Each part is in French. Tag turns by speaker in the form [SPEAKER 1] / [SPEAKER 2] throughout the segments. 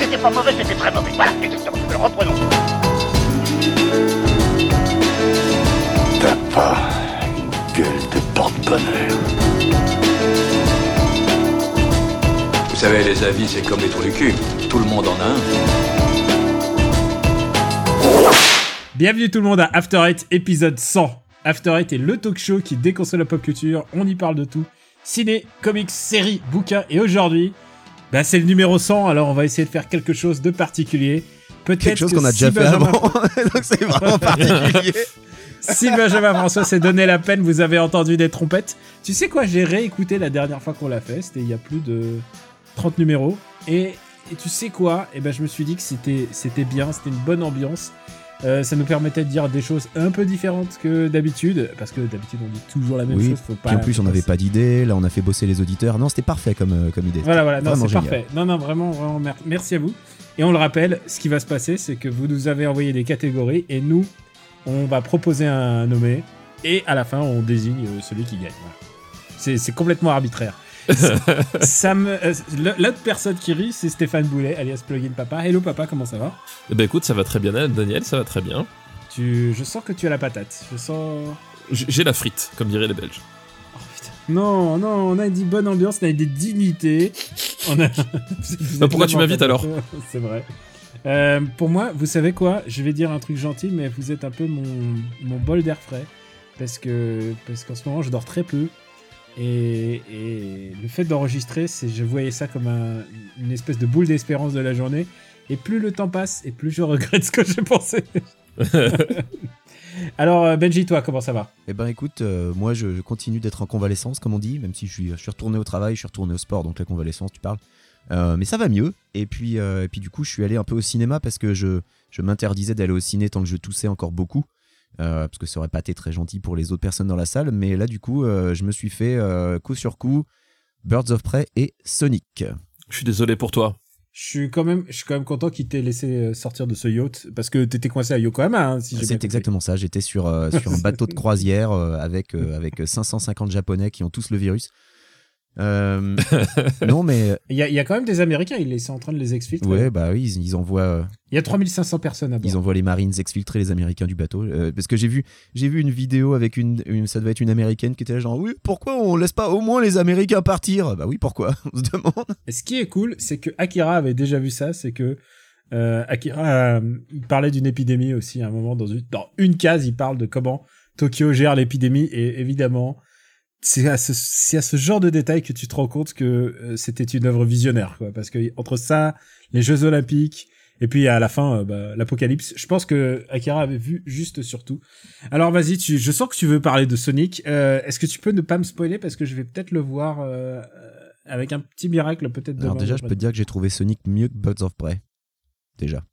[SPEAKER 1] c'était très mauvais. Voilà, exactement. Alors reprenons.
[SPEAKER 2] T'as pas une gueule de porte-bonheur.
[SPEAKER 3] Vous savez, les avis, c'est comme les trous du cul. Tout le monde en a un.
[SPEAKER 4] Bienvenue tout le monde à After Eight, épisode 100. After Eight est le talk show qui déconsole la pop culture, on y parle de tout. Ciné, comics, séries, bouquins, et aujourd'hui, bah c'est le numéro 100, alors on va essayer de faire quelque chose de particulier. Peut-être
[SPEAKER 5] quelque chose
[SPEAKER 4] que
[SPEAKER 5] qu'on a
[SPEAKER 4] si
[SPEAKER 5] déjà fait
[SPEAKER 4] Benjamin-
[SPEAKER 5] avant. Donc c'est vraiment particulier.
[SPEAKER 4] Si Benjamin François s'est donné la peine, vous avez entendu des trompettes. Tu sais quoi, j'ai réécouté la dernière fois qu'on l'a fait, c'était il y a plus de 30 numéros. Et, et tu sais quoi Et ben je me suis dit que c'était c'était bien, c'était une bonne ambiance. Euh, ça nous permettait de dire des choses un peu différentes que d'habitude, parce que d'habitude on dit toujours la même
[SPEAKER 5] Oui,
[SPEAKER 4] chose. Faut pas,
[SPEAKER 5] Puis en plus,
[SPEAKER 4] faut
[SPEAKER 5] on n'avait pas d'idée. Là, on a fait bosser les auditeurs. Non, c'était parfait comme, euh, comme idée.
[SPEAKER 4] Voilà, voilà, non,
[SPEAKER 5] Vraiment
[SPEAKER 4] c'est
[SPEAKER 5] génial.
[SPEAKER 4] parfait. Non, non, vraiment, vraiment, mer- merci à vous. Et on le rappelle, ce qui va se passer, c'est que vous nous avez envoyé des catégories et nous, on va proposer un nommé et à la fin, on désigne euh, celui qui gagne. Voilà. C'est c'est complètement arbitraire. Sam, euh, le- l'autre personne qui rit, c'est Stéphane Boulet, alias Plugin Papa. Hello Papa, comment ça va
[SPEAKER 6] Eh ben écoute, ça va très bien, hein, Daniel, ça va très bien.
[SPEAKER 4] tu, Je sens que tu as la patate. Je sens.
[SPEAKER 6] J- J'ai la frite, comme diraient les Belges.
[SPEAKER 4] Oh, putain. Non, non, on a dit bonne ambiance, on a dit dignité. On a... Vous êtes
[SPEAKER 6] Ah, pourquoi tu
[SPEAKER 4] vraiment
[SPEAKER 6] m'invites,
[SPEAKER 4] pas-
[SPEAKER 6] alors
[SPEAKER 4] C'est vrai. Euh, pour moi, vous savez quoi Je vais dire un truc gentil, mais vous êtes un peu mon, mon bol d'air frais. Parce que parce qu'en ce moment, je dors très peu. Et, et le fait d'enregistrer, c'est je voyais ça comme un- une espèce de boule d'espérance de la journée. Et plus le temps passe, et plus je regrette ce que j'ai pensé. Alors, euh, Benji, toi, comment ça va
[SPEAKER 5] Eh ben, écoute, euh, moi, je, je continue d'être en convalescence, comme on dit, même si je suis, je suis retourné au travail, je suis retourné au sport, donc la convalescence, tu parles. Euh, mais ça va mieux. Et puis, euh, et puis, du coup, je suis allé un peu au cinéma parce que je, je m'interdisais d'aller au ciné tant que je toussais encore beaucoup. Euh, parce que ça aurait pas été très gentil pour les autres personnes dans la salle. Mais là, du coup, euh, je me suis fait euh, coup sur coup Birds of Prey et Sonic.
[SPEAKER 6] Je suis désolé pour toi.
[SPEAKER 4] Je suis quand même, je suis quand même content qu'il t'ait laissé euh, sortir de ce yacht parce que t'étais coincé à Yokohama. hein, si j'ai bien
[SPEAKER 5] C'est
[SPEAKER 4] compris.
[SPEAKER 5] exactement ça. J'étais sur, euh, sur un bateau de croisière euh, avec, euh, avec 550 Japonais qui ont tous le virus. Euh, non, mais euh,
[SPEAKER 4] Il y, a, il y a quand même des Américains. Ils sont en train de les exfiltrer.
[SPEAKER 5] ouais, bah oui, ils, ils envoient, euh,
[SPEAKER 4] Il y a 3500 personnes à bord.
[SPEAKER 5] ils envoient les Marines exfiltrer les Américains du bateau. Euh, parce que j'ai vu, j'ai vu une vidéo avec une, une- ça devait être une Américaine qui était là genre, oui, pourquoi on laisse pas au moins les Américains partir Bah oui, pourquoi On se demande.
[SPEAKER 4] Et Ce qui est cool, c'est que Akira avait déjà vu ça. C'est que euh, Akira euh, il parlait d'une épidémie aussi à un moment dans une, dans une case. Il parle de comment Tokyo gère l'épidémie et évidemment. C'est à, ce, c'est à ce genre de détail que tu te rends compte que euh, c'était une œuvre visionnaire, quoi. Parce que entre ça, les Jeux Olympiques, Et puis à la fin, euh, bah, l'apocalypse. Je pense que Akira avait vu juste surtout. Alors vas-y, tu, je sens que tu veux parler de Sonic. Euh, Est-ce que tu peux ne pas me spoiler parce que je vais peut-être le voir euh, euh, avec un petit miracle peut-être.
[SPEAKER 5] Alors
[SPEAKER 4] demain,
[SPEAKER 5] déjà, je
[SPEAKER 4] demain.
[SPEAKER 5] peux te dire que j'ai trouvé Sonic mieux que Birds of Prey. Déjà.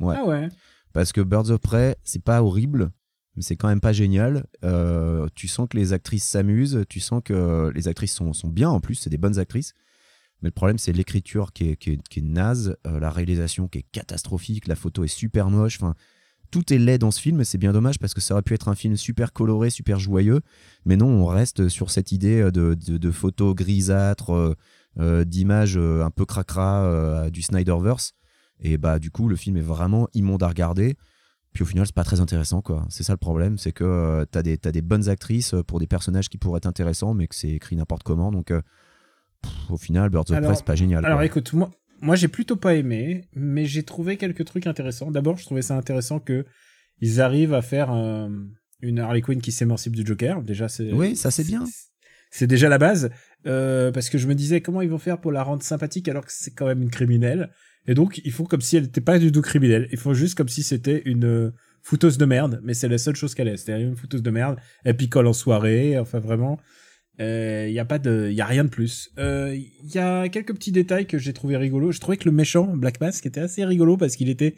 [SPEAKER 4] Ah ouais.
[SPEAKER 5] Parce que Birds of Prey, c'est pas horrible, mais c'est quand même pas génial. Euh, tu sens que les actrices s'amusent, tu sens que les actrices sont, sont bien en plus, c'est des bonnes actrices. Mais le problème, c'est l'écriture qui est, qui, est, qui est naze, euh, la réalisation qui est catastrophique, la photo est super moche. Enfin, tout est laid dans ce film, et c'est bien dommage parce que ça aurait pu être un film super coloré, super joyeux. Mais non, on reste sur cette idée euh, de, de, de photos grisâtres, euh, euh, d'images euh, un peu cracra euh, du Snyderverse. Et bah du coup, le film est vraiment immonde à regarder. Puis au final, c'est pas très intéressant quoi. C'est ça le problème, c'est que euh, t'as des t'as des bonnes actrices euh, pour des personnages qui pourraient être intéressants, mais que c'est écrit n'importe comment. Donc euh, pff, au final, Birds of
[SPEAKER 4] Alors-
[SPEAKER 5] Prey c'est pas génial.
[SPEAKER 4] Alors
[SPEAKER 5] quoi.
[SPEAKER 4] écoute, moi, moi j'ai plutôt pas aimé, mais j'ai trouvé quelques trucs intéressants. D'abord, je trouvais ça intéressant que ils arrivent à faire un- une Harley Quinn qui s'émancipe du Joker. Déjà, c'est
[SPEAKER 5] Oui, ça, c'est bien.
[SPEAKER 4] C'est déjà la base Euh, parce que je me disais comment ils vont faire pour la rendre sympathique alors que c'est quand même une criminelle. Et donc ils font comme si elle n'était pas du tout criminelle. Ils font juste comme si c'était une euh, fouteuse de merde, mais c'est la seule chose qu'elle est. C'est une fouteuse de merde. Elle picole en soirée. Enfin vraiment, euh, il y a pas de, y a rien de plus. Euh, Il y a quelques petits détails que j'ai trouvé rigolo. Je trouvais que le méchant Black Mask était assez rigolo parce qu'il était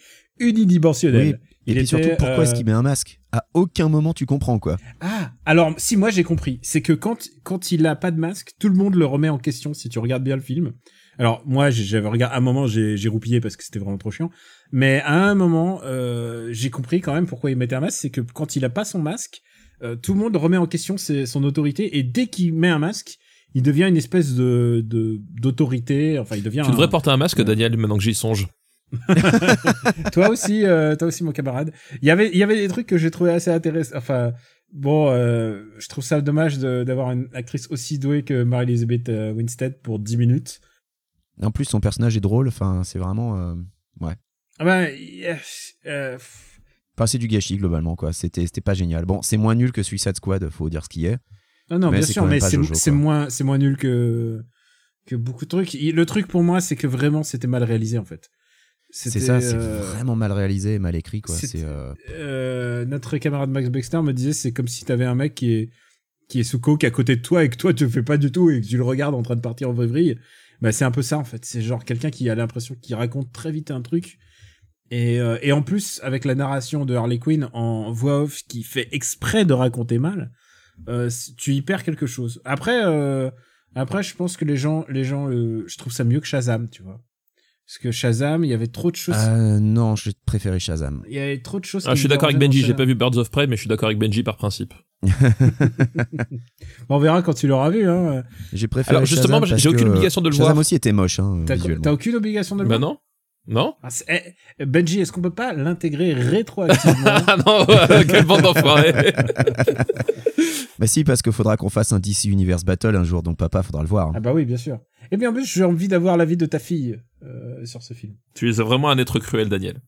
[SPEAKER 4] unidimensionnel.
[SPEAKER 5] et
[SPEAKER 4] il
[SPEAKER 5] puis
[SPEAKER 4] était,
[SPEAKER 5] surtout, pourquoi est-ce
[SPEAKER 4] euh,
[SPEAKER 5] qu'il met un masque À aucun moment tu comprends quoi.
[SPEAKER 4] ah, alors si moi j'ai compris, c'est que quand quand il a pas de masque, tout le monde le remet en question si tu regardes bien le film. Alors moi j'ai- j'avais regardé à un moment j'ai j'ai roupillé parce que c'était vraiment trop chiant, mais à un moment euh, j'ai compris quand même pourquoi il mettait un masque, c'est que quand il a pas son masque, euh, tout le monde remet en question ses- son autorité et dès qu'il met un masque, il devient une espèce de de- d'autorité, enfin il devient
[SPEAKER 6] Tu devrais
[SPEAKER 4] un-
[SPEAKER 6] porter un masque,
[SPEAKER 4] Ouais.
[SPEAKER 6] Daniel, maintenant que j'y songe.
[SPEAKER 4] toi aussi, euh, toi aussi, mon camarade. Il y avait, il y avait des trucs que j'ai trouvé assez intéressants. Enfin, bon, euh, je trouve ça dommage de- d'avoir une actrice aussi douée que Mary-Elizabeth euh, Winstead pour 10 minutes.
[SPEAKER 5] En plus, son personnage est drôle. Enfin, c'est vraiment. euh,
[SPEAKER 4] Ah ben, euh, euh, pff,
[SPEAKER 5] Enfin, c'est du gâchis globalement, quoi. C'était, c'était pas génial. Bon, c'est moins nul que Suicide Squad, faut dire ce qui est.
[SPEAKER 4] non, non,
[SPEAKER 5] Mais
[SPEAKER 4] bien
[SPEAKER 5] c'est
[SPEAKER 4] sûr,
[SPEAKER 5] quand même
[SPEAKER 4] mais
[SPEAKER 5] pas
[SPEAKER 4] c'est
[SPEAKER 5] Jojo,
[SPEAKER 4] c'est
[SPEAKER 5] quoi.
[SPEAKER 4] moins, c'est moins nul que que beaucoup de trucs. Il- le truc pour moi, c'est que vraiment, c'était mal réalisé en fait.
[SPEAKER 5] C'est ça, c'est
[SPEAKER 4] euh,
[SPEAKER 5] vraiment mal réalisé et mal écrit, quoi.
[SPEAKER 4] c'était-
[SPEAKER 5] C'est, euh,
[SPEAKER 4] euh, notre camarade Max Bexter me disait c'est comme si t'avais un mec qui est qui est sous coke à côté de toi et que toi tu le fais pas du tout et que tu le regardes en train de partir en vrille. Bah c'est un peu ça en fait. C'est genre quelqu'un qui a l'impression qu'il raconte très vite un truc. Et, euh, et en plus, avec la narration de Harley Quinn en voix off qui fait exprès de raconter mal, euh, c- tu y perds quelque chose. Après, euh, après, je pense que les gens, les gens, euh, je trouve ça mieux que Shazam, tu vois. Parce que Shazam, il y avait trop de choses.
[SPEAKER 5] euh, non, je préférais Shazam.
[SPEAKER 4] Il y avait trop de choses.
[SPEAKER 6] Ah,
[SPEAKER 4] qui
[SPEAKER 6] je suis
[SPEAKER 4] me
[SPEAKER 6] d'accord avec
[SPEAKER 4] dérangeaient dans
[SPEAKER 6] Benji, j'ai
[SPEAKER 4] Shazam.
[SPEAKER 6] pas vu Birds of Prey, mais je suis d'accord avec Benji par principe.
[SPEAKER 4] Bon, On verra quand tu l'auras vu. Hein.
[SPEAKER 5] J'ai préféré.
[SPEAKER 6] Alors justement,
[SPEAKER 5] Shazam
[SPEAKER 6] j'ai
[SPEAKER 5] parce
[SPEAKER 6] j'ai aucune
[SPEAKER 5] que
[SPEAKER 6] obligation de le
[SPEAKER 5] Shazam
[SPEAKER 6] voir.
[SPEAKER 5] aussi était moche, hein,
[SPEAKER 4] T'as
[SPEAKER 5] visuellement.
[SPEAKER 4] t'as aucune obligation de le
[SPEAKER 6] Bah
[SPEAKER 4] voir.
[SPEAKER 6] non Non
[SPEAKER 4] Ah, c'est- eh, Benji, est-ce qu'on peut pas l'intégrer rétroactivement
[SPEAKER 6] Ah non, quelle bande d'enfoirés
[SPEAKER 5] Bah si, parce qu'il faudra qu'on fasse un DC Universe Battle un jour, donc papa, faudra le voir.
[SPEAKER 4] Ah bah oui, bien sûr. Et bien en plus, j'ai envie d'avoir l'avis de ta fille euh, sur ce film.
[SPEAKER 6] Tu es vraiment un être cruel, Daniel.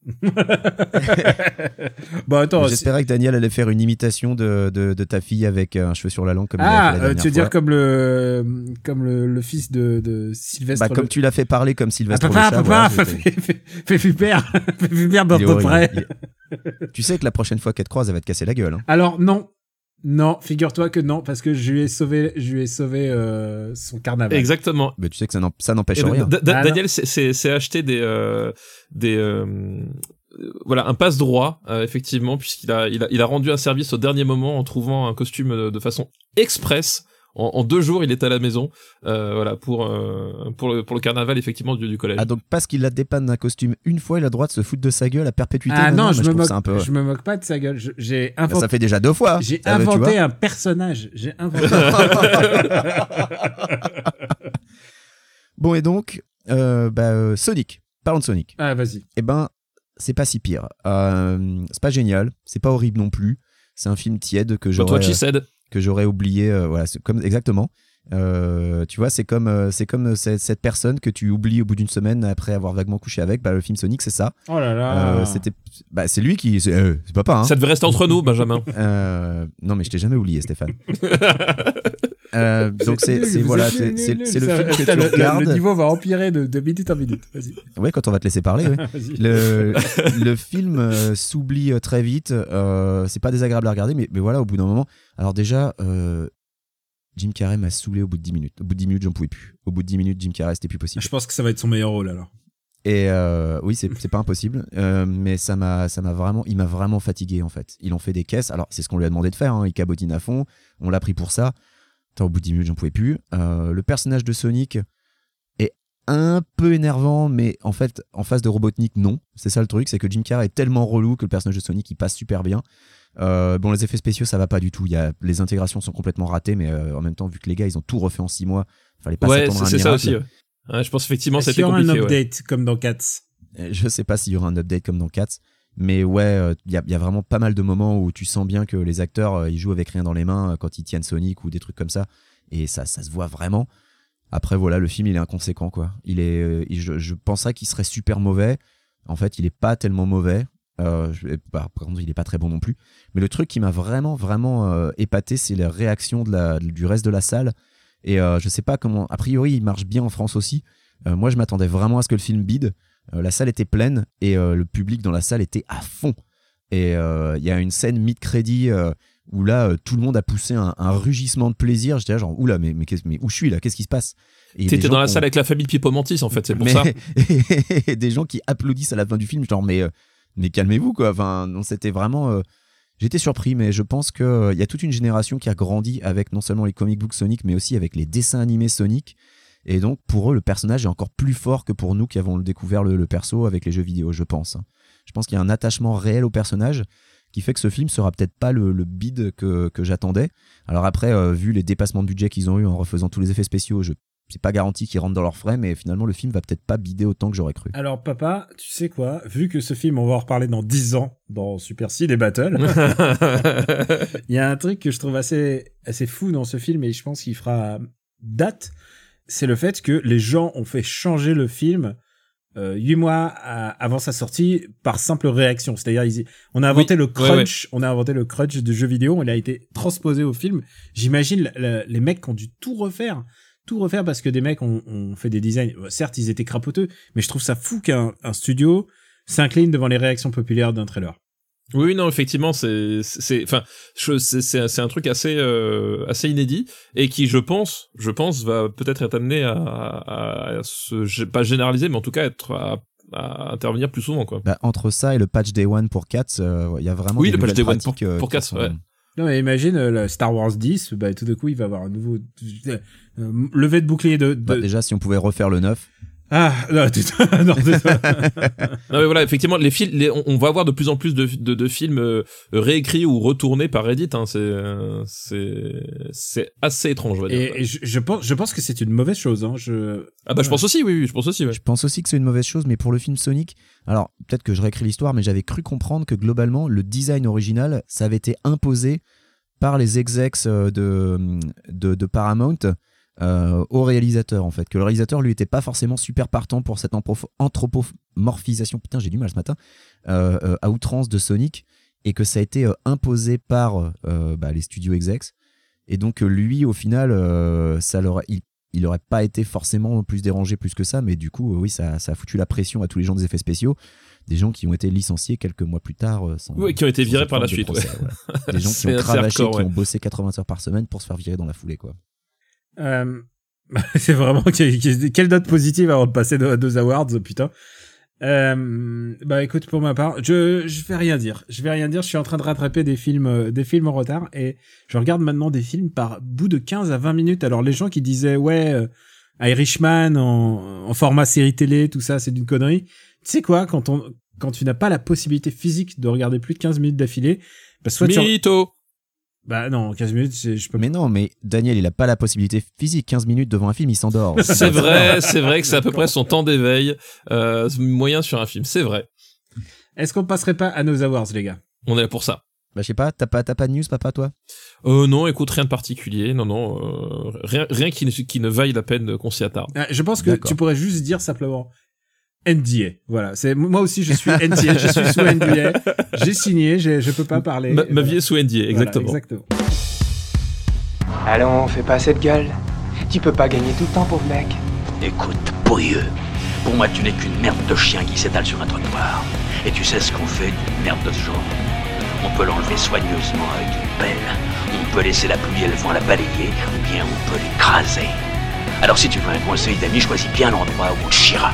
[SPEAKER 4] Bon, attends. c'est-
[SPEAKER 5] J'espérais que Daniel allait faire une imitation de, de, de ta fille avec un cheveu sur la langue comme il a
[SPEAKER 4] Ah,
[SPEAKER 5] fait
[SPEAKER 4] euh,
[SPEAKER 5] la dernière
[SPEAKER 4] tu veux
[SPEAKER 5] fois.
[SPEAKER 4] dire comme le comme le, le fils de, de Sylvestre.
[SPEAKER 5] Bah, comme
[SPEAKER 4] le...
[SPEAKER 5] tu l'as fait parler comme
[SPEAKER 4] Ah,
[SPEAKER 5] Sylvestre
[SPEAKER 4] papa,
[SPEAKER 5] le chat,
[SPEAKER 4] papa,
[SPEAKER 5] voilà, c'était-
[SPEAKER 4] fais fais- fais super, fais super
[SPEAKER 5] il est
[SPEAKER 4] Birds of
[SPEAKER 5] horrible.
[SPEAKER 4] Prey.
[SPEAKER 5] Il est- Tu sais que la prochaine fois qu'elle te croise, elle va te casser la gueule. hein.
[SPEAKER 4] Alors non, non, figure-toi que non, parce que je lui ai sauvé, je lui ai sauvé euh, son
[SPEAKER 6] Ah bah.
[SPEAKER 4] carnaval.
[SPEAKER 6] Exactement.
[SPEAKER 5] Mais tu sais que ça n'en- ça n'empêche
[SPEAKER 6] Et
[SPEAKER 5] rien.
[SPEAKER 6] Da- Da-
[SPEAKER 4] Ah,
[SPEAKER 6] Daniel s'est- s'est s'est acheté des euh, des euh, euh, voilà un passe droit euh, effectivement puisqu'il a il a il a rendu un service au dernier moment en trouvant un costume euh, de façon express. En, en deux jours, il est à la maison, euh, voilà pour euh, pour le pour le carnaval effectivement du, du collège.
[SPEAKER 5] Ah donc parce qu'il la dépanne d'un costume une fois, il a le droit de se foutre de sa gueule à perpétuité.
[SPEAKER 4] Ah non,
[SPEAKER 5] mais
[SPEAKER 4] je, me
[SPEAKER 5] trouve
[SPEAKER 4] moque,
[SPEAKER 5] ça un peu.
[SPEAKER 4] je me moque pas de sa gueule. Je- J'ai
[SPEAKER 5] Bah,
[SPEAKER 4] inventé,
[SPEAKER 5] ça fait déjà deux fois.
[SPEAKER 4] j'ai
[SPEAKER 5] Ça veut- Ah, bah, tu
[SPEAKER 4] inventé
[SPEAKER 5] vois.
[SPEAKER 4] un personnage. J'ai inventé.
[SPEAKER 5] Bon et donc euh, bah, euh, Sonic. Parlons de Sonic.
[SPEAKER 4] ah vas-y.
[SPEAKER 5] Eh ben c'est pas si pire. Euh, c'est pas génial. C'est pas horrible non plus. C'est un film tiède que
[SPEAKER 6] But what
[SPEAKER 5] j'aurais hein
[SPEAKER 6] she said.
[SPEAKER 5] que j'aurais oublié. euh, voilà, c'est comme exactement. Euh, tu vois, c'est comme euh, c'est comme cette, cette personne que tu oublies au bout d'une semaine après avoir vaguement couché avec. Bah, le film Sonic, c'est ça.
[SPEAKER 4] Oh là là.
[SPEAKER 5] Euh, C'était, bah, c'est lui qui, c'est euh, c'est papa. Hein.
[SPEAKER 6] Ça devait rester entre nous, Benjamin.
[SPEAKER 5] Euh, non, mais je t'ai jamais oublié, Stéphane. Euh, donc c'est
[SPEAKER 4] nul,
[SPEAKER 5] c'est-
[SPEAKER 4] vous
[SPEAKER 5] voilà,
[SPEAKER 4] êtes
[SPEAKER 5] c'est
[SPEAKER 4] nul,
[SPEAKER 5] c'est-
[SPEAKER 4] nul,
[SPEAKER 5] c'est le
[SPEAKER 4] ça-
[SPEAKER 5] film que
[SPEAKER 4] ça,
[SPEAKER 5] tu
[SPEAKER 4] le-
[SPEAKER 5] regardes.
[SPEAKER 4] Le niveau va empirer de, de minute en minute. Vas-y.
[SPEAKER 5] Ouais, quand on va te laisser parler. ouais.
[SPEAKER 4] Vas-y.
[SPEAKER 5] Le, le film euh, s'oublie euh, très vite. euh, c'est pas désagréable à regarder, mais, mais voilà, au bout d'un moment. Alors déjà, euh, Jim Carrey m'a saoulé au bout de 10 minutes. Au bout de 10 minutes, j'en pouvais plus. Au bout de 10 minutes, Jim Carrey, c'était plus possible.
[SPEAKER 4] Ah, Je pense que ça va être son meilleur rôle alors.
[SPEAKER 5] Et euh, oui, c'est c'est pas impossible, euh, mais ça m'a, ça m'a vraiment, il m'a vraiment fatigué en fait. Il en fait des caisses. Alors c'est ce qu'on lui a demandé de faire. hein. Il cabotine à fond. On l'a pris pour ça. Attends, au bout de 10 minutes, j'en pouvais plus. Euh, le personnage de Sonic est un peu énervant, mais en fait, en face de Robotnik, non. C'est ça le truc, c'est que Jim Carrey est tellement relou que le personnage de Sonic il passe super bien. Euh, bon, les effets spéciaux, ça va pas du tout. Il y a, les intégrations sont complètement ratées, mais euh, en même temps, vu que les gars, ils ont tout refait en 6 mois, fallait pas
[SPEAKER 6] ouais,
[SPEAKER 5] s'attendre à
[SPEAKER 6] c'est
[SPEAKER 5] un
[SPEAKER 6] c'est ça
[SPEAKER 5] miracle.
[SPEAKER 6] aussi. ouais. Ouais, je pense effectivement
[SPEAKER 4] Est-ce qu'il
[SPEAKER 6] c'était
[SPEAKER 4] y aura un
[SPEAKER 6] compliqué. ouais.
[SPEAKER 4] update comme dans Cats
[SPEAKER 5] Euh, Je sais pas s'il y aura un update comme dans Cats, mais ouais, euh, il y, a- y a vraiment pas mal de moments où tu sens bien que les acteurs euh, ils jouent avec rien dans les mains euh, quand ils tiennent Sonic ou des trucs comme ça, et ça, ça se voit vraiment. Après voilà, le film il est inconséquent quoi. Il est, euh, il- je, je pensais qu'il serait super mauvais. En fait, il est pas tellement mauvais. Euh, je- par par contre, il est pas très bon non plus. Mais le truc qui m'a vraiment vraiment euh, épaté, c'est la réaction de la, du reste de la salle. Et euh, je sais pas comment. A priori, il marche bien en France aussi. Euh, moi, je m'attendais vraiment à ce que le film bide. Euh, la salle était pleine et euh, le public dans la salle était à fond. Et euh, il y a une scène mid-crédit euh, où là, euh, tout le monde a poussé un, un rugissement de plaisir. J'étais là, genre, oula, mais, mais, qu'est-ce- mais où je suis là Qu'est-ce qui se passe Et des
[SPEAKER 6] T'étais
[SPEAKER 5] gens
[SPEAKER 6] dans la
[SPEAKER 5] qui ont-
[SPEAKER 6] salle avec la famille de Pipomentis en fait, c'est pour
[SPEAKER 5] mais-
[SPEAKER 6] ça.
[SPEAKER 5] et des gens qui applaudissent à la fin du film, genre, mais, euh, mais calmez-vous, quoi. Enfin, non, c'était vraiment. euh, J'étais surpris, mais je pense qu'il il y a toute une génération qui a grandi avec non seulement les comic books Sonic, mais aussi avec les dessins animés Sonic. Et donc, pour eux, le personnage est encore plus fort que pour nous hein. qui avons découvert le, le perso avec les jeux vidéo, je pense. Je pense qu'il y a un attachement réel au personnage qui fait que ce film sera peut-être pas le, le bid que, que j'attendais. Alors après, euh, vu les dépassements de budget qu'ils ont eu en refaisant tous les effets spéciaux, je c'est pas garanti qu'ils rentrent dans leurs frais, mais finalement le film va peut-être pas bider autant que j'aurais cru.
[SPEAKER 4] Alors, papa, tu sais quoi Vu que ce film, on va en reparler dans 10 ans dans Super C et Battle, il y a un truc que je trouve assez, assez fou dans ce film et je pense qu'il fera date c'est le fait que les gens ont fait changer le film euh, 8 mois à- avant sa sortie par simple réaction. C'est-à-dire, ils y- on a inventé le
[SPEAKER 6] ouais,
[SPEAKER 4] crunch, on a inventé le crunch du jeu vidéo, il a été transposé au film. J'imagine le- le- les mecs qui ont dû tout refaire, tout refaire parce que des mecs ont, ont fait des designs. Bon, certes, ils étaient crapoteux, mais je trouve ça fou qu'un un studio s'incline devant les réactions populaires d'un trailer.
[SPEAKER 6] Oui, non, effectivement, c'est, c'est- c'est, enfin, je- c'est, c'est, c'est un truc assez, euh, assez inédit et qui, je pense, je pense, va peut-être être amené à, à, à se, gé- pas généraliser, mais en tout cas être à, à intervenir plus souvent, quoi.
[SPEAKER 5] Bah, entre ça et le patch Day One pour Cats, euh, il y a vraiment
[SPEAKER 6] Oui,
[SPEAKER 5] des
[SPEAKER 6] le patch
[SPEAKER 5] nouvelles
[SPEAKER 6] Day One
[SPEAKER 5] pratiques,
[SPEAKER 6] pour-
[SPEAKER 5] euh,
[SPEAKER 6] pour
[SPEAKER 5] qui
[SPEAKER 6] Cats,
[SPEAKER 5] sont-
[SPEAKER 6] ouais.
[SPEAKER 4] Non, mais imagine euh, le Star Wars 10, bah, tout d'un coup, il va avoir un nouveau euh, levé de bouclier de, de-
[SPEAKER 5] Bah, déjà, si on pouvait refaire le 9,
[SPEAKER 4] Ah, non, désolé, non, désolé.
[SPEAKER 6] Non, mais voilà, effectivement, les films, les- on, on va avoir de plus en plus de, de, de films euh, réécrits ou retournés par Reddit. Hein, c'est, euh, c'est, c'est assez étrange, on va dire.
[SPEAKER 4] Et, et je, je pense, je pense que c'est une mauvaise chose. Hein. Je...
[SPEAKER 6] ah bah, je pense aussi, oui, oui, je pense aussi. ouais.
[SPEAKER 5] Je pense aussi que c'est une mauvaise chose, mais pour le film Sonic, alors peut-être que je réécris l'histoire, mais j'avais cru comprendre que globalement, le design original, ça avait été imposé par les execs euh, de, de, de Paramount euh, au réalisateur, en fait. Que le réalisateur, lui, était pas forcément super partant pour cette anthropo- anthropomorphisation, putain, j'ai du mal ce matin, euh, euh, à outrance de Sonic, et que ça a été euh, imposé par euh, bah, les studios execs. Et donc, euh, lui, au final, euh, ça leur, il il aurait pas été forcément plus dérangé plus que ça, mais du coup, euh, oui, ça, ça a foutu la pression à tous les gens des effets spéciaux, des gens qui ont été licenciés quelques mois plus tard. euh, sans-
[SPEAKER 6] Oui, qui ont été
[SPEAKER 5] sans
[SPEAKER 6] virés
[SPEAKER 5] cette
[SPEAKER 6] par la
[SPEAKER 5] forme de
[SPEAKER 6] suite,
[SPEAKER 5] procès, voilà. Des gens qui
[SPEAKER 6] C'est
[SPEAKER 5] ont
[SPEAKER 6] assez
[SPEAKER 5] cravaché,
[SPEAKER 6] hardcore,
[SPEAKER 5] qui
[SPEAKER 6] ouais.
[SPEAKER 5] ont bossé 80 heures par semaine pour se faire virer dans la foulée, quoi.
[SPEAKER 4] Euh, c'est vraiment que- que- quelle note positive avant de passer à deux awards, putain. Euh, bah écoute, pour ma part, je je vais rien dire. Je vais rien dire. Je suis en train de rattraper des films, euh, des films en retard et je regarde maintenant des films par bout de 15 à 20 minutes. Alors les gens qui disaient ouais, euh, Irishman en, en format série télé, tout ça, c'est d'une connerie. Tu sais quoi, quand on quand tu n'as pas la possibilité physique de regarder plus de 15 minutes d'affilée, bah soit tu
[SPEAKER 6] Mytho.
[SPEAKER 4] bah non, 15 minutes, c'est- je peux
[SPEAKER 5] Mais non, mais Daniel, il a pas la possibilité physique. 15 minutes devant un film, il s'endort.
[SPEAKER 6] C'est vrai, c'est vrai que c'est à peu près son temps d'éveil euh, moyen sur un film. C'est vrai.
[SPEAKER 4] Est-ce qu'on passerait pas à nos awards, les gars
[SPEAKER 6] On est là pour ça.
[SPEAKER 5] Bah, je sais pas, t'as pas, t'as pas de news, papa, toi
[SPEAKER 6] Euh, non, écoute, rien de particulier. Non, non, euh, rien, rien qui, ne, qui ne vaille la peine qu'on s'y attarde.
[SPEAKER 4] Ah, Je pense que
[SPEAKER 5] D'accord.
[SPEAKER 4] tu pourrais juste dire simplement NDA. Voilà. C'est moi aussi, je suis NDA. je suis sous NDA. J'ai signé. j'ai- Je peux pas parler.
[SPEAKER 6] Ma, ma
[SPEAKER 4] Voilà.
[SPEAKER 6] vie est sous NDA,
[SPEAKER 4] Voilà,
[SPEAKER 6] exactement.
[SPEAKER 4] exactement.
[SPEAKER 7] Allons, fais pas cette gueule. Tu peux pas gagner tout le temps, pauvre mec.
[SPEAKER 1] Écoute, pourrieux, pour moi tu n'es qu'une merde de chien qui s'étale sur un trottoir. Et tu sais ce qu'on fait d'une merde de ce genre On peut l'enlever soigneusement avec une pelle, on peut laisser la pluie et le vent la balayer, ou bien on peut l'écraser. Alors si tu veux un conseil d'ami, choisis bien l'endroit où on te chiera.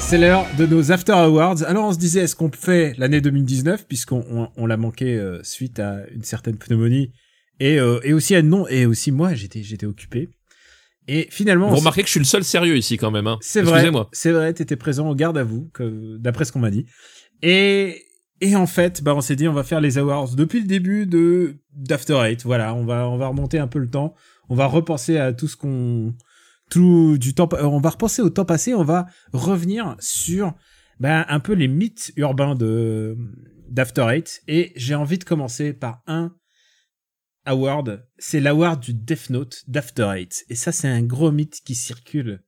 [SPEAKER 4] C'est l'heure de nos After Awards. Alors, on se disait, est-ce qu'on fait l'année 2019 puisqu'on on, on l'a manqué euh, suite à une certaine pneumonie et, euh, et aussi à non et aussi moi, j'étais j'étais occupé. Et finalement,
[SPEAKER 6] Vous
[SPEAKER 4] on s'est-
[SPEAKER 6] remarquez que je suis le seul sérieux ici quand même. Hein.
[SPEAKER 4] C'est vrai.
[SPEAKER 6] Excusez-moi.
[SPEAKER 4] C'est vrai, t'étais présent au garde à vous, que- d'après ce qu'on m'a dit. Et, et en fait, bah, on s'est dit, on va faire les awards depuis le début de, d'After Eight. Voilà, on va, on va remonter un peu le temps. On va repenser à tout ce qu'on, tout du temps, pa- on va repenser au temps passé. On va revenir sur, bah, un peu les mythes urbains de, d'After Eight. Et j'ai envie de commencer par un, Award, c'est l'award du Death Note d'After Eight. Et ça, c'est un gros mythe qui circule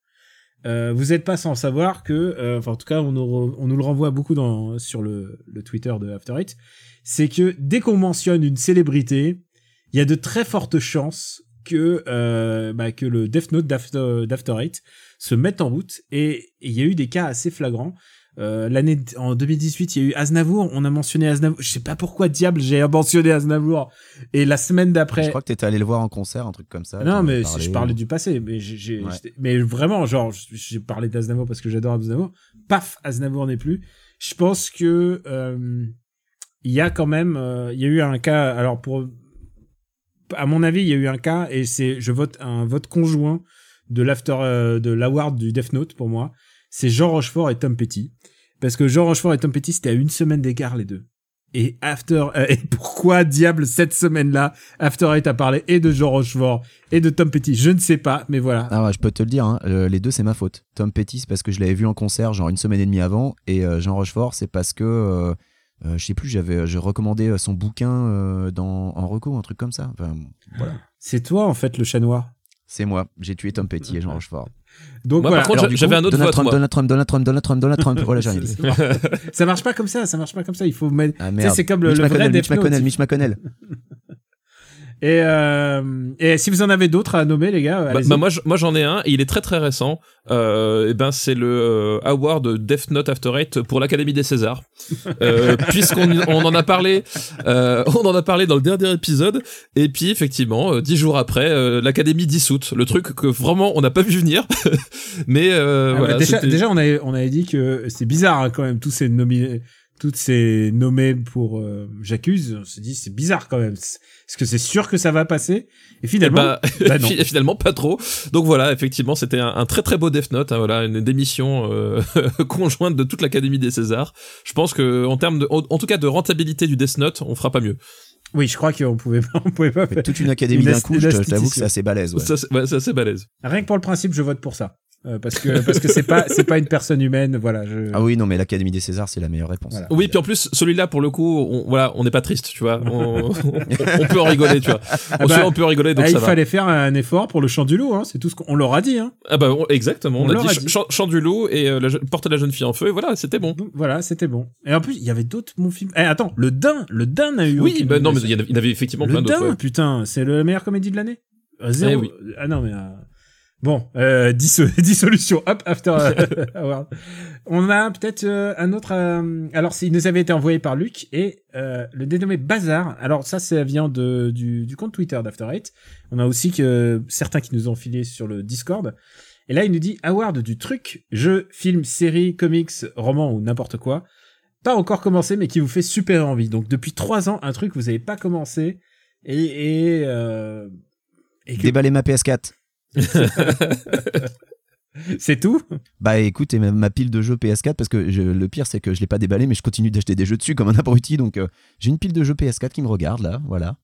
[SPEAKER 4] euh, vous n'êtes pas sans savoir que, euh, enfin en tout cas, on nous, re- on nous le renvoie beaucoup dans, sur le, le Twitter de After Eight, c'est que dès qu'on mentionne une célébrité, il y a de très fortes chances que, euh, bah, que le Death Note d'After d'After Eight se mette en route. Et et il y a eu des cas assez flagrants. Euh, L'année en 2018, il y a eu Aznavour. On a mentionné Aznavour. Je sais pas pourquoi diable j'ai mentionné Aznavour. Et la semaine
[SPEAKER 5] Je
[SPEAKER 4] d'après,
[SPEAKER 5] crois que t'étais allé le voir en concert, un truc comme ça. t'en
[SPEAKER 4] non,
[SPEAKER 5] as
[SPEAKER 4] mais
[SPEAKER 5] parlé,
[SPEAKER 4] je
[SPEAKER 5] ou-
[SPEAKER 4] parlais du passé. Mais, j'ai, j'ai-
[SPEAKER 5] Ouais.
[SPEAKER 4] j'étais- mais vraiment, genre, j- j'ai parlé d'Aznavour parce que j'adore Aznavour. Paf, Aznavour n'est plus. Je pense que euh, il y a quand même, euh, il y a eu un cas. Alors pour, à mon avis, il y a eu un cas et c'est, je vote un vote conjoint de l'after, euh, de l'award du Death Note pour moi. C'est Jean Rochefort et Tom Petty parce que Jean Rochefort et Tom Petty c'était à une semaine d'écart les deux. et After euh, et pourquoi diable cette semaine-là After Eight a parlé et de Jean Rochefort et de Tom Petty je ne sais pas mais voilà
[SPEAKER 5] Ah ouais, je peux te le dire, hein, le- les deux c'est ma faute. Tom Petty c'est parce que je l'avais vu en concert genre une semaine et demie avant et euh, Jean Rochefort c'est parce que euh, euh, je sais plus, j'avais j'ai recommandé euh, son bouquin euh, dans en reco un truc comme ça. Enfin,
[SPEAKER 4] c'est toi en fait le chat noir
[SPEAKER 5] c'est moi, j'ai tué Tom Petty et Jean Rochefort.
[SPEAKER 4] donc
[SPEAKER 6] Moi,
[SPEAKER 4] voilà
[SPEAKER 6] par contre,
[SPEAKER 5] Alors, du
[SPEAKER 6] j'avais
[SPEAKER 5] coup,
[SPEAKER 6] un autre
[SPEAKER 5] Donald
[SPEAKER 6] vote,
[SPEAKER 5] Trump,
[SPEAKER 6] moi.
[SPEAKER 5] Donald Trump, Donald Trump, Donald Trump, Donald Trump. Voilà, j'ai rien dit.
[SPEAKER 4] ça marche pas comme ça ça marche pas comme ça il faut mettre
[SPEAKER 5] Ah,
[SPEAKER 4] Tu sais,
[SPEAKER 5] merde.
[SPEAKER 4] c'est comme le,
[SPEAKER 5] Mitch
[SPEAKER 4] le vrai
[SPEAKER 5] McConnell, Mitch
[SPEAKER 4] Death Note.
[SPEAKER 5] McConnell, Mitch McConnell.
[SPEAKER 4] et euh, et si vous en avez d'autres à nommer les gars
[SPEAKER 6] Bah,
[SPEAKER 4] allez-y.
[SPEAKER 6] bah, moi, je- moi j'en ai un et il est très très récent. Euh, et ben c'est le euh, award Death Note After Eight pour l'Académie des Césars. Euh, Puisqu'on on en a parlé, euh, on en a parlé dans le dernier épisode. Et puis effectivement, euh, dix jours après, euh, l'Académie dissoute. Le truc que vraiment on n'a pas vu venir. mais euh,
[SPEAKER 4] Ah, mais
[SPEAKER 6] voilà,
[SPEAKER 4] déjà,
[SPEAKER 6] c'était-
[SPEAKER 4] déjà, on avait on avait dit que c'est bizarre hein, quand même tous ces nominés toutes ces nommés pour euh, j'accuse on se dit c'est bizarre quand même est-ce que c'est sûr que ça va passer et finalement
[SPEAKER 6] Bah,
[SPEAKER 4] Bah non.
[SPEAKER 6] fi- finalement pas trop. Donc voilà, effectivement, c'était un, un très très beau Death Note, hein, voilà, une démission euh, conjointe de toute l'Académie des Césars. Je pense que en termes de, en, en tout cas de rentabilité du Death Note, on fera pas mieux.
[SPEAKER 4] oui je crois qu'on pouvait pas, on pouvait pas
[SPEAKER 5] Mais
[SPEAKER 4] faire
[SPEAKER 5] Toute une académie
[SPEAKER 4] Une
[SPEAKER 5] d'un
[SPEAKER 4] ast-
[SPEAKER 5] coup, je
[SPEAKER 4] une
[SPEAKER 5] te- je t'avoue que
[SPEAKER 4] astucieuse.
[SPEAKER 5] c'est assez balèze. ouais.
[SPEAKER 6] Ça, c'est ouais, c'est assez balèze.
[SPEAKER 4] Rien que pour le principe, je vote pour ça. Euh, parce que parce que c'est pas c'est pas une personne humaine, voilà. Je...
[SPEAKER 5] Ah oui, non, mais l'Académie des Césars, c'est la meilleure réponse.
[SPEAKER 4] Voilà.
[SPEAKER 6] Oui, puis en plus, celui-là pour le coup, on, voilà, on n'est pas triste, tu vois. On, on- on peut en rigoler, tu vois. On,
[SPEAKER 4] bah,
[SPEAKER 6] on peut en rigoler, donc
[SPEAKER 4] Ah,
[SPEAKER 6] ça
[SPEAKER 4] il
[SPEAKER 6] va.
[SPEAKER 4] fallait faire un effort pour le chant du loup, hein, c'est tout ce qu'on on leur a dit. Hein.
[SPEAKER 6] Ah bah on- exactement.
[SPEAKER 4] On
[SPEAKER 6] On, a
[SPEAKER 4] leur a
[SPEAKER 6] dit,
[SPEAKER 4] dit.
[SPEAKER 6] Ch- Ch- Chant du loup et euh, la je- porte de la jeune fille en feu. Et voilà, c'était bon.
[SPEAKER 4] Donc, voilà, c'était bon. Et en plus, il y avait d'autres bons films. Eh, attends, le Dain, le Dain n'a eu.
[SPEAKER 6] Oui,
[SPEAKER 4] aucune
[SPEAKER 6] bah, non, mais
[SPEAKER 4] nomination.
[SPEAKER 6] il y en avait- il y en avait effectivement plein
[SPEAKER 4] le
[SPEAKER 6] d'autres.
[SPEAKER 4] Dain,
[SPEAKER 6] ouais.
[SPEAKER 4] putain, c'est le- la meilleure comédie de l'année. Euh, zéro.
[SPEAKER 6] Eh oui.
[SPEAKER 4] Ah non mais euh, bon, euh, disso- dissolution. Hop, after Award. On a peut-être euh, un autre. euh, alors, il nous avait été envoyé par Luc et euh, le dénommé Bazar. Alors ça, ça vient de, du, du compte Twitter d'After Eight. On a aussi que certains qui nous ont filé sur le Discord. Et là, il nous dit Award du truc, jeu, film, série, comics, roman ou n'importe quoi. Pas encore commencé, mais qui vous fait super envie. Donc depuis trois ans, un truc que vous n'avez pas commencé et et, euh, et que
[SPEAKER 5] Déballer ma PS4.
[SPEAKER 4] c'est tout.
[SPEAKER 5] Bah écoute, et ma- ma pile de jeux PS4, parce que je- le pire c'est que je l'ai pas déballé, mais je continue d'acheter des jeux dessus comme un abruti, donc euh, j'ai une pile de jeux PS4 qui me regarde là, voilà.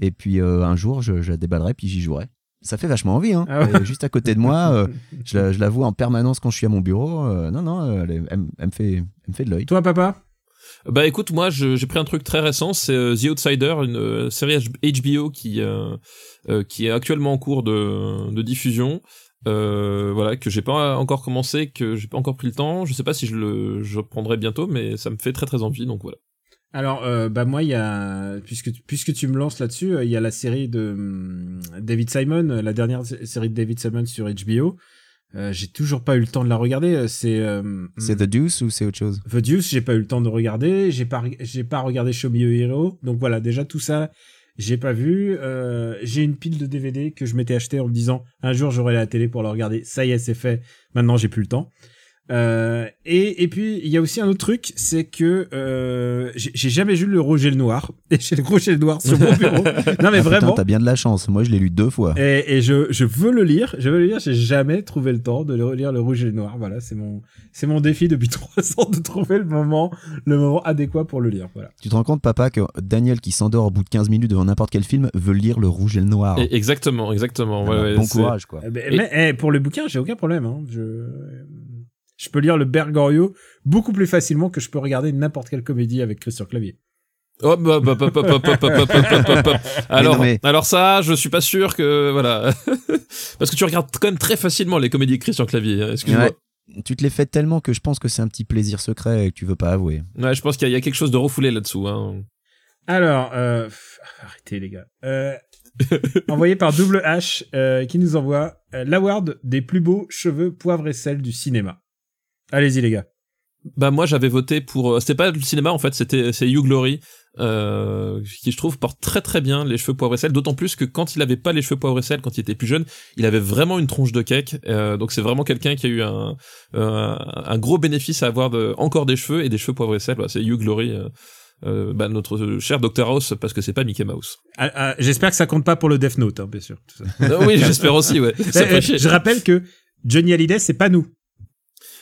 [SPEAKER 5] Et puis euh, un jour, je, je la déballerai, puis j'y jouerai. Ça fait vachement envie, hein.
[SPEAKER 4] Ah ouais.
[SPEAKER 5] Elle est juste à côté de moi, euh, je, la, je la vois en permanence quand je suis à mon bureau. euh, non, non, euh, elle, est- elle me- elle me fait, elle me fait de l'œil.
[SPEAKER 4] Toi, papa
[SPEAKER 6] Bah écoute, moi je- j'ai pris un truc très récent, c'est euh, The Outsider, une euh, série H- HBO qui euh, euh, qui est actuellement en cours de, de diffusion. Euh, voilà que j'ai pas encore commencé, que j'ai pas encore pris le temps. Je sais pas si je le je prendrai bientôt, mais ça me fait très très envie. Donc voilà.
[SPEAKER 4] Alors, euh, bah moi, il y a puisque tu- puisque tu me lances là-dessus, euh, il y a la série de hum, David Simon, euh, la dernière sé- série de David Simon sur HBO. Euh, j'ai toujours pas eu le temps de la regarder. euh, C'est euh,
[SPEAKER 5] C'est The Deuce ou c'est autre chose
[SPEAKER 4] The Deuce, j'ai pas eu le temps de regarder, j'ai pas reg- j'ai pas regardé Show Me Your Hero, donc voilà déjà tout ça j'ai pas vu. Euh, j'ai une pile de DVD que je m'étais acheté en me disant un jour j'aurai la télé pour le regarder. Ça y est c'est fait. Maintenant j'ai plus le temps. Euh, et, et puis il y a aussi un autre truc, c'est que euh, j'ai j'ai jamais vu le Roger le Noir. Et j'ai le Roger le Noir sur mon bureau. non mais
[SPEAKER 5] Ah, putain,
[SPEAKER 4] vraiment.
[SPEAKER 5] t'as bien de la chance. Moi, je l'ai lu deux fois.
[SPEAKER 4] Et, et je, je veux le lire, je veux le lire, j'ai jamais trouvé le temps de le relire le rouge et le noir. Voilà, c'est mon, c'est mon défi depuis trois ans de trouver le moment, le moment adéquat pour le lire. Voilà.
[SPEAKER 5] Tu te rends compte, papa, que Daniel, qui s'endort au bout de 15 minutes devant n'importe quel film, veut lire Le Rouge et le Noir.
[SPEAKER 6] Et- exactement, exactement.
[SPEAKER 5] Ah
[SPEAKER 6] ouais,
[SPEAKER 5] bah,
[SPEAKER 6] ouais,
[SPEAKER 5] Ah. bon
[SPEAKER 6] c'est-
[SPEAKER 5] courage, quoi.
[SPEAKER 4] Eh ben,
[SPEAKER 6] Et-
[SPEAKER 4] Mais eh, pour le bouquin, j'ai aucun problème. Hein. Je, je peux lire le Bergoglio beaucoup plus facilement que je peux regarder n'importe quelle comédie avec Christian Clavier.
[SPEAKER 6] Oh, bah, bah, bah, bah, bah, bah, bah, bah, bah, bah, bah, bah. Alors
[SPEAKER 5] non, mais-
[SPEAKER 6] alors ça, je suis pas sûr que voilà parce que tu regardes quand même très facilement les comédies de Christian Clavier. hein, Excuse-moi.
[SPEAKER 5] Ouais. Tu te les fais tellement que je pense que c'est un petit plaisir secret et que tu veux pas avouer.
[SPEAKER 6] Ouais, je pense qu'il y, a- il y a quelque chose de refoulé là-dessous. Hein.
[SPEAKER 4] Alors, euh, pff, arrêtez les gars. Euh, envoyé par Double H euh, qui nous envoie euh, l'award des plus beaux cheveux poivre et sel du cinéma. Allez-y les gars.
[SPEAKER 6] Bah moi j'avais voté pour euh, c'était pas le cinéma en fait c'était c'est Hugh Glory euh, qui je trouve porte très très bien les cheveux poivre et sel d'autant plus que quand il avait pas les cheveux poivre et sel quand il était plus jeune il avait vraiment une tronche de cake euh, donc c'est vraiment quelqu'un qui a eu un, un un gros bénéfice à avoir de, encore des cheveux et des cheveux poivre et sel Voilà, c'est Hugh Glory euh, euh, bah, notre cher Dr House parce que c'est pas Mickey Mouse
[SPEAKER 4] Ah, ah, J'espère que ça compte pas pour le Death Note, hein, bien sûr. tout ça.
[SPEAKER 6] Ah oui Euh, j'espère aussi ouais Ça
[SPEAKER 4] Eh,
[SPEAKER 6] fait
[SPEAKER 4] eh,
[SPEAKER 6] chier.
[SPEAKER 4] je rappelle que Johnny Hallyday, c'est pas nous.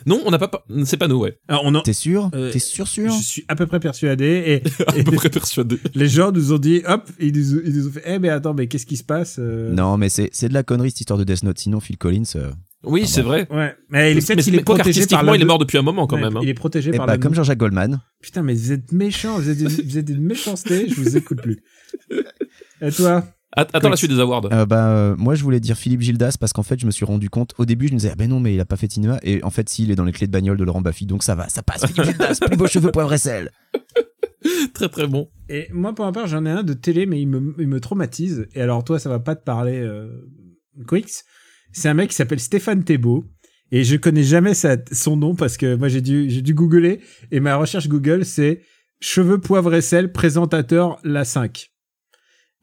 [SPEAKER 6] Non, on n'a pas. par- C'est pas nous, ouais.
[SPEAKER 4] Alors, on en-
[SPEAKER 5] T'es sûr
[SPEAKER 4] Euh,
[SPEAKER 5] T'es sûr sûr
[SPEAKER 4] je suis à peu près persuadé et,
[SPEAKER 6] à
[SPEAKER 4] et
[SPEAKER 6] peu près persuadé.
[SPEAKER 4] les gens nous ont dit hop, ils nous, ils nous ont fait eh mais attends mais qu'est-ce qui se passe euh,
[SPEAKER 5] Non, mais c'est c'est de la connerie cette histoire de Death Note. Sinon, Phil Collins, euh,
[SPEAKER 6] Oui,
[SPEAKER 5] Ah
[SPEAKER 4] bah.
[SPEAKER 6] c'est vrai.
[SPEAKER 4] Ouais, mais il est
[SPEAKER 6] Mais-
[SPEAKER 4] peut-être il
[SPEAKER 6] mais
[SPEAKER 4] est protégé par
[SPEAKER 6] qu'artistiquement,
[SPEAKER 4] la
[SPEAKER 6] il est mort depuis un moment quand
[SPEAKER 4] Ouais,
[SPEAKER 6] même. hein.
[SPEAKER 4] Il est protégé
[SPEAKER 5] eh
[SPEAKER 4] par
[SPEAKER 5] bah,
[SPEAKER 4] la
[SPEAKER 5] comme Jean-Jacques Goldman.
[SPEAKER 4] Putain, mais vous êtes méchants, vous êtes, des- vous êtes une méchanceté, je vous écoute plus. Et toi
[SPEAKER 6] Att- Attends la suite des awards.
[SPEAKER 5] Euh, bah, euh, moi, je voulais dire Philippe Gildas parce qu'en fait, je me suis rendu compte. Au début, je me disais, ah ben non, mais il a pas fait cinéma. Et en fait, si, il est dans les clés de bagnole de Laurent Baffy. Donc ça va, ça passe. Philippe Gildas, plus beaux cheveux, poivre et sel. Ah.
[SPEAKER 6] Très très bon.
[SPEAKER 4] Et moi, pour ma part, j'en ai un de télé, mais il me, il me traumatise. Et alors, toi, ça va pas te parler, euh, Quix. C'est un mec qui s'appelle Stéphane Thébault. Et je connais jamais sa- son nom parce que moi, j'ai dû, j'ai dû googler. Et ma recherche Google, c'est cheveux, poivre et sel, présentateur La 5.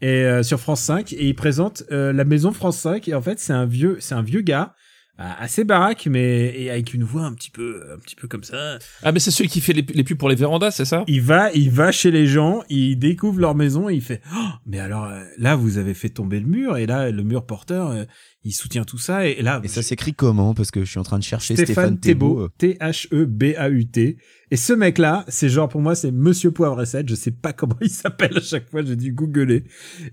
[SPEAKER 4] Et euh, sur France 5. Et il présente euh, la maison France 5. Et en fait, c'est un vieux, c'est un vieux gars. euh, Assez baraque, mais et avec une voix un petit peu, un petit peu comme ça.
[SPEAKER 6] Ah, mais c'est celui qui fait les, les pubs pour les vérandas, c'est ça
[SPEAKER 4] Il va, il va chez les gens, il découvre leur maison et il fait Oh, mais alors euh, là vous avez fait tomber le mur et là le mur porteur euh, il soutient tout ça et, et là
[SPEAKER 5] Et ça s'écrit comment Parce que je suis en train de chercher Stéphane, Thébault. euh.
[SPEAKER 4] T H E B A U T et ce mec là c'est genre pour moi c'est Monsieur Poivre et Sel je sais pas comment il s'appelle à chaque fois j'ai dû googler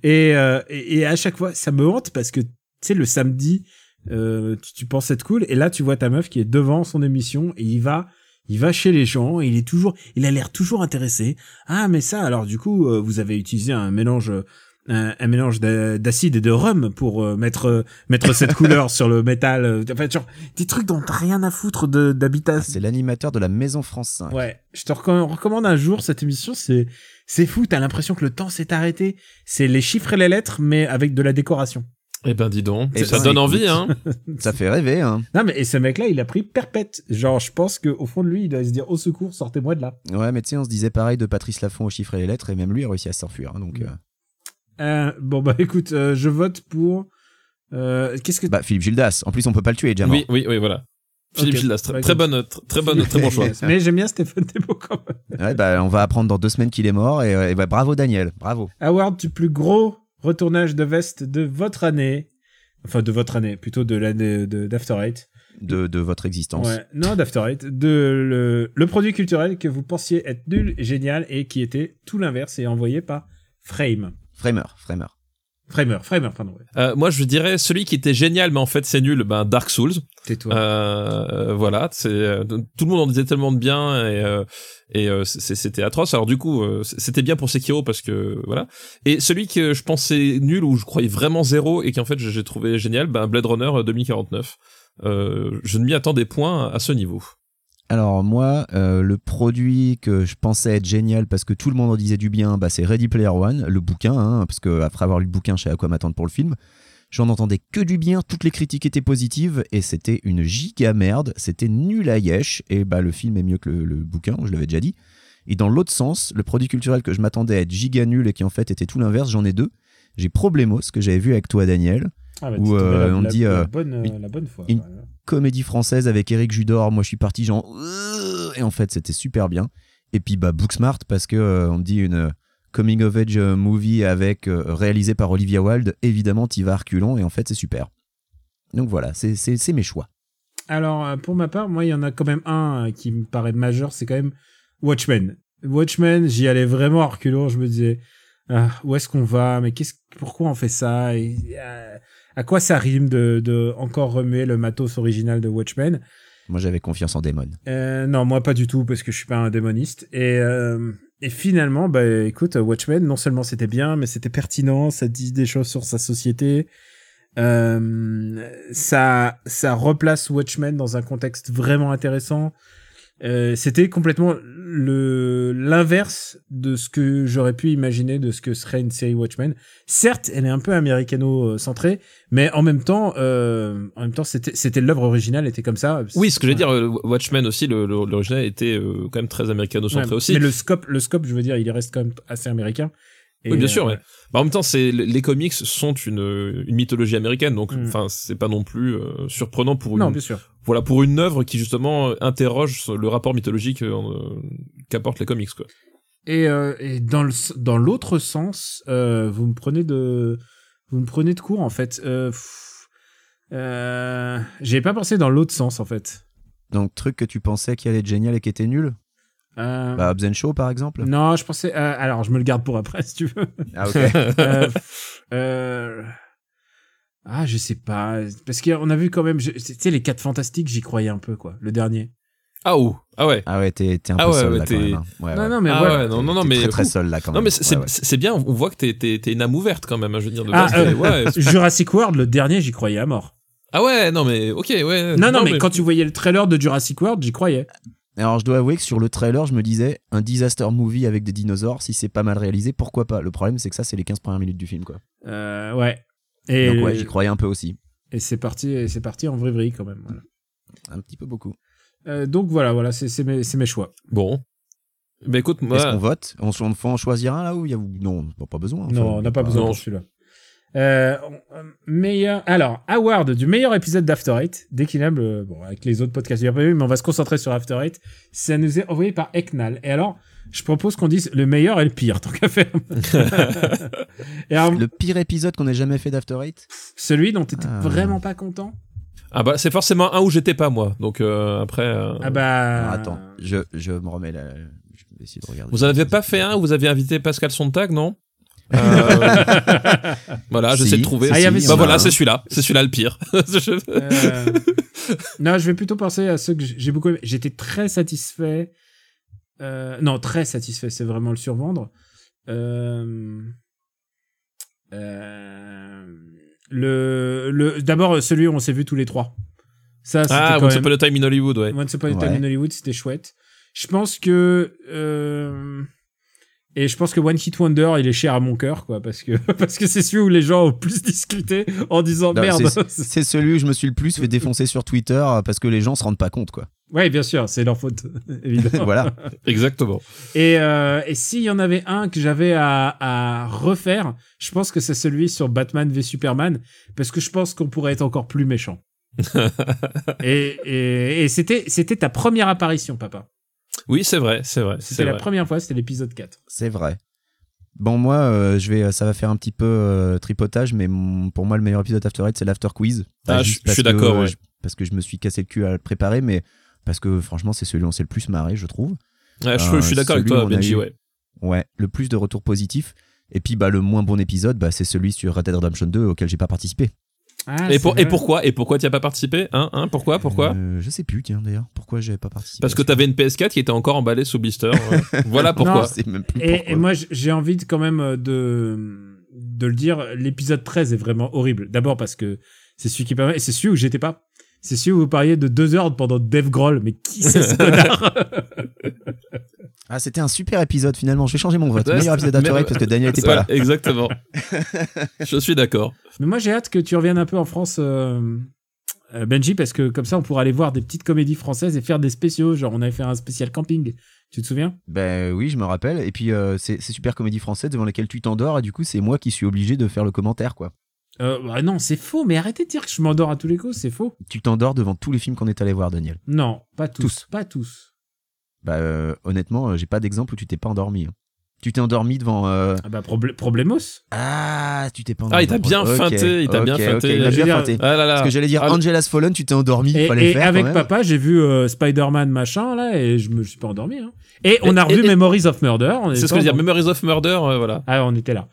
[SPEAKER 4] et, euh, et et à chaque fois ça me hante parce que tu sais le samedi euh, tu, tu penses être cool et là tu vois ta meuf qui est devant son émission et il va il va chez les gens, et il est toujours, il a l'air toujours intéressé. Ah, mais ça, alors du coup, euh, vous avez utilisé un mélange, euh, un, un mélange d'a- d'acide et de rhum pour euh, mettre euh, mettre cette couleur sur le métal. euh, Enfin, genre des trucs dont t'as rien à foutre de-
[SPEAKER 5] Ah,
[SPEAKER 4] d'habitation.
[SPEAKER 5] c'est l'animateur de la Maison France 5.
[SPEAKER 4] Ouais, je te recom- recommande un jour cette émission, c'est c'est fou, t'as l'impression que le temps s'est arrêté. C'est les chiffres et les lettres, mais avec de la décoration.
[SPEAKER 6] Eh ben, dis donc.
[SPEAKER 5] Eh
[SPEAKER 6] ça
[SPEAKER 5] ben,
[SPEAKER 6] donne
[SPEAKER 5] écoute.
[SPEAKER 6] envie, hein.
[SPEAKER 5] Ça fait rêver, hein.
[SPEAKER 4] Non mais et ce mec-là, il a pris perpète. Genre, je pense que au fond de lui, il doit se dire au secours, sortez-moi de là.
[SPEAKER 5] Ouais, mais tu sais, on se disait pareil de Patrice Laffont aux chiffres et les lettres, et même lui a réussi à s'enfuir. hein, donc, euh.
[SPEAKER 4] Euh, bon bah écoute, euh, je vote pour. Euh, Qu'est-ce que
[SPEAKER 5] Bah, Philippe Gildas. En plus, on peut pas le tuer, déjà mort.
[SPEAKER 6] Oui, oui, oui, voilà. Philippe
[SPEAKER 4] Ok.
[SPEAKER 6] Gildas, tr-
[SPEAKER 4] Bah,
[SPEAKER 6] très,
[SPEAKER 4] écoute.
[SPEAKER 6] bonne, tr- très bonne, très bon choix.
[SPEAKER 4] Mais j'aime bien Stéphane Thébault quand même.
[SPEAKER 5] Ouais, bah, on va apprendre dans deux semaines qu'il est mort, et, euh, et bah, bravo Daniel, bravo.
[SPEAKER 4] Award du plus gros retournage de veste de votre année. Enfin, de votre année, plutôt de l'année de- d'After Eight.
[SPEAKER 5] De, de votre existence.
[SPEAKER 4] Ouais. Non, d'After Eight. De le, le produit culturel que vous pensiez être nul et génial et qui était tout l'inverse et envoyé par Frame.
[SPEAKER 5] Framer, Framer.
[SPEAKER 4] Framer, Framer, pardon. ouais.
[SPEAKER 6] Euh, moi, je dirais celui qui était génial, mais en fait, c'est nul. Ben, Dark Souls.
[SPEAKER 4] Tais-toi.
[SPEAKER 6] Euh, euh, voilà, c'est euh, tout le monde en disait tellement de bien et euh, et euh, c'est- c'était atroce. Alors du coup, euh, c'était bien pour Sekiro parce que voilà. Et celui que je pensais nul ou je croyais vraiment zéro et qui en fait j'ai trouvé génial, ben Blade Runner 2049. Euh, je ne m'y attendais point à ce niveau.
[SPEAKER 5] Alors moi, euh, le produit que je pensais être génial parce que tout le monde en disait du bien, bah, c'est Ready Player One, le bouquin, hein, parce que après avoir lu le bouquin, je savais à quoi m'attendre pour le film. J'en entendais que du bien, toutes les critiques étaient positives et c'était une giga merde, c'était nul à yesh et bah le film est mieux que le, le bouquin, je l'avais déjà dit. Et dans l'autre sens, le produit culturel que je m'attendais à être giga nul et qui en fait était tout l'inverse, j'en ai deux. J'ai Problemos que j'avais vu avec toi Daniel,
[SPEAKER 4] Ah, bah,
[SPEAKER 5] où,
[SPEAKER 4] t'es tombé
[SPEAKER 5] euh,
[SPEAKER 4] la-
[SPEAKER 5] on
[SPEAKER 4] la-
[SPEAKER 5] dit,
[SPEAKER 4] la
[SPEAKER 5] euh,
[SPEAKER 4] bonne, euh,
[SPEAKER 5] une-
[SPEAKER 4] la bonne fois.
[SPEAKER 5] une-
[SPEAKER 4] quand même.
[SPEAKER 5] comédie française avec Eric Judor. Moi, je suis parti genre euh, et en fait, c'était super bien. Et puis bah Booksmart parce que euh, on me dit une euh, coming of age euh, movie avec euh, réalisé par Olivia Wilde. Évidemment, t'y vas à reculons et en fait, c'est super. Donc voilà, c'est- c'est c'est mes choix.
[SPEAKER 4] Alors, euh, pour ma part, moi, il y en a quand même un euh, qui me paraît majeur, c'est quand même Watchmen. Watchmen, j'y allais vraiment à reculons, je me disais, ah, où est-ce qu'on va Mais qu'est-ce, pourquoi on fait ça Et, euh, À quoi ça rime de, de encore remuer le matos original de Watchmen
[SPEAKER 5] Moi, j'avais confiance en Damon.
[SPEAKER 4] euh, non, moi pas du tout, parce que je suis pas un démoniste. Et, euh, et finalement, bah écoute, Watchmen, non seulement c'était bien, mais c'était pertinent, ça dit des choses sur sa société. Euh, ça, ça replace Watchmen dans un contexte vraiment intéressant. Euh, c'était complètement le l'inverse de ce que j'aurais pu imaginer de ce que serait une série Watchmen. Certes, elle est un peu américano-centrée, mais en même temps, euh, en même temps, c'était c'était l'œuvre originale était comme ça.
[SPEAKER 6] Oui, ce que
[SPEAKER 4] Ouais.
[SPEAKER 6] j'allais dire, euh, Watchmen aussi, le- le- l'original était euh, quand même très américano-centré
[SPEAKER 4] Ouais,
[SPEAKER 6] aussi.
[SPEAKER 4] Mais le scope, le scope, je veux dire, il reste quand même assez américain. Et,
[SPEAKER 6] Oui, bien sûr,
[SPEAKER 4] euh,
[SPEAKER 6] ouais. Bah, en même temps, c'est les comics sont une, une mythologie américaine, donc
[SPEAKER 4] Mm.
[SPEAKER 6] enfin c'est pas non plus euh, surprenant pour une
[SPEAKER 4] Non, bien sûr.
[SPEAKER 6] voilà pour une œuvre qui justement euh, interroge sur le rapport mythologique euh, qu'apportent les comics quoi.
[SPEAKER 4] Et, euh, et dans le s- dans l'autre sens, euh, vous me prenez de vous me prenez de court en fait. Euh, pff, euh, J'y ai pas pensé dans l'autre sens en fait.
[SPEAKER 5] Donc, truc que tu pensais qui allait être génial et qui était nul
[SPEAKER 4] Euh,
[SPEAKER 5] Bah, Hobbs and Shaw, par exemple
[SPEAKER 4] non, je pensais. euh, alors, je me le garde pour après, si tu veux.
[SPEAKER 6] Mm.
[SPEAKER 5] Ah, ok.
[SPEAKER 4] Euh, euh, Ah, je sais pas. Parce qu'on a vu quand même. je- Tu sais, les 4 fantastiques, j'y croyais un peu, quoi. Le dernier.
[SPEAKER 6] Ah oh, ah ouais.
[SPEAKER 5] Ah ouais, t'es t'es un
[SPEAKER 6] Ah
[SPEAKER 5] peu
[SPEAKER 6] ouais,
[SPEAKER 5] seul
[SPEAKER 6] ouais,
[SPEAKER 5] là quand
[SPEAKER 6] t'es-
[SPEAKER 5] même. hein. Ouais,
[SPEAKER 4] non,
[SPEAKER 5] ouais.
[SPEAKER 4] non, mais
[SPEAKER 6] ah
[SPEAKER 4] voilà.
[SPEAKER 6] ouais, non, non, non,
[SPEAKER 5] T'es
[SPEAKER 6] mais
[SPEAKER 5] très très seul là quand même.
[SPEAKER 6] non, mais c'est
[SPEAKER 5] Ouais, ouais.
[SPEAKER 6] c'est- c'est bien. On voit que t'es t'es t'es une âme ouverte quand même. hein, Je veux dire. De
[SPEAKER 4] Ah,
[SPEAKER 6] base, t'es-
[SPEAKER 4] euh,
[SPEAKER 6] ouais.
[SPEAKER 4] Jurassic World, le dernier, j'y croyais à mort.
[SPEAKER 6] ah ouais, non mais ok, ouais.
[SPEAKER 4] Non, non, mais, quand tu voyais le trailer de Jurassic World, j'y croyais.
[SPEAKER 5] Alors je dois avouer que sur le trailer, je me disais un disaster movie avec des dinosaures, si c'est pas mal réalisé, pourquoi pas Le problème, c'est que ça, c'est les 15 premières minutes du film quoi.
[SPEAKER 4] Euh, ouais. Et,
[SPEAKER 5] Donc ouais, j'y croyais un peu aussi.
[SPEAKER 4] et c'est parti, et c'est parti en vrivri quand même. voilà.
[SPEAKER 5] Un petit peu beaucoup.
[SPEAKER 4] Euh, donc voilà, voilà, c'est c'est mes, c'est mes choix.
[SPEAKER 6] Bon. Bah écoute, moi.
[SPEAKER 5] Est-ce qu'on vote On s'en faut en choisir un là où il y a non, bah, pas besoin. enfin, bah,
[SPEAKER 4] non, on n'a pas besoin
[SPEAKER 6] non,
[SPEAKER 4] pour
[SPEAKER 6] je-
[SPEAKER 4] celui-là. Euh, on- euh, meilleur, alors, award du meilleur épisode d'After Eight, déclinable euh, bon, avec les autres podcasts du RPU, mais on va se concentrer sur After Eight. Ça nous est envoyé par Eknal. Et alors, je propose qu'on dise le meilleur et le pire, tant qu'à faire. et alors,
[SPEAKER 5] Le pire épisode qu'on ait jamais fait d'After Eight.
[SPEAKER 4] celui dont t'étais
[SPEAKER 5] Ah.
[SPEAKER 4] vraiment pas content
[SPEAKER 6] Ah bah c'est forcément un où j'étais pas moi. Donc euh, après. euh,
[SPEAKER 4] Ah bah.
[SPEAKER 5] Alors, attends, je je me remets là. Je vais essayer de regarder.
[SPEAKER 6] Vous en avez pas fait un où vous avez invité Pascal Sontag, non Euh, Voilà, j'essaie
[SPEAKER 5] Si,
[SPEAKER 6] de trouver.
[SPEAKER 4] Ah, il y avait
[SPEAKER 6] bah
[SPEAKER 4] ça.
[SPEAKER 6] voilà, c'est celui-là. C'est celui-là le pire. Je-
[SPEAKER 4] Euh, non, je vais plutôt penser à ceux que j'ai beaucoup aimé. J'étais très satisfait. Euh, non, très satisfait, c'est vraiment le survendre. Euh, euh, le, le, D'abord, celui où on s'est vu tous les trois. Ça, c'était
[SPEAKER 6] Ah,
[SPEAKER 4] quand
[SPEAKER 6] Once
[SPEAKER 4] même-
[SPEAKER 6] Upon a Time in Hollywood, ouais.
[SPEAKER 4] Once Upon a Time
[SPEAKER 5] Ouais.
[SPEAKER 4] in Hollywood, c'était chouette. Je pense que. euh, et je pense que One Hit Wonder, il est cher à mon cœur, quoi, parce que parce que c'est celui où les gens ont le plus discuté en disant
[SPEAKER 5] Non,
[SPEAKER 4] merde.
[SPEAKER 5] c'est- C'est celui où je me suis le plus fait défoncer sur Twitter euh, parce que les gens se rendent pas compte quoi.
[SPEAKER 4] Oui, bien sûr, c'est leur faute, évidemment.
[SPEAKER 5] voilà.
[SPEAKER 6] Exactement.
[SPEAKER 4] Et, euh, et s'il y en avait un que j'avais à, à refaire, je pense que c'est celui sur Batman v Superman, parce que je pense qu'on pourrait être encore plus méchant. et et, et c'était c'était ta première apparition, papa.
[SPEAKER 6] Oui, c'est vrai, c'est vrai. c'est
[SPEAKER 4] C'était la
[SPEAKER 6] vrai.
[SPEAKER 4] première fois, c'était l'épisode 4.
[SPEAKER 5] C'est vrai. Bon, moi, euh, je vais, ça va faire un petit peu euh, tripotage, mais mon- pour moi, le meilleur épisode d'After Eight, c'est l'After Quiz. Pas
[SPEAKER 6] Ah, je-
[SPEAKER 5] juste
[SPEAKER 6] je suis
[SPEAKER 5] parce que,
[SPEAKER 6] d'accord,
[SPEAKER 5] euh,
[SPEAKER 6] ouais.
[SPEAKER 5] je- Parce que je me suis cassé le cul à le préparer, mais parce que franchement, c'est celui où on s'est le plus marré, je trouve.
[SPEAKER 6] Ouais, je, je suis
[SPEAKER 5] Euh,
[SPEAKER 6] d'accord
[SPEAKER 5] celui
[SPEAKER 6] avec toi,
[SPEAKER 5] où on a
[SPEAKER 6] Benji,
[SPEAKER 5] eu-
[SPEAKER 6] ouais.
[SPEAKER 5] Ouais, le plus de retours positifs. Et puis, bah, le moins bon épisode, bah, c'est celui sur Red Dead Redemption 2 auquel j'ai pas participé.
[SPEAKER 4] Ah,
[SPEAKER 6] et,
[SPEAKER 4] c'est
[SPEAKER 6] pour, et
[SPEAKER 4] vrai.
[SPEAKER 6] pourquoi Et pourquoi tu as pas participé Hein, hein Pourquoi Pourquoi
[SPEAKER 5] Euh, Je sais plus, tiens, d'ailleurs. Pourquoi j'avais pas participé
[SPEAKER 6] Parce que t'avais une PS4 qui était encore emballée sous blister. ouais. voilà
[SPEAKER 5] Je
[SPEAKER 6] pourquoi.
[SPEAKER 5] sais même plus
[SPEAKER 4] Et,
[SPEAKER 5] pourquoi.
[SPEAKER 4] et moi, j- j'ai envie de, quand même euh, de, de le dire, l'épisode 13 est vraiment horrible. D'abord parce que c'est celui qui permet, et c'est celui où j'étais pas. C'est celui où vous parliez de deux heures pendant Dave Grohl, mais qui c'est ce connard
[SPEAKER 5] Ah, c'était un super épisode finalement. Je vais changer mon vote.
[SPEAKER 6] Ouais,
[SPEAKER 5] meilleur épisode d'After
[SPEAKER 6] mais-
[SPEAKER 5] Eight parce que Daniel était
[SPEAKER 6] Ouais,
[SPEAKER 5] pas là.
[SPEAKER 6] Exactement. je suis d'accord.
[SPEAKER 4] Mais moi, j'ai hâte que tu reviennes un peu en France, euh, euh, Benji, parce que comme ça, on pourra aller voir des petites comédies françaises et faire des spéciaux. Genre, on avait fait un spécial camping. Tu te souviens
[SPEAKER 5] Ben oui, je me rappelle. Et puis, euh, c'est c'est super comédie française devant laquelle tu t'endors. Et du coup, c'est moi qui suis obligé de faire le commentaire, quoi.
[SPEAKER 4] euh, bah Non, c'est faux, mais arrêtez de dire que je m'endors à tous les coups, c'est faux.
[SPEAKER 5] Tu t'endors devant tous les films qu'on est allé voir, Daniel.
[SPEAKER 4] Non, pas tous.
[SPEAKER 5] Tous.
[SPEAKER 4] Pas tous.
[SPEAKER 5] Bah, euh, honnêtement, euh, j'ai pas d'exemple où tu t'es pas endormi. hein. Tu t'es endormi devant. euh,
[SPEAKER 4] Ah bah, problé- Problemos
[SPEAKER 5] Ah, tu t'es pas endormi.
[SPEAKER 6] Ah, il t'a bien
[SPEAKER 5] Ok,
[SPEAKER 6] feinté, il t'a bien
[SPEAKER 5] ok,
[SPEAKER 6] feinté.
[SPEAKER 5] ok, il
[SPEAKER 6] Je
[SPEAKER 5] m'a
[SPEAKER 6] veux
[SPEAKER 5] bien
[SPEAKER 4] dire,
[SPEAKER 5] feinté.
[SPEAKER 6] Ah là là.
[SPEAKER 5] Parce que j'allais dire
[SPEAKER 6] Ah,
[SPEAKER 5] Angela's Fallen, tu t'es endormi.
[SPEAKER 4] Et,
[SPEAKER 5] fallait le
[SPEAKER 4] et
[SPEAKER 5] faire.
[SPEAKER 4] avec
[SPEAKER 5] quand même.
[SPEAKER 4] papa, j'ai vu euh, Spider-Man machin, là, et je me je suis pas endormi. hein. Et on
[SPEAKER 6] Et-
[SPEAKER 4] a revu
[SPEAKER 6] et- et-
[SPEAKER 4] Memories of Murder. on
[SPEAKER 6] C'est
[SPEAKER 4] était
[SPEAKER 6] ce que je veux dire.
[SPEAKER 4] endormi.
[SPEAKER 6] Memories of Murder, euh, voilà.
[SPEAKER 4] Ah, on était là.